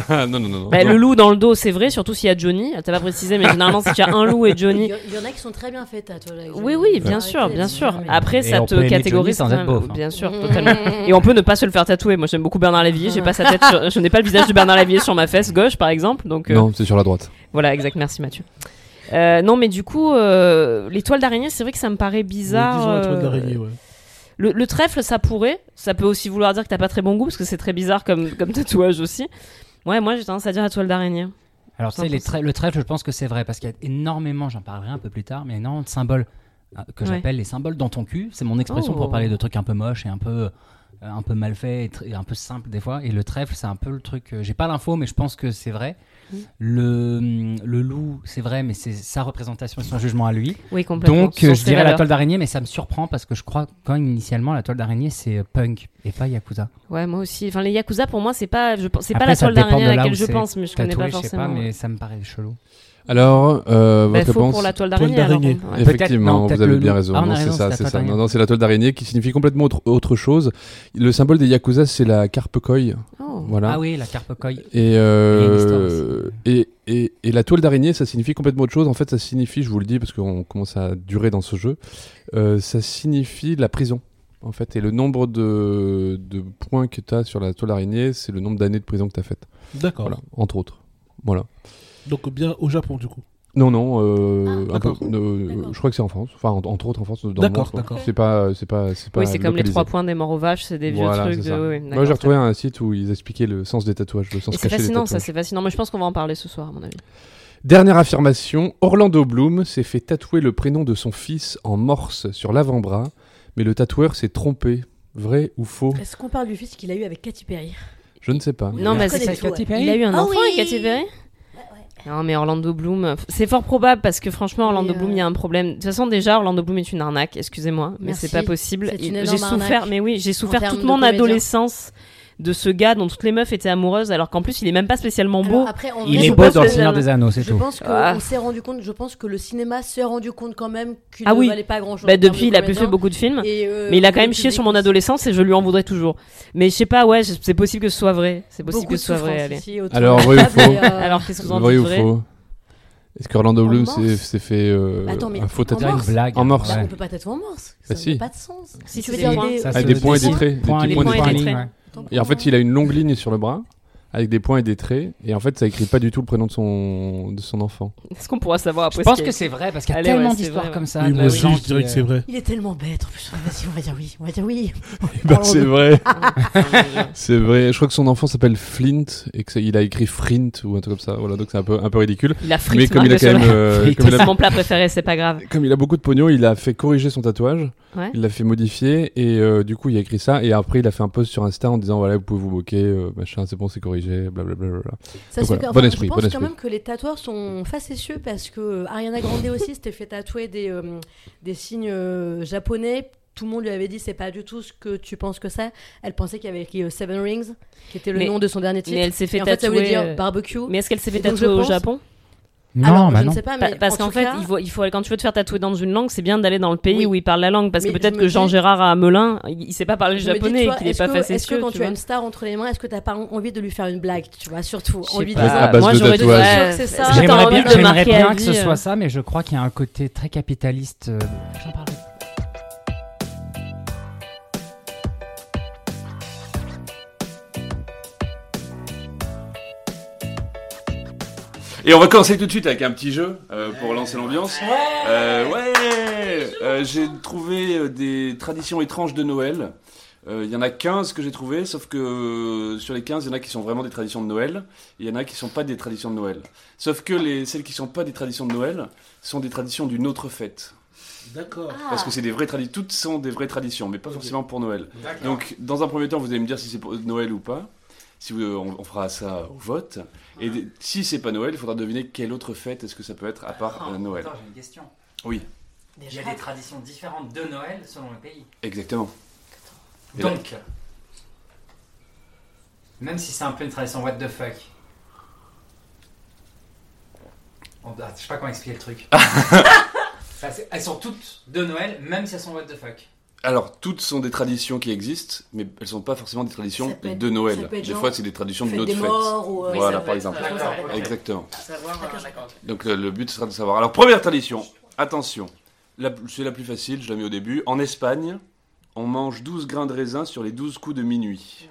S2: Ah, non, non, non, non.
S7: bah, le loup dans le dos, c'est vrai, surtout s'il y a Johnny. T'as pas précisé, mais généralement, si tu as un loup et
S5: Il
S7: Johnny.
S5: y, il y en a qui sont très bien faites, à toi. là,
S7: Oui,
S5: je-
S7: oui,
S5: je vais
S7: bien
S5: arrêter,
S7: sûr, bien sûr. Ah,
S5: mais-
S7: Après,
S4: Et
S7: ça
S4: on
S7: te
S4: peut aimer
S7: catégorise
S4: Johnny sans
S7: quand
S4: être
S7: même.
S4: beauf, hein.
S7: Bien sûr, totalement. Et on peut ne pas se le faire tatouer. Moi, j'aime beaucoup Bernard Lévy. J'ai pas sa tête. sur- Je n'ai pas le visage de Bernard Lévy sur ma fesse gauche, par exemple. Donc, euh,
S2: Non, c'est sur la droite.
S7: Voilà, exact. Merci Mathieu. Euh, non, mais du coup, euh, les toiles d'araignée, c'est vrai que ça me paraît bizarre.
S6: Disons la
S7: euh,
S6: toile d'araignée, ouais.
S7: le, le trèfle, ça pourrait. Ça peut aussi vouloir dire que t'as pas très bon goût, parce que c'est très bizarre comme, comme tatouage aussi. Ouais, moi j'ai tendance à dire la toile d'araignée.
S4: Alors, tu sais, les tra- le trèfle, je pense que c'est vrai, parce qu'il y a énormément, j'en parlerai un peu plus tard, mais énormément de symboles euh, que
S7: Ouais.
S4: j'appelle les symboles dans ton cul. C'est mon expression
S7: Oh.
S4: pour parler de trucs un peu moches et un peu, euh, un peu mal faits et, tr- et un peu simples des fois. Et le trèfle, c'est un peu le truc. euh, J'ai pas l'info, mais je pense que c'est vrai.
S7: Mmh.
S4: Le, hum, le loup, c'est vrai, mais c'est sa représentation et son jugement à lui.
S7: Oui, complètement.
S4: Donc,
S7: Ce
S4: euh,
S7: sont
S4: je
S7: ses
S4: dirais la
S7: valeurs.
S4: toile d'araignée, mais ça me surprend parce que je crois quand initialement la toile d'araignée, c'est euh, punk et pas yakuza.
S7: Ouais, moi aussi. Enfin, les yakuza, pour moi, c'est pas, je pense- c'est pas
S4: Après,
S7: la
S4: ça
S7: toile
S4: dépend
S7: d'araignée
S4: de
S7: à
S4: là
S7: laquelle
S4: où
S7: je
S4: c'est
S7: pense, mais je connais
S4: Tatoué,
S7: pas
S4: je sais
S7: forcément.
S4: pas, mais ça me paraît chelou.
S2: Alors, euh,
S7: Bah,
S2: votre
S7: faux
S2: réponse
S7: pour la toile
S6: Toile
S7: d'araignée. alors.
S6: d'araignée.
S7: Ouais.
S4: Peut-être- non,
S2: Effectivement,
S4: peut-être
S2: vous avez
S4: le
S2: bien
S4: loup.
S2: raison.
S4: Ah, on a
S2: non, c'est ça,
S4: raison, c'est la
S2: c'est
S4: toile
S2: ça.
S4: d'araignée.
S2: Non, non, c'est la toile d'araignée qui signifie complètement autre, autre chose. Le symbole des yakuza, c'est la carpe koi.
S7: Oh.
S2: Voilà.
S4: Ah oui, la carpe koi.
S2: Et,
S4: Il y a une
S2: euh,
S4: histoire
S2: et, et, et la toile d'araignée, ça signifie complètement autre chose. En fait, ça signifie, je vous le dis parce qu'on commence à durer dans ce jeu, euh, ça signifie la prison. En fait, et le nombre de, de points que tu as sur la toile d'araignée, c'est le nombre d'années de prison que tu as faites.
S6: D'accord.
S2: Voilà, entre autres. Voilà.
S6: Donc bien au Japon du coup.
S2: Non, non, euh,
S5: Ah,
S2: un peu-
S6: d'accord.
S2: euh,
S5: D'accord.
S2: je crois que c'est en France. Enfin, en- entre autres en France. dans le
S6: D'accord,
S2: monde, quoi.
S6: d'accord.
S2: C'est pas, c'est pas, c'est pas.
S7: Oui, c'est comme les
S2: localisé.
S7: trois points des morts aux vaches, c'est des vieux
S2: Voilà,
S7: trucs.
S2: c'est
S7: de-
S2: ça.
S7: oui, oui,
S2: Moi,
S7: d'accord,
S2: j'ai retrouvé un site où ils expliquaient le sens des tatouages, le
S7: Et
S2: sens
S7: c'est
S2: caché des
S7: fascinant, ça,
S2: tatouages.
S7: c'est fascinant. Mais je pense qu'on va en parler ce soir, à mon avis.
S2: Dernière affirmation Orlando Bloom s'est fait tatouer le prénom de son fils en morse sur l'avant-bras, mais le tatoueur s'est trompé. Vrai ou faux
S5: Est-ce qu'on parle du fils qu'il a eu avec Katy Perry
S2: Je ne sais pas.
S7: Non,
S5: je
S7: mais
S5: reconnais
S7: c'est
S5: tout, ouais.
S7: Il a eu un
S5: Ah
S7: enfant
S5: oui
S7: avec Katy Perry Non, mais Orlando Bloom, euh, c'est fort probable parce que franchement, Orlando
S5: Mais, euh,
S7: Bloom, il y a un problème. De toute façon, déjà, Orlando Bloom est une arnaque, excusez-moi, mais
S5: Merci.
S7: c'est pas possible.
S5: C'est
S7: Il-
S5: une
S7: J'ai
S5: énorme
S7: souffert,
S5: arnaque.
S7: mais oui, j'ai souffert
S5: termes
S7: toute
S5: de
S7: mon
S5: comédien.
S7: adolescence de ce gars dont toutes les meufs étaient amoureuses, alors qu'en plus, il est même pas spécialement beau.
S5: Alors après, en
S4: Il
S5: vrai,
S4: est
S5: je
S4: beau
S5: pense
S4: dans
S5: que-
S4: le Seigneur des Anneaux, c'est
S5: Je
S4: tout.
S5: pense qu'on
S7: Ah.
S5: s'est rendu compte, je pense que le cinéma s'est rendu compte quand même qu'il
S7: Ah
S5: ne
S7: oui.
S5: valait pas grand chose.
S7: Bah, depuis, il a plus fait beaucoup de films.
S5: euh,
S7: Mais il a quand même chié sur mon adolescence et je lui en voudrais toujours. Mais je sais pas, ouais, je- c'est possible que ce soit vrai. C'est possible que ce soit vrai, allez.
S2: Alors, vrai ou faux
S5: Euh,
S7: Alors, qu'est-ce que vous en
S2: Vrai
S7: dites
S2: ou
S7: vrai
S2: faux Est-ce qu'Orlando
S5: En
S2: Bloom
S5: morse
S2: s'est s'est fait euh,
S5: Attends, mais
S2: un faux
S5: en
S4: C'est une
S5: morse
S2: tatouage
S4: blague.
S2: En morse.
S4: Ouais.
S5: Bah, on peut pas tatouer en morse. Ça
S2: Bah, si.
S5: n'a pas de sens.
S7: Si,
S5: Je
S7: c'est
S5: veux
S7: des
S5: dire,
S7: points.
S5: des-
S4: Ça,
S2: Avec
S4: se
S2: Ah, des points et des
S4: dessine.
S2: traits, des
S4: Points,
S2: petits
S4: les
S2: points et
S4: points
S2: des
S4: et les
S7: traits.
S4: lignes, ouais.
S2: Et en fait, il a une longue ligne sur le bras, avec des points et des traits, et en fait, ça écrit pas du tout le prénom de son, de son enfant.
S7: Est-ce qu'on pourra savoir après
S4: Je pense
S7: ce
S4: que c'est vrai parce qu'il y a
S7: Allez, ouais,
S4: tellement
S7: c'est
S4: d'histoires
S7: vrai,
S4: comme ça.
S6: Oui,
S4: de
S6: moi
S4: gens
S6: aussi je
S4: qui,
S6: dirais
S4: euh,
S6: que c'est vrai.
S5: Il est tellement bête. en plus. Vas-y, on va dire oui. On va dire oui.
S2: Eh ben, c'est vrai C'est vrai, je crois que son enfant s'appelle Flint, et qu'il a écrit Frint, ou un truc comme ça, voilà, donc c'est un peu, un peu ridicule.
S7: Il a
S2: Mais
S7: frites,
S2: comme il a
S7: Marc
S2: quand même...
S7: Soler.
S2: euh,
S4: Frites.
S2: comme il a-
S7: C'est mon plat préféré, c'est pas grave.
S2: Comme il a beaucoup de pognon, il a fait corriger son tatouage,
S7: Ouais.
S2: il l'a fait modifier et euh, du coup il a écrit ça et après il a fait un post sur Insta en disant voilà vous pouvez vous moquer, euh, machin c'est bon c'est corrigé, blablabla.
S5: Ça
S2: Donc
S5: se fait
S2: voilà,
S5: que-
S2: bon
S5: enfin,
S2: esprit,
S5: je
S2: bon
S5: pense
S2: esprit.
S5: quand même que les tatoueurs sont facétieux parce que Ariana Grande aussi s'était fait tatouer des, euh, des signes euh, japonais tout le monde lui avait dit c'est pas du tout ce que tu penses que c'est. Elle pensait qu'il y avait écrit euh, Seven Rings, qui était le
S7: Mais-
S5: nom de son dernier titre.
S7: Mais elle s'est fait
S5: Et en fait, ça voulait
S7: tatouer,
S5: dire
S7: euh,
S5: barbecue.
S7: Mais est-ce qu'elle s'est fait
S5: Donc,
S7: tatouer
S5: je
S7: au
S5: pense-
S7: Japon
S4: euh,
S8: Non,
S5: Alors,
S8: bah
S5: je
S8: non.
S5: ne sais pas,
S7: Pa-
S5: mais
S7: Parce
S5: en
S7: qu'en
S5: tout
S7: fait,
S5: cas-
S7: il faut, il faut, quand tu veux te faire tatouer dans une langue, c'est bien d'aller dans le pays
S5: Oui.
S7: où il parle la langue. Parce
S5: Mais
S7: que
S5: je
S7: peut-être
S5: me
S7: que
S5: dis-
S7: Jean Gérard à Melun, il il sait pas parler
S5: Je me dis,
S7: japonais
S5: tu
S7: et
S5: vois,
S7: qu'il est
S5: est-ce
S7: pas
S5: que-
S7: facétieux.
S5: Est-ce que quand tu, as
S7: vois.
S5: une star entre les mains, est-ce que t'as pas envie de lui faire une blague, tu vois, surtout
S7: Je sais
S5: envie
S7: pas.
S5: de
S9: Ah,
S5: ça.
S9: bah, base
S7: Moi,
S9: de
S7: j'aurais dit,
S9: tatouage.
S7: ouais,
S5: Je suis sûre que c'est
S7: t'as
S5: ça.
S7: envie
S8: J'aimerais
S7: de
S8: bien,
S7: te
S8: j'aimerais
S7: marquer à
S8: bien que ce
S7: vie, euh.
S8: soit ça, mais je crois qu'il y a un côté très capitaliste. euh, j'en parlerai.
S2: Et on va commencer tout de suite avec un petit jeu euh, pour lancer l'ambiance. Ouais, ouais Euh, J'ai trouvé euh, des traditions étranges de Noël. Euh, Il y en a 15 que j'ai trouvé, sauf que euh, sur les 15, il y en a qui sont vraiment des traditions de Noël, et il y en a qui sont pas des traditions de Noël. Sauf que les, celles qui sont pas des traditions de Noël sont des traditions d'une autre fête.
S6: D'accord.
S5: Ah.
S2: Parce que c'est des vraies traditions, toutes sont des vraies traditions, mais pas
S6: Ok.
S2: forcément pour Noël. Donc, dans un premier temps, vous allez me dire si c'est pour Noël ou pas. Si vous- on, on fera ça au vote. Et d- si c'est pas Noël, il faudra deviner quelle autre fête est-ce que ça peut être à part
S4: Ah.
S2: euh, Noël.
S4: Attends, j'ai une question.
S2: Oui.
S4: Il y a des traditions différentes de Noël selon le pays.
S2: Exactement. Et
S4: Donc, même si c'est un peu une tradition what the fuck, on- ah, je sais pas comment expliquer le truc. Ça, c'est- elles sont toutes de Noël, même si elles sont what the fuck.
S2: Alors, toutes sont des traditions qui existent, mais elles sont pas forcément des traditions
S5: Ça peut être-
S2: de Noël.
S5: ça peut être
S2: Des
S5: genre
S2: fois, c'est des traditions
S5: Fête
S2: d'une autre
S5: des
S2: fête.
S5: morts ou euh,
S2: Voilà,
S5: ça
S2: par
S5: peut
S2: exemple.
S5: être- ça peut être-
S2: Exactement.
S4: Savoir, euh,
S2: Donc, euh, le, le but sera de savoir. Alors, première tradition. Attention. La- C'est la plus facile, je la mets au début. En Espagne, on mange 12 grains de raisin sur les 12 coups de minuit.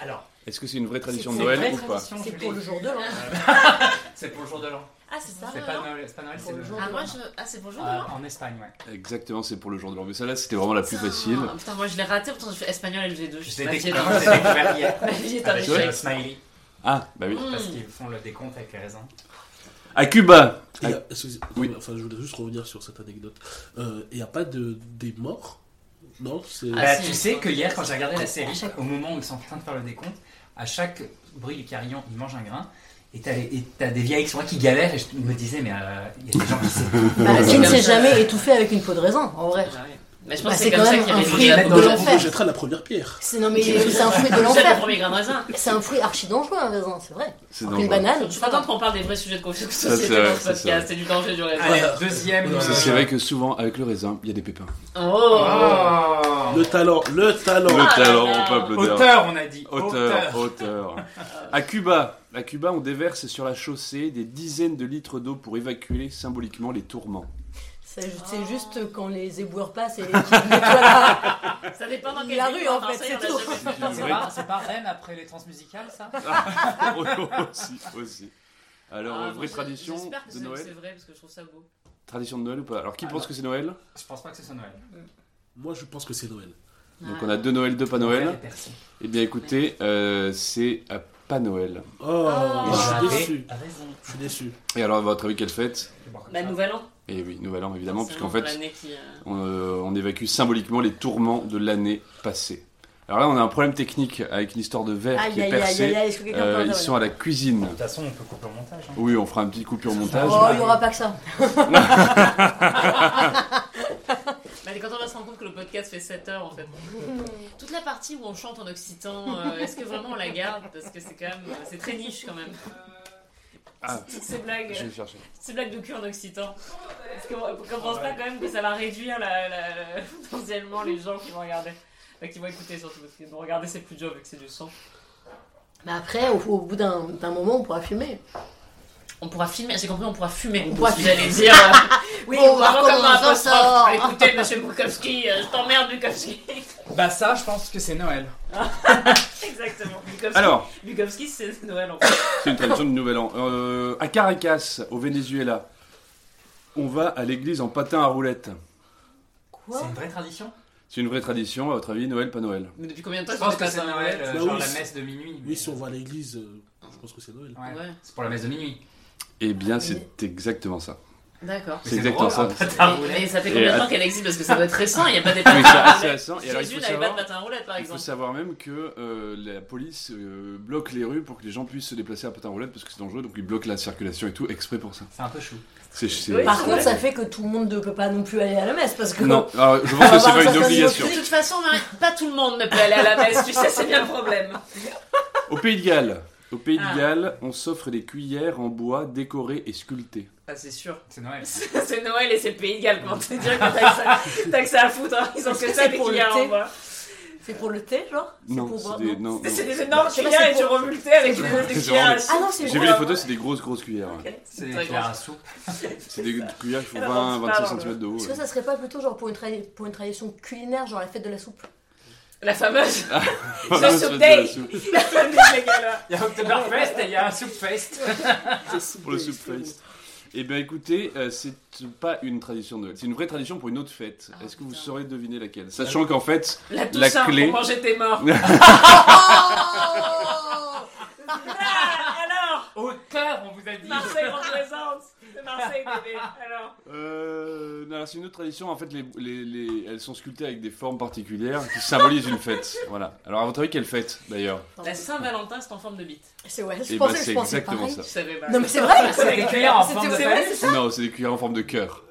S4: Alors,
S2: Est-ce que c'est une vraie tradition
S4: c'est
S2: de
S4: une
S2: Noël
S4: vraie
S2: ou pas
S4: tradition,
S5: C'est
S4: je
S5: pour
S4: l'ai.
S5: le jour de l'an.
S4: C'est pour le jour de l'an.
S10: Ah, c'est ça.
S4: C'est pas Noël, c'est pas Noël, c'est le jour.
S10: Ah, moi, je... ah c'est bonjour.
S4: Euh, en Espagne, ouais.
S2: Exactement, c'est pour le jour de l'an. Mais celle-là, c'était vraiment la plus facile.
S10: Putain, moi, je l'ai raté. Pourtant, je fais espagnol LV2. Je
S4: J'ai
S10: sais pas qui est
S4: découvert j'ai découvert hier.
S10: Ma vie est un
S4: Avec
S10: échec.
S4: le smiley.
S2: Ah, bah oui.
S4: Parce qu'ils font le décompte avec les raisins.
S2: À Cuba.
S6: Et
S2: Ah.
S6: y a- excusez-
S2: Oui.
S6: Enfin, je voulais juste revenir sur cette anecdote. Il n'y a pas de des morts Non, c'est.
S10: Ah,
S4: Bah,
S10: si.
S4: tu sais que hier, quand j'ai regardé la série, au moment où ils sont en train de faire le décompte, à chaque bruit du carillon, ils mangent un grain. Et t'as, les- et t'as des vieilles qui sont là qui galèrent. Et je me disais, mais euh, il y a des gens qui savent.
S5: Bah, qui ne
S10: comme
S5: s'est
S10: ça.
S5: jamais étouffé avec une peau de raisin, en vrai.
S10: Mais je
S5: Bah,
S10: pense que
S5: c'est
S10: c'est comme
S5: quand
S10: ça
S5: même
S10: qu'il y
S5: un
S10: avait
S5: fruit
S10: des
S5: là-
S10: lapins.
S6: Dans
S5: de
S6: le
S5: l'enfer.
S6: monde, on jettera la première pierre.
S5: C'est non mais c'est un fruit de
S10: C'est le
S5: l'enfer.
S10: premier grain de raisin.
S5: C'est un fruit archi dangereux un raisin, c'est vrai.
S2: C'est
S5: Alors qu'une
S2: dangereux.
S5: banane,
S10: hein. Je suis contente qu'on parle des vrais sujets de confiance
S2: c'est
S10: société
S2: vrai,
S10: dans ce
S2: ça, c'est vrai.
S10: podcast. C'est du danger du raisin.
S4: Allez, deuxième.
S6: Ouais.
S4: euh,
S2: C'est vrai que souvent, avec le raisin, il y a des pépins.
S10: Oh
S4: Oh.
S6: Le talent, le talent.
S2: Le talent,
S10: là là.
S2: on peut applaudir.
S4: Auteur, on a dit.
S2: Auteur, auteur. À Cuba, à Cuba, on déverse sur la chaussée des dizaines de litres d'eau pour évacuer symboliquement les tourments.
S5: c'est ju- c'est juste quand les éboueurs passent et qu'ils nettoient la-
S10: Ça dépend dans quel
S5: La
S10: pays,
S5: rue, en
S10: enfin,
S5: fait,
S10: ça,
S5: c'est
S10: il y en a
S5: tout.
S10: jamais.
S4: C'est pas, c'est pas Rennes après les transmusicales, ça
S2: Oh, aussi, aussi.
S10: Ah,
S2: Alors, euh,
S10: moi,
S2: vraie
S10: je-
S2: tradition
S10: j'espère que
S2: de
S10: c'est- C'est
S2: Noël
S10: vrai parce que je trouve ça beau.
S2: Tradition de Noël ou pas Alors, qui
S5: Ah,
S2: pense que c'est Noël
S4: Je pense pas que ce soit Noël.
S6: Moi, je pense que c'est Noël.
S10: Ah.
S2: Donc, on a deux Noël, deux pas
S4: Ouais,
S2: Noël.
S4: merci.
S2: Eh bien, écoutez, euh, c'est euh, pas Noël.
S6: Oh,
S4: Vous
S6: je
S4: avez
S6: suis déçu.
S4: Ah, raison.
S6: Je suis déçu.
S2: Et alors, à votre avis, quelle fête
S4: Je vais boire comme
S10: Bah,
S4: ça.
S10: Nouvel An.
S2: Et oui, Nouvel An,
S5: Ah,
S2: évidemment,
S10: C'est
S2: puisqu'en
S10: vraiment
S2: fait,
S10: l'année qui, euh,
S2: on, euh, on évacue symboliquement les tourments de l'année passée. Alors là, on a un problème technique avec une histoire de verre qui
S5: Aïe
S2: est
S5: aïe aïe aïe
S2: percée.
S5: aïe, est-ce que quelqu'un
S2: Euh,
S5: peut
S2: ils
S5: en
S2: sont
S5: dire
S2: à la cuisine.
S4: De toute façon, on peut couper au montage. hein.
S2: Oui, on fera un petit coupure montage.
S5: Oh, il n'y aura pas que ça.
S10: Bah, quand on va se rendre compte que le podcast fait 7 heures en fait. Toute la partie où on chante en occitan, euh, est-ce que vraiment on la garde Parce que c'est quand même. euh, C'est très niche quand même.
S2: Ah.
S10: Toutes ces blagues,
S2: Je vais chercher.
S10: toutes ces blagues de cul en occitan. Est-ce qu'on qu'on pense pas quand même que ça va réduire la, la- potentiellement les gens qui vont regarder Enfin, qui vont écouter surtout parce qu'ils vont regarder c'est plus dur vu que c'est du son.
S5: Mais après, au, au bout d'un d'un moment, on pourra filmer.
S10: On pourra filmer, j'ai compris, on pourra fumer.
S5: On pourra
S10: Vous allez dire. euh,
S5: Oui,
S10: bon,
S5: on va
S10: vraiment comme un
S5: comment on s'en
S10: apostrophe.
S5: sort.
S10: Écoutez, monsieur Bukowski, euh, je t'emmerde, Bukowski.
S4: Bah, ça, je pense que c'est Noël.
S10: Exactement. Bukowski,
S2: Alors,
S10: Bukowski c'est Noël en fait.
S2: c'est une tradition du Nouvel An. Euh, à Caracas, au Venezuela, on va à l'église en patin à roulettes.
S4: C'est une vraie tradition
S2: C'est une vraie tradition, à votre avis, Noël, pas Noël
S10: Mais depuis combien de temps
S4: Je
S10: tu
S4: pense
S10: fais
S4: que
S10: pas
S4: c'est
S10: ça
S4: Noël, euh,
S6: Bah
S4: genre
S6: oui,
S4: la
S6: si-
S4: messe de minuit. mais-
S6: Oui, si on va à
S4: Ah,
S6: l'église, euh, je pense que c'est Noël.
S4: Ouais.
S10: Ouais.
S4: C'est pour la messe de minuit.
S2: Eh bien, c'est exactement ça.
S7: D'accord.
S2: C'est exactement ça.
S7: Mais, mais ça fait
S2: Et
S7: combien de
S2: à-
S7: temps qu'elle existe Parce que ça doit être récent, il n'y a pas des
S2: Oui, c'est assez récent. Et alors, il
S7: Jésus
S2: faut
S7: n'avait pas de
S2: savoir,
S7: patin roulette par
S2: il faut
S7: exemple.
S2: savoir même que euh, la police euh, bloque les rues pour que les gens puissent se déplacer à patin roulette parce que c'est dangereux, donc ils bloquent la circulation et tout exprès pour ça.
S4: C'est un peu chou.
S2: C'est, c'est-
S7: Oui,
S5: Par
S2: c'est-
S5: contre, ça fait que tout le monde ne peut pas non plus aller à la messe parce que.
S2: Non, alors, je pense que c'est
S5: Ah, bah,
S2: pas
S5: ça,
S2: une
S5: ça,
S2: obligation.
S7: De toute façon, Marie, pas tout le monde ne peut aller à la messe, tu sais, c'est bien le problème.
S2: Au Pays de Galles, au Pays de
S7: Ah.
S2: Galles, on s'offre des cuillères en bois décorées et sculptées.
S7: Ah, c'est sûr.
S4: C'est Noël.
S7: C'est Noël et c'est le pays de Galles, comment tu dire que t'as que ça- t'as que ça à foutre, hein. ils ont
S5: Est-ce
S7: que
S5: que
S7: ça
S5: c'est
S7: les
S5: pour le
S7: cuillères en
S5: thé
S7: bois.
S5: C'est pour le thé, genre C'est
S2: Non,
S5: pour
S2: c'est
S5: boire-
S2: des-
S5: non.
S2: non, non.
S7: C'est des
S10: Bah,
S7: énormes
S5: Je sais pas,
S7: cuillères
S5: c'est
S7: et tu
S5: pour-
S7: remules le thé avec
S2: C'est
S7: une
S2: vraiment-
S7: des
S2: c'est
S7: cuillères.
S5: Ah non, c'est
S2: J'ai vu les photos, c'est des grosses grosses cuillères. ouais.
S7: Ok,
S4: C'est
S7: très
S4: des
S7: grand.
S4: cuillères à soupe.
S2: C'est des cuillères qui font
S7: Elle avance pas,
S2: 20-25
S7: alors.
S2: cm de haut.
S5: Est-ce que
S2: ouais.
S5: ça serait pas plutôt genre pour une, tra- pour une tradition culinaire, genre la fête de la soupe
S7: La fameuse.
S2: Voilà,
S7: Ce
S2: ça
S7: soupe
S2: doit être
S7: day.
S2: la soupe.
S7: La fameuse les gars, là.
S4: Il y a Oktoberfest et il y a un soup fest.
S2: Pour le soup face. Eh bien écoutez, euh, c'est pas une tradition de Noël, c'est une vraie tradition pour une autre fête.
S7: Ah,
S2: Est-ce que vous saurez deviner laquelle Sachant qu'en fait,
S7: La
S2: La
S7: Toussaint
S2: clé.
S7: pour manger tes morts. Ah, alors
S4: Au cœur, on vous a dit.
S7: Marseille représente C'est Marseille, bébé. Alors
S2: Euh, non, alors, c'est une autre tradition. En fait, les, les- les- elles sont sculptées avec des formes particulières qui symbolisent une fête. Voilà. Alors, à votre avis, quelle fête d'ailleurs
S7: La Saint-Valentin, c'est en forme de bite.
S5: C'est ouais, je
S2: Eh ben,
S5: pensais,
S2: c'est
S5: je pensais
S2: exactement
S5: pareil.
S2: ça.
S7: Je savais pas.
S5: Non mais c'est vrai
S4: C'est des cuillères en
S5: C'était-
S4: forme de
S5: c'est vrai,
S4: fête.
S2: Non, c'est des cuillères en forme de cœur.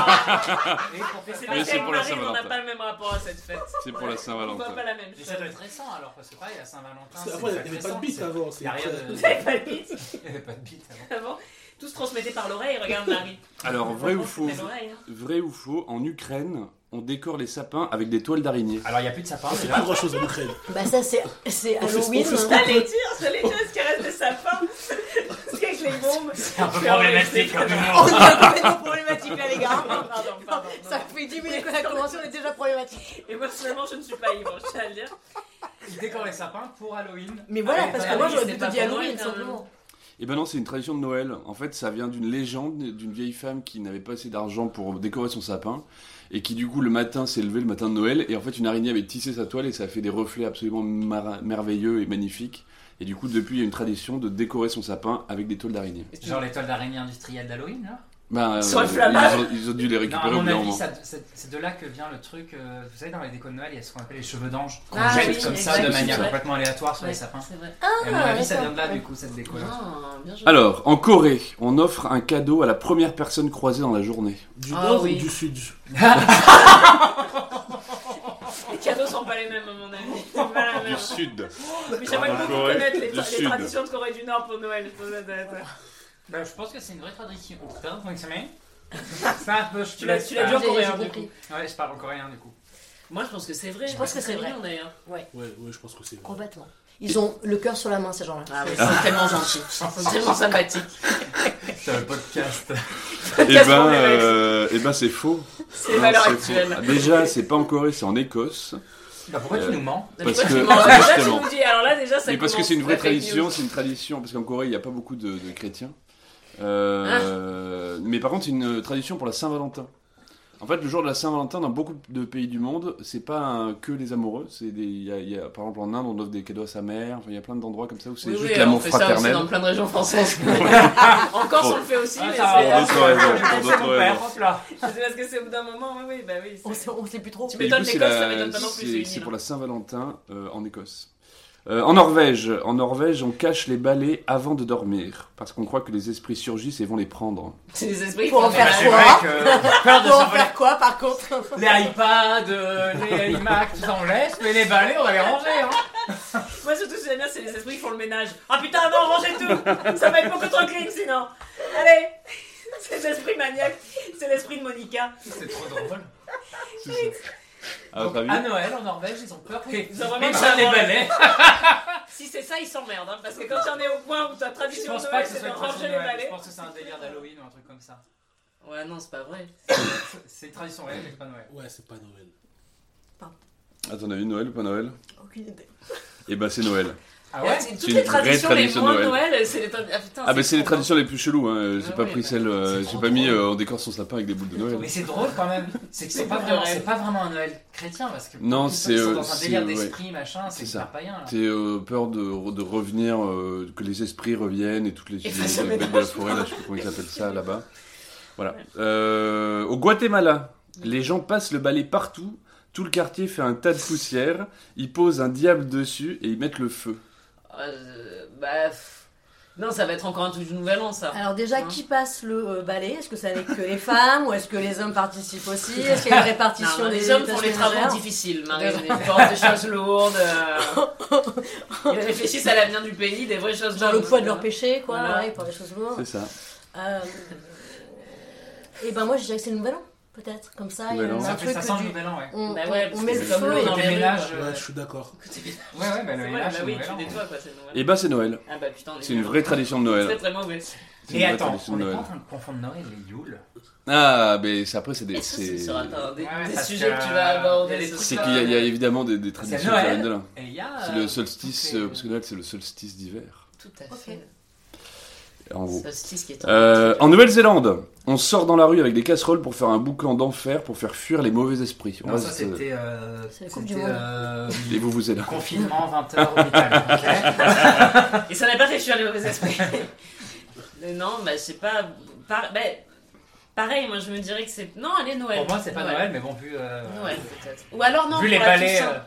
S4: Et pour fêter
S2: Mais
S4: la
S2: c'est
S4: fête.
S2: pour la
S7: Marie, on n'a
S2: Saint-Valentin.
S7: pas le même rapport à cette fête.
S2: C'est pour la
S7: On voit
S2: Saint-Valentin.
S7: pas la même
S4: Mais euh, ça doit
S7: chose.
S4: être récent alors, parce que pareil, à Saint-Valentin.
S6: Parce
S4: c'est
S6: qu'avant, il n'y
S4: une
S6: avait
S4: fête
S6: pas de bite
S4: récente,
S6: avant.
S4: c'est-
S6: c'est-
S4: Il n'y a rien de.
S7: Vous avez pas de bite
S4: Il n'y avait pas de bite avant.
S7: avant Tout se transmettait par l'oreille, regarde Marie.
S2: Alors, vrai ou faux
S7: C'était l'oreille, hein.
S2: Vrai ou faux En Ukraine, on décore les sapins avec des toiles d'araignée.
S4: Alors, il n'y a plus de sapin.
S6: On fait
S4: déjà.
S6: pas grand chose en Ukraine.
S5: Bah ça c'est c'est
S6: On fait- on
S5: Halloween.
S6: fait ce
S5: hein.
S7: J'allais dire, j'allais dire ce qui reste des sapins. Parce qu'avec les bombes.
S4: C'est un peu
S7: Je vais enlever
S4: problématique
S7: ces
S4: comme
S7: conneries.
S5: On est complètement problématique là les gars.
S7: Pardon, pardon, pardon. non,
S5: Ça
S7: non.
S5: fait 10 minutes que la convention est déjà problématique.
S7: Et moi, finalement, je ne suis pas ivre, je tiens à le dire.
S4: Ils décorent les sapins pour Halloween.
S5: Mais voilà,
S4: Avec
S5: parce que
S4: Halloween,
S5: moi j'aurais
S4: c'est
S5: plutôt
S4: pas
S5: dit
S4: pour
S5: Halloween
S7: Noël, quand
S5: simplement.
S2: Eh ben non, c'est une tradition de Noël. En fait, ça vient d'une légende d'une vieille femme qui n'avait pas assez d'argent pour décorer son sapin et qui du coup le matin s'est levée le matin de Noël et en fait une araignée avait tissé sa toile et ça a fait des reflets absolument mar- merveilleux et magnifiques. Et du coup, depuis, il y a une tradition de décorer son sapin avec des toiles d'araignée.
S4: Genre l'étoile d'araignée industrielle d'Halloween, là
S2: Ben,
S7: Sur le flamand.
S2: ils, ont, ils ont dû les
S4: Non,
S2: récupérer au
S4: à
S2: bout
S4: mon
S2: d'un
S4: avis,
S2: moment.
S4: ça- c'est c'est de là que vient le truc. euh, vous savez, dans les décos de Noël, il y a ce qu'on appelle les cheveux d'ange. Qu'on
S7: Ah
S4: jette
S7: oui,
S4: comme ça de
S7: exact.
S4: manière
S2: C'est ça.
S4: complètement aléatoire sur les sapins.
S7: C'est vrai.
S4: Et à mon avis, ça
S5: Ah, d'accord.
S4: vient de là, du coup, cette déco-là.
S7: Ah, bien joué.
S2: Alors, en Corée, on offre un cadeau à la première personne croisée dans la journée.
S6: Du
S7: Ah
S6: nord
S7: oui.
S6: ou du sud
S7: Les cadeaux sont pas les mêmes, à mon avis. C'est pas la même.
S2: sud.
S7: Mais j'aimerais
S2: Ah,
S7: beaucoup
S2: Corée
S7: connaître les,
S2: du
S7: les
S2: Sud.
S7: traditions de Corée du Nord pour Noël. pour la date.
S4: Bah, je pense que c'est une vraie tradition. Tradition fonctionnée. C'est un peu.
S7: Tu l'as tu l'as dit en
S5: J'ai- j'ai
S7: coréen, du
S5: compris.
S7: coup.
S4: Ouais, je parle en coréen, du coup.
S7: Moi, je pense que c'est vrai.
S5: Je pense que c'est vrai.
S7: mignon, d'ailleurs.
S6: Ouais, ouais, je pense que c'est vrai.
S5: Complètement. Ils ont le cœur sur la main ces gens-là.
S7: Ah oui, c'est tellement gentil. C'est tellement sympathique.
S4: C'est le podcast.
S2: Eh
S7: Podcast
S2: ben,
S7: pour les mecs.
S2: euh, eh ben c'est faux.
S7: C'est
S2: Non,
S7: valeur
S2: c'est
S7: actuelle.
S2: faux. Déjà, c'est pas en Corée, c'est en Écosse.
S4: Bah, pourquoi
S2: Euh,
S4: tu nous mens
S7: Mais
S2: Parce
S7: toi, tu
S2: que-
S7: mens. Déjà, tu
S2: justement.
S7: nous dis, alors là, déjà, ça
S2: Mais parce que
S7: commence,
S2: c'est une vraie
S7: la fake
S2: tradition,
S7: news.
S2: c'est une tradition, parce qu'en Corée, il n'y a pas beaucoup de, de chrétiens.
S7: Ah.
S2: Euh, Mais par contre, c'est une tradition pour la Saint-Valentin. En fait, le jour de la Saint-Valentin, dans beaucoup de pays du monde, c'est pas un- que les amoureux. C'est des, il y a, il y a- par exemple, en Inde, on offre des cadeaux à sa mère. Enfin, il y a plein d'endroits comme ça où c'est
S7: Oui,
S2: juste
S7: oui, on
S2: l'amour
S7: fait ça aussi
S2: fraternel. Ah,
S7: dans plein de régions françaises. Encore, on le fait aussi,
S4: Ah,
S7: mais c'est.
S2: va. d'autres raisons, pour
S4: C'est
S2: d'autres
S4: mon père,
S2: raisons.
S4: hop là.
S7: Je sais pas ce que c'est au bout d'un moment, oui, oui, bah oui.
S5: On
S7: c'est-
S5: sait, on sait plus trop.
S7: Tu
S2: Et du coup,
S7: m'étonnes
S2: c'est
S7: l'Écosse,
S2: la-
S7: ça m'étonne pas non plus,
S2: c'est-
S7: c'est
S2: c'est
S7: une
S2: pour
S7: île.
S2: la Saint-Valentin euh, en Écosse. Euh, en Norvège, en Norvège, on cache les balais avant de dormir parce qu'on croit que les esprits surgissent et vont les prendre.
S7: C'est les esprits qui
S5: Pour en
S7: font
S5: faire
S7: des
S4: C'est
S5: quoi
S4: vrai Bah, que peur de
S5: Faut en
S4: s'envoler.
S5: faire quoi par contre
S4: Les iPads, euh, les iMac, tout ça on laisse, mais les balais on va les ranger. Hein.
S7: Moi surtout ce que j'aime bien c'est les esprits qui font le ménage. Ah putain non rangez tout Ça va être beaucoup trop clean sinon Allez C'est l'esprit maniaque, c'est l'esprit de Monica.
S4: C'est trop drôle.
S2: À votre
S4: À
S7: Ah.
S2: avis
S4: Ah, Noël en Norvège ils ont peur que les
S7: Ils ont vraiment
S4: ça
S7: peur.
S4: les balais.
S7: Si c'est ça ils s'emmerdent hein, parce que quand j'en ai au point où ta
S4: Je
S7: tradition
S4: pense
S7: de
S4: pas
S7: Noël
S4: que ce
S7: c'est
S4: soit
S7: de
S4: une
S7: ranger
S4: tradition de
S7: les
S4: Noël. Je
S7: balais.
S4: pense que c'est un délire d'Halloween ou un truc comme ça.
S7: Ouais non c'est pas vrai.
S4: C'est une tradition Noël mais c'est pas Noël.
S6: Ouais, c'est pas Noël.
S2: À ton avis, Noël ou pas Noël
S5: Aucune idée.
S2: Eh ben, c'est Noël.
S4: Ah ouais
S7: C'est
S2: C'est
S7: toutes
S2: une
S7: les
S2: vraie
S7: traditions les
S2: tradition de
S7: moins
S2: Noël.
S7: Noël, c'est les tra- ah, putain,
S2: Ah ben c'est les
S7: trop bien.
S2: traditions les plus cheloues, hein. j'ai
S7: Ah
S2: pas
S7: oui,
S2: pris
S7: bah,
S2: celle, euh,
S4: c'est
S2: j'ai
S4: trop
S2: pas mis
S4: drôle.
S2: euh, on décore son sapin avec des boules de Noël.
S4: Mais c'est drôle quand même. C'est que c'est pas vraiment, c'est pas vraiment un Noël chrétien parce que
S2: Non,
S4: ils
S2: c'est,
S4: sont
S2: euh,
S4: dans un
S2: c'est,
S4: délire
S2: euh, ouais.
S4: d'esprit machin, c'est
S2: C'est ça.
S4: hyper païen. là.
S2: T'es euh, peur de, de revenir, euh, que les esprits reviennent et toutes les, les
S7: Et ça, ça
S2: bêtes de la
S7: m'étonne
S2: forêt, là, je sais pas comment ils appellent ça là-bas. Voilà. Euh, au Guatemala, les gens passent le balai partout. Tout le quartier fait un tas de poussière. Ils posent un diable dessus et ils mettent le feu.
S7: Ah,
S10: Euh, bah. pff. Non, ça va être encore un truc du nouvel an, ça.
S5: Alors déjà,
S10: Hein
S5: qui passe le euh, balai Est-ce que ça n'est que les femmes ou est-ce que les hommes participent aussi Est-ce qu'il y a une répartition
S10: Non,
S5: des
S10: les hommes
S5: tâches
S10: font les
S5: ménagères
S10: travaux difficiles, Marine. Ils portent des choses lourdes. euh, Ils réfléchissent à l'avenir du pays, des vraies choses
S5: Genre le
S10: bonnes,
S5: poids de
S10: quoi.
S5: leur péché, quoi,
S10: hein. Voilà.
S5: ouais, pour les choses lourdes.
S2: C'est ça.
S5: Euh, et ben moi, je dirais que c'est le nouvel an, peut-être. Comme ça, il y a
S2: Nouvel an.
S5: un
S2: Ça
S5: truc
S4: ça sent
S5: du-
S4: le nouvel an, ouais.
S5: On,
S10: Bah ouais,
S5: on
S10: parce
S5: met
S10: que
S5: le
S10: c'est comme
S5: feu
S10: l'eau
S5: et
S10: dans
S5: on
S10: les
S5: met le-
S4: ménages.
S6: Ouais, je suis d'accord.
S4: Ouais, ouais, bah, le
S10: C'est vrai,
S4: ménage,
S10: bah
S4: c'est le
S10: oui,
S4: nouvel
S10: tu
S4: an.
S10: nettoies, quoi, c'est le nouvel
S2: Et
S10: an.
S2: ben c'est Noël.
S10: Ah bah putain, on est
S2: C'est une
S10: bien.
S2: vraie tradition de
S10: C'est
S2: Noël.
S10: très mauvais.
S2: C'est une
S4: Et
S2: vraie
S4: attends,
S2: tradition
S4: on
S2: de
S4: est pas
S2: Noël.
S4: en train de confondre Noël et Yule.
S2: Ah, mais c'est- après, c'est des.
S10: C'est
S2: C'est
S10: sur un des,
S4: Ouais,
S10: des
S4: parce
S10: sujets
S4: que euh,
S10: que tu vas
S4: il
S10: aborder.
S4: y a des
S10: ce
S4: trucs
S2: c'est
S10: soir.
S2: qu'il y, a- il y a évidemment des, des traditions qui
S4: Noël.
S2: viennent de là.
S4: Et il y a.
S2: C'est
S4: euh,
S2: le solstice,
S4: toutes les-
S2: euh, parce que Noël, c'est le solstice d'hiver.
S10: Tout à
S5: Ok.
S10: fait.
S2: En gros.
S10: Solstice qui est en-
S2: Euh, en Nouvelle-Zélande, on sort dans la rue avec des casseroles pour faire un boucan d'enfer pour faire fuir les mauvais esprits. On
S4: Non,
S2: reste-
S4: ça c'était. euh,
S5: C'est la Coupe du
S4: c'était,
S5: Monde.
S4: euh,
S2: Et vous vous êtes là.
S4: Confinement 20h au Italie.
S10: Et ça n'a pas fait fuir les mauvais esprits. Mais non, bah je sais pas. Par- bah, pareil, moi je me dirais que c'est. Non, elle est Noël.
S4: Pour moi, c'est pas Noël, mais bon, vu. euh,
S10: Noël peut-être. Ou alors non,
S4: Vu
S10: pour
S4: les
S10: la
S4: balais.
S10: Toussaint.
S4: euh,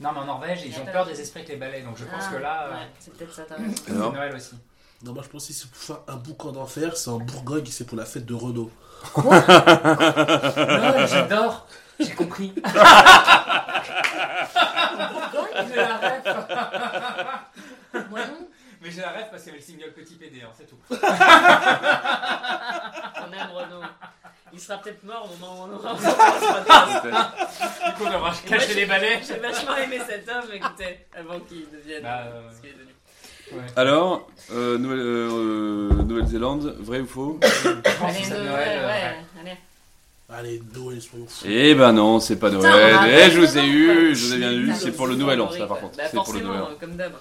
S4: Non, mais en Norvège, ils ont
S10: Attends.
S4: peur des esprits avec les balais, donc je pense
S10: Ah,
S4: que là, euh,
S10: ouais, c'est peut-être ça. t'as raison.
S4: c'est
S2: Alors
S4: Noël aussi.
S6: Non, moi je pense que c'est pour faire un boucan d'enfer, c'est en Bourgogne, c'est pour la fête de Renault.
S4: Non, j'adore. J'ai compris. J'ai la ref.
S5: Moi, non.
S4: Mais j'ai la ref parce qu'il y avait le single petit PD, hein, c'est tout.
S10: On aime Renaud. Il sera peut-être mort au moment où on aura. on sera bien.
S4: Du coup, on aura
S10: moi,
S4: caché
S10: j'ai-
S4: les balais.
S10: J'ai vachement aimé cet homme, écoutez, avant qu'il devienne.
S4: Bah, euh,
S10: ce qu'il est devenu.
S2: Alors, euh, Nouvelle- euh, euh, Nouvelle-Zélande, vrai ou faux
S4: Je pense que
S10: Allez,
S4: c'est
S10: Noël,
S4: Noël, euh, ouais.
S10: ouais, allez.
S6: Allez, Noël, soyons fous.
S2: Eh ben non, c'est pas
S5: Putain,
S2: Noël.
S5: on a
S2: Eh, je vous ai
S5: raison,
S2: eu,
S5: quoi.
S2: je vous ai bien eu.
S10: Ah,
S2: C'est
S10: donc,
S2: pour le Nouvel An,
S10: favori,
S2: ça par
S10: quoi.
S2: contre.
S10: Bah,
S2: C'est pour le
S10: forcément,
S2: Nouvel An.
S10: euh, comme d'hab.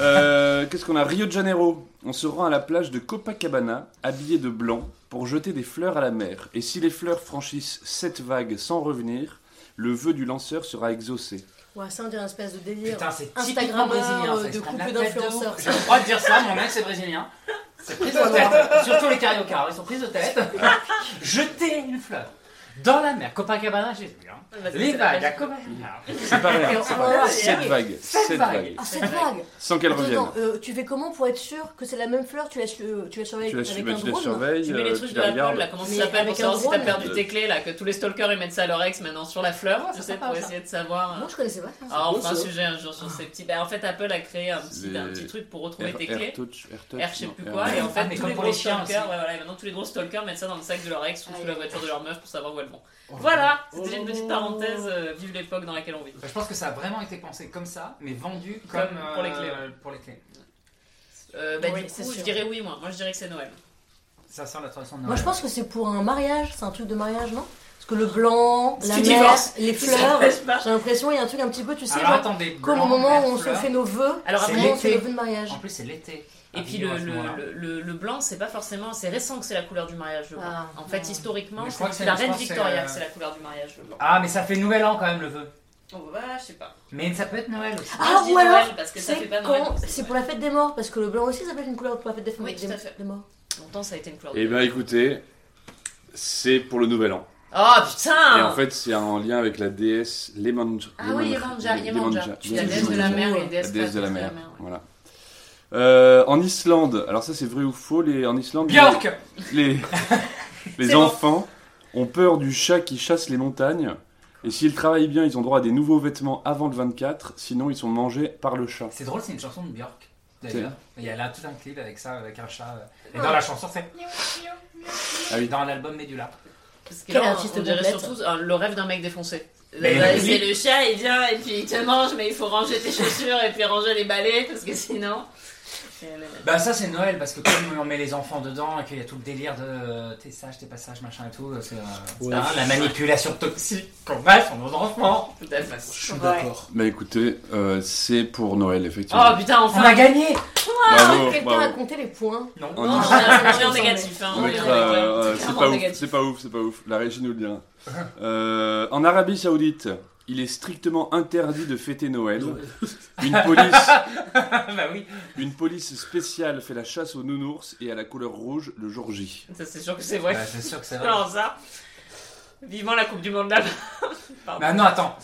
S2: Euh, Qu'est-ce qu'on a Rio de Janeiro. On se rend à la plage de Copacabana, habillé de blanc, pour jeter des fleurs à la mer. Et si les fleurs franchissent sept vagues sans revenir, le vœu du lanceur sera exaucé.
S5: Ouais, ça, on dirait une espèce de délire.
S4: Putain, c'est typiquement
S5: Instagrammeur,
S4: brésilien,
S5: euh,
S4: ça. ils
S5: de
S4: se prennent la
S5: couple
S4: tête de ouf.
S5: d'influenceurs.
S4: J'ai le droit de dire ça, mon ex est brésilien. C'est prise de tête. Surtout les cariocars, ils sont prises de tête. Jeter une fleur dans la mer. Copacabana, j'ai vu. hein.
S10: Bah, c'est-
S4: Les
S10: c'est
S4: vagues Ah,
S10: la
S4: à
S10: pêche.
S4: Copacabana.
S2: C'est pas
S5: Et
S2: vrai. hein.
S5: on
S2: c'est
S5: va
S2: pas
S5: voir.
S2: vrai. Sept vagues. Sept vagues.
S5: Ah, cette vague
S2: Sans qu'elles
S5: Attends,
S2: reviennent.
S5: attends, euh, tu fais comment pour être sûr que c'est la même fleur Tu la, su- euh, tu la surveilles
S2: Tu la,
S5: avec
S2: bah,
S5: un
S2: tu la
S5: drone
S2: surveilles,
S10: hein. Tu mets les
S2: euh,
S10: trucs
S2: tu
S10: de
S2: la
S10: la pomme,
S2: regardes.
S10: là, comment ça
S5: Mais
S10: s'appelle
S5: avec
S10: pour
S5: un
S10: savoir si t'as
S5: drone.
S10: perdu tes clés, là, que tous les stalkers ils mettent ça à leur ex maintenant sur la fleur, tu sais, pour essayer de savoir.
S5: Non, je connaissais pas. ça.
S10: Ah, on
S6: beau,
S10: fera un
S6: ça.
S10: sujet un jour sur ces petits. Bah, en fait, Apple a créé un petit,
S2: Les-
S10: un petit truc pour retrouver
S2: Air-
S10: tes
S2: Air
S10: clés.
S2: Touch, Air Touch,
S10: Air, je sais
S2: non,
S10: plus
S2: Air-
S10: quoi, et en fait,
S4: Ah, mais
S10: tous
S4: comme
S10: les
S4: pour
S10: gros
S4: les chiens
S10: stalkers,
S4: aussi.
S10: ouais, voilà, et maintenant tous les gros stalkers mettent ça dans le sac de leur ex ou sous
S5: Aïe.
S10: la voiture de leur meuf pour savoir où elles vont.
S4: Oh
S10: Voilà, c'était une petite parenthèse, euh, vive l'époque dans laquelle on vit.
S4: Bah, Je pense que ça a vraiment été pensé comme ça, mais vendu
S10: Comme
S4: comme,
S10: pour les clés,
S4: euh, pour les clés.
S10: Euh, bah,
S5: Oui,
S10: du
S5: c'est
S10: coup, je
S5: sûr.
S10: dirais oui, moi. Moi, je dirais que c'est Noël.
S4: Ça sent la tradition de Noël.
S5: Moi, je pense que c'est pour un mariage, c'est un truc de mariage, non Parce que le blanc,
S10: Si
S5: la
S10: tu
S5: mer,
S10: divorces,
S5: les
S10: tu
S5: fleurs,
S10: sais pas.
S5: j'ai l'impression il y a un truc un petit peu, tu sais,
S4: Alors
S5: genre,
S4: attendez,
S5: comme au
S4: blanc,
S5: moment où
S4: vert,
S5: on se
S4: fleur.
S5: fait nos vœux,
S10: Alors
S4: C'est
S10: après,
S5: vraiment, on
S4: l'été.
S5: fait nos vœux de mariage.
S4: En plus, c'est l'été.
S10: Et
S4: Ah,
S10: puis
S4: il y
S10: le,
S4: aura ce moment-là.
S10: le, le- le blanc, c'est pas forcément. C'est récent que c'est la couleur du mariage, le blanc.
S5: Ah,
S10: en fait,
S5: non.
S10: historiquement,
S4: Mais je crois que
S10: c'est
S4: c'est-
S10: la
S4: je
S10: reine
S4: crois que c'est,
S10: Victoria
S4: euh,
S10: que c'est la couleur du mariage, le blanc.
S4: Ah, mais ça fait nouvel an quand même le vœu.
S10: Oh, bah, je sais pas.
S4: Mais ça peut être Noël aussi.
S10: Moi,
S5: Ah,
S10: je dis
S5: ou
S10: Noël,
S5: alors,
S10: parce que ça fait
S5: c'est
S10: pas Noël,
S5: quand
S10: c'est
S5: c'est
S10: Noël.
S5: pour la fête des morts, parce que le blanc aussi, ça peut être une couleur pour la fête des
S10: Oui,
S5: des-
S10: tout à fait.
S5: des morts.
S10: Longtemps, ça a été une couleur de
S2: Eh ben écoutez, c'est pour le nouvel an.
S10: Oh
S2: Et
S10: putain
S2: en fait, c'est en lien avec la déesse Lemon...
S10: Ah oui, Yemanja, Yemanja. Tu es la
S2: Lemon-
S10: déesse de la
S2: Lemon-
S10: mer et
S2: La déesse de la mer.
S10: ouais.
S2: Voilà. Euh, en Islande, alors ça c'est vrai ou faux, les, en Islande,
S4: Björk
S2: les, les- les
S10: C'est bon.
S2: enfants ont peur du chat qui chasse les montagnes. Et s'ils travaillent bien, ils ont droit à des nouveaux vêtements avant le 24, sinon ils sont mangés par le chat.
S4: C'est drôle, c'est une chanson de Björk. D'ailleurs, il y a là tout un clip avec ça, avec un chat. euh, Et dans la chanson, c'est.
S2: Ah oui.
S4: Dans l'album Médula.
S10: Parce que
S5: Quel
S10: là,
S5: artiste
S10: on dirait
S5: complète.
S10: surtout euh, le rêve d'un mec défoncé.
S4: Mais
S10: Bah,
S4: oui.
S10: c'est le chat, il vient et puis il te mange, mais il faut ranger tes chaussures et puis ranger les balais parce que sinon.
S4: Bah, ça, c'est Noël, parce que comme on met les enfants dedans et qu'il y a tout le délire de euh, t'es sage, t'es pas sage, machin et tout, c'est euh,
S6: Ouais.
S4: ça, la manipulation toxique qu'on bat sur nos enfants.
S10: Tout à fait.
S6: Je suis
S10: Ouais.
S6: d'accord.
S2: Bah écoutez, euh, c'est pour Noël,
S10: Oh
S2: effectivement.
S10: putain,
S4: On a
S10: enfin
S4: gagné
S10: Ah,
S2: bravo,
S5: Quelqu'un a
S2: bravo.
S5: compté les points.
S4: Non,
S2: On
S10: Non,
S2: y-
S10: on est- on est en négatif. hein,
S2: On
S10: on est en
S2: mettra,
S10: négatif.
S2: euh,
S10: C'est
S2: c'est
S10: clairement
S2: pas ouf,
S10: négatif.
S2: c'est pas ouf, c'est pas ouf. La régie nous le dira. Euh, en Arabie Saoudite, il est strictement interdit de fêter Noël. Une police,
S4: Bah oui.
S2: une police spéciale fait la chasse aux nounours et à la couleur rouge le jour J.
S10: Ça, c'est sûr que c'est vrai.
S4: Ouais, Bah, c'est sûr que c'est vrai.
S10: Alors, ça, vivant la Coupe du Monde là Pardon.
S4: Bah non, attends.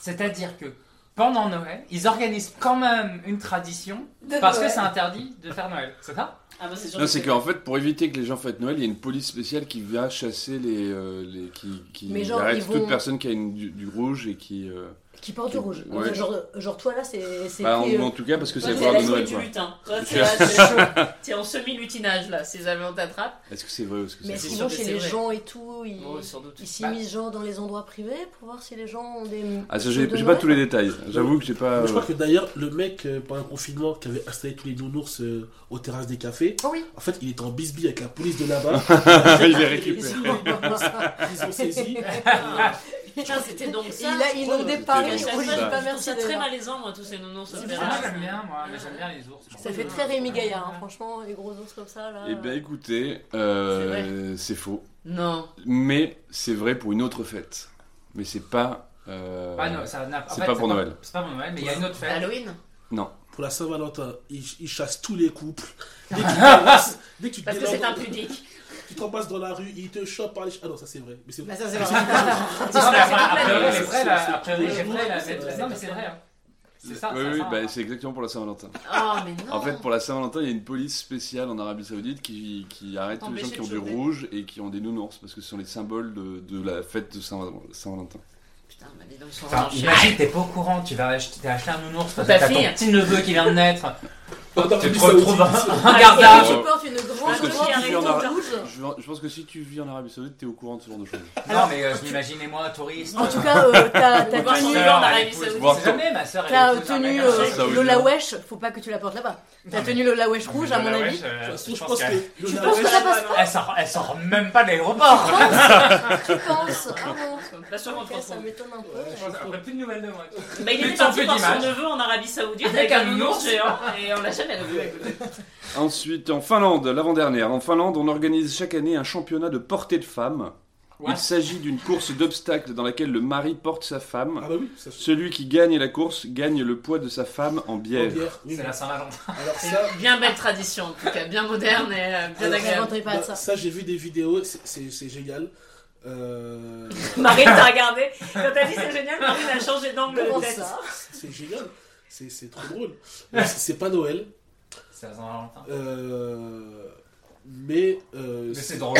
S4: C'est-à-dire que pendant Noël, ils organisent quand même une tradition
S5: De
S4: parce
S5: Noël.
S4: que c'est interdit de faire Noël, c'est ça
S10: Ah, bah, c'est sûr
S2: Non,
S10: que
S2: c'est qu'en fait, pour éviter que les gens fêtent Noël, il y a une police spéciale qui va chasser les. euh, les- qui qui
S5: Mais genre,
S2: arrête
S5: ils
S2: toute
S5: vont-
S2: personne qui a une- du, du rouge et qui. euh,
S5: Qui porte du rouge.
S2: Ouais.
S5: Genre, genre, toi là, c'est. c'est
S2: bah, en,
S5: écrit, euh,
S2: en tout cas, parce que
S10: Toi,
S2: c'est
S10: t'es
S2: la
S10: la
S2: de
S10: souris
S2: Noël,
S10: du
S2: quoi. euh,
S10: lutin. Toi,
S2: Ok.
S10: t'es là, c'est chaud. T'es en semi-lutinage là. Si jamais on t'attrape.
S2: Est-ce que c'est vrai ou est-ce que
S5: Mais
S2: c'est
S5: est-ce
S10: c'est
S5: qu'ils
S10: sûr
S5: vont
S10: que
S5: chez
S10: c'est
S5: les
S10: vrai.
S5: gens et tout Ils
S10: Oh, sans doute.
S5: ils s'y
S10: Bah,
S5: misent genre dans les endroits privés pour voir si les gens ont des.
S2: Ah, ça,
S5: trucs
S2: j'ai
S5: de
S2: j'ai pas
S5: Noël
S2: tous les détails. J'avoue que j'ai pas.
S6: Mais je crois que d'ailleurs, le mec, euh, pendant le confinement, qui avait installé tous les nounours euh, aux terrasses des cafés,
S5: Ah oui
S6: en fait, il était en bisbille avec la police de là-bas.
S2: Il les
S6: Ils
S2: récupère.
S6: ont- ils ont saisi.
S10: Putain, c'était donc ça.
S5: Il a inondé
S2: Ouais,
S5: Paris,
S10: Je
S2: c'était
S5: on
S10: trouve
S5: lui dit
S2: ça.
S5: pas
S10: ça- je trouve
S5: bah, merci.
S10: ça très
S5: d'ailleurs.
S10: malaisant, moi, tous ces nounours.
S5: C'est
S10: au
S5: bizarre.
S10: terrasse.
S4: j'aime bien, moi, mais j'aime bien les ours.
S5: Ça fait très Rémi Gaillard, hein, franchement, les gros ours comme ça là.
S2: Eh bien, écoutez, euh, c'est faux.
S10: Non.
S2: Mais c'est vrai pour une autre fête. Mais c'est pas. euh,
S4: Ah non, ça n'a- en
S2: C'est
S4: fait,
S2: pas pour Noël.
S4: C'est pas pour Noël, mais il y a une autre fête.
S10: Halloween
S6: Pour la Saint-Valentin, ils, ils chassent tous les couples. Dès que tu te délances- dès que tu te
S10: Parce que
S6: délances-
S10: c'est impudique.
S6: tu t'embrasses dans la rue, ils te chopent par les. che- Ah non, ça c'est vrai. Mais c'est
S5: Bah, ça, c'est vrai.
S4: Non, mais après-
S10: toute la
S4: après,
S10: nuit.
S4: les vrais, là, après, les
S6: C'est-
S4: vrais, là,
S6: c'est-
S4: c'est-
S6: c'est-
S4: Non, mais c'est vrai. hein. C'est ça.
S2: Oui,
S4: ça,
S2: oui,
S4: ça,
S2: bah,
S4: hein.
S2: c'est exactement pour la Saint-Valentin.
S10: Oh, mais non.
S2: En fait, pour la Saint-Valentin, il y a une police spéciale en Arabie Saoudite qui, qui arrête tous les gens
S10: Empêcher
S2: qui
S10: de
S2: ont du
S10: choper.
S2: rouge et qui ont des nounours parce que ce sont les symboles de, de la fête de Saint- Saint-Valentin.
S10: Putain, mais dis donc, ils sont
S4: Enfin,
S10: revanchés.
S4: imagine, t'es pas au courant, tu vas acheter, t'as acheté un nounours parce que
S10: Ta
S4: t'as
S10: fille.
S4: ton petit neveu qui vient de naître.
S6: Attends,
S4: Tu
S6: tu
S4: te
S6: dis ça
S4: retrouves
S6: aussi.
S4: un un
S5: Et
S4: garde
S5: tu
S2: euh,
S5: portes une grande
S2: pense que si
S5: robe
S2: tu viens
S5: de
S2: d'arriver-
S5: rouge.
S2: Je, je pense que si tu vis en Arabie Saoudite, t'es au courant de ce genre de choses.
S4: Non, mais euh, je m'imaginais moi, touriste.
S5: En tout cas, euh, ta ta
S10: Voir
S5: tenue,
S10: son
S4: sœur,
S10: en
S4: elle
S10: Arabie
S4: épouse-
S10: Saoudite.
S2: voir
S4: C'est jamais ma sœur. elle
S5: ta
S4: épouse un mec
S5: tenue
S4: comme ça.
S5: euh,
S2: Ça, oui,
S5: Lola
S2: non.
S5: Wesh, faut pas que tu la portes là-bas. Ta
S4: Non, mais-
S5: tenue Lola Wesh rouge, à mon
S4: Lola
S5: avis.
S4: Wesh, euh,
S6: De toute façon,
S4: je
S6: je
S4: pense
S6: pense
S4: qu'elle-
S6: que.
S5: Tu
S6: Lola
S5: penses que
S6: Wesh-
S5: ça passe
S4: Elle sort, elle sort même pas de l'aéroport.
S5: Tu penses Ah bon
S10: Pas sûr qu'on te
S5: Ok, ça
S10: retrouve.
S5: m'étonne un peu.
S4: Je pense- Après plus de nouvelles de moi.
S10: Bah, il
S4: Plus
S10: était
S4: de
S10: parti
S4: tempête
S10: voir son
S4: d'image.
S10: neveu en Arabie Saoudite
S4: Avec
S10: avec
S4: un
S10: un nounours
S4: nounours.
S10: géant et on l'a jamais revu. écoutez.
S2: Ensuite, en Finlande, l'avant-dernière. En Finlande, on organise chaque année un championnat de portée de femmes.
S4: What
S2: Il s'agit d'une course d'obstacles dans laquelle le mari porte sa femme.
S6: Ah bah oui, ça se
S2: Celui qui gagne la course gagne le poids de sa femme en bière.
S6: bière. oui,
S4: C'est la Saint-Valentin.
S6: oui. Alors ça.
S10: Bien belle tradition en tout cas, bien moderne et euh, bien
S6: Alors,
S10: agréable.
S5: J'inventerai pas
S6: bah,
S5: de ça.
S6: Ça, j'ai vu des vidéos, c'est- c'est c'est génial. Euh,
S10: Marine t'a regardé. Quand t'as dit c'est génial, Marine a changé d'angle
S5: Comment
S10: de tête.
S5: ça
S6: C'est génial. C'est c'est trop drôle. Mais C'est c'est pas Noël.
S4: C'est la Saint-Valentin.
S6: euh, Mais, euh,
S4: Mais
S6: c'est-
S4: c'est drôle.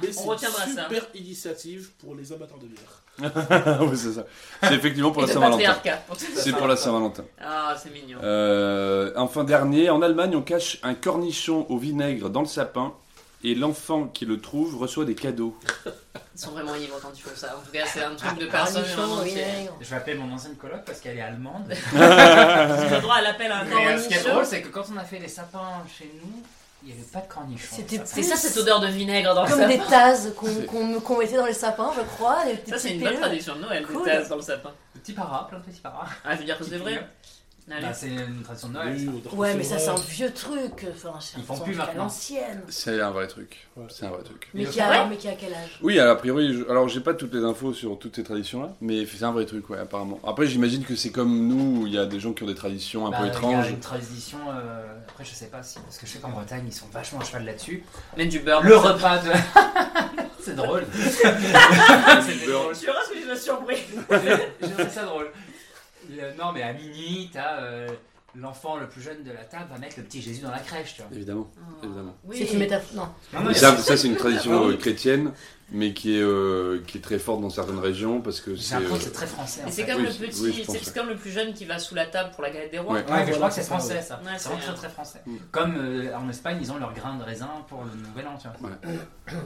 S6: mais c'est
S10: retiendra
S6: une
S10: ça.
S6: super initiative pour les amateurs de bière.
S2: Oui, c'est ça. C'est effectivement pour
S10: Et
S2: la
S10: de
S2: Saint-Valentin.
S10: patriarcat. pour tout ça.
S2: C'est pour la Saint-Valentin.
S10: Ah, c'est mignon.
S2: Euh, enfin dernier, en Allemagne, on cache un cornichon au vinaigre dans le sapin et l'enfant qui le trouve reçoit des cadeaux.
S10: Ils sont vraiment ivres quand ils font ça. En tout cas, c'est un truc de personne
S5: Cornichon,
S10: en
S5: oui,
S10: entier.
S5: non.
S4: Je vais appeler mon ancienne coloc parce qu'elle est allemande.
S10: Ils ont le droit à l'appel à un
S4: Mais euh, ce qui est
S10: cornichon.
S4: drôle, c'est que quand on a fait les sapins chez nous, il n'y avait pas de cornichons.
S5: C'était-
S10: C'est ça cette odeur de vinaigre dans le
S5: Comme des
S10: sapin.
S5: tasses qu'on qu'on- qu'on mettait dans les sapins, je crois. des petites
S10: Ça, c'est une bonne
S5: pilules.
S10: tradition de Noël, des
S5: Cool.
S10: tasses dans le sapin.
S4: Petit para, plein de petits paras.
S10: Ah, je veux dire que c'est vrai. Allez.
S4: Bah, c'est une tradition de Noël.
S6: Oui,
S4: ça.
S6: on doit
S5: Ouais, mais
S6: recevoir-
S5: ça, c'est un vieux truc. Enfin, c'est un
S4: Ils font
S5: truc
S4: plus
S5: à
S4: maintenant.
S5: l'ancienne.
S2: C'est un vrai truc.
S6: Ouais.
S2: C'est un vrai truc.
S5: Mais
S4: le
S5: qui a
S10: font
S5: mais qui a quel âge
S2: Oui, alors, a priori, je- alors j'ai pas toutes les infos sur toutes ces traditions-là, mais c'est un vrai truc, ouais, apparemment. Après, j'imagine que c'est comme nous, où il y a des gens qui ont des traditions un
S4: Bah,
S2: peu
S4: Il y a
S2: étranges.
S4: une tradition. euh, Après, je sais pas si. Parce que je sais qu'en Bretagne, ils sont vachement à cheval là-dessus.
S10: Même du beurre.
S4: Le repas de. c'est drôle. C'était drôle.
S10: Je suis heureuse que je me suis surpris.
S4: J'ai trouvé ça drôle. Le- Non, mais à minuit, t'as euh, l'enfant le plus jeune de la table va mettre le petit Jésus dans la crèche, tu vois.
S2: Évidemment,
S10: Oh.
S2: évidemment.
S5: C'est une métaphore. Non.
S4: Ah, Non, non, mais
S2: Ça, ça, c'est une tradition euh, chrétienne, mais qui est, euh, qui est très forte dans certaines régions, parce que
S4: J'ai
S2: c'est...
S4: l'impression
S2: euh,
S4: que c'est très français. en
S10: Et c'est
S4: fait.
S10: comme
S2: Oui,
S10: le
S2: oui,
S10: petit,
S2: je pense,
S10: c'est c'est comme le plus jeune qui va sous la table pour la galette des rois.
S2: Ouais.
S4: Ouais, mais je crois que
S6: voilà,
S4: c'est
S6: c'est ça,
S4: français ça.
S10: Ouais,
S4: c'est
S10: c'est
S4: vraiment
S10: vrai.
S4: très très français.
S2: Mm.
S4: Comme euh, en Espagne, ils ont leur grain de raisin pour le nouvel an, tu vois.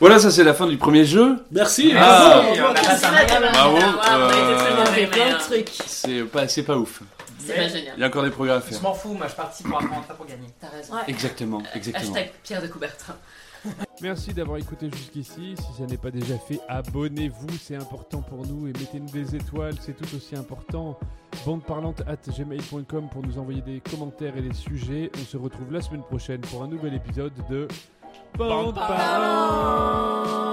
S2: Voilà, ça c'est la fin du premier jeu.
S6: Merci.
S2: Ah.
S6: bravo,
S4: Et on a
S6: bravo.
S4: pas ça mal.
S2: Bravo,
S10: Ah, ouais, t'es très
S2: euh,
S10: bon,
S5: On fait
S10: mais,
S5: plein
S10: euh,
S5: de trucs.
S2: C'est pas, c'est pas ouf.
S10: C'est pas génial.
S2: Il y a encore des progrès à
S4: Je
S2: faire.
S4: m'en fous, moi je participe pour apprendre, pas pour gagner.
S10: T'as raison.
S5: Ouais.
S2: Exactement, exactement.
S10: Hashtag Pierre de Coubertin.
S11: Merci d'avoir écouté jusqu'ici. Si ça n'est pas déjà fait, abonnez-vous, c'est important pour nous et mettez-nous des étoiles, c'est tout aussi important. Bandeparlante at gmail.com pour nous envoyer des commentaires et des sujets. On se retrouve la semaine prochaine pour un nouvel épisode de Bande Parlante.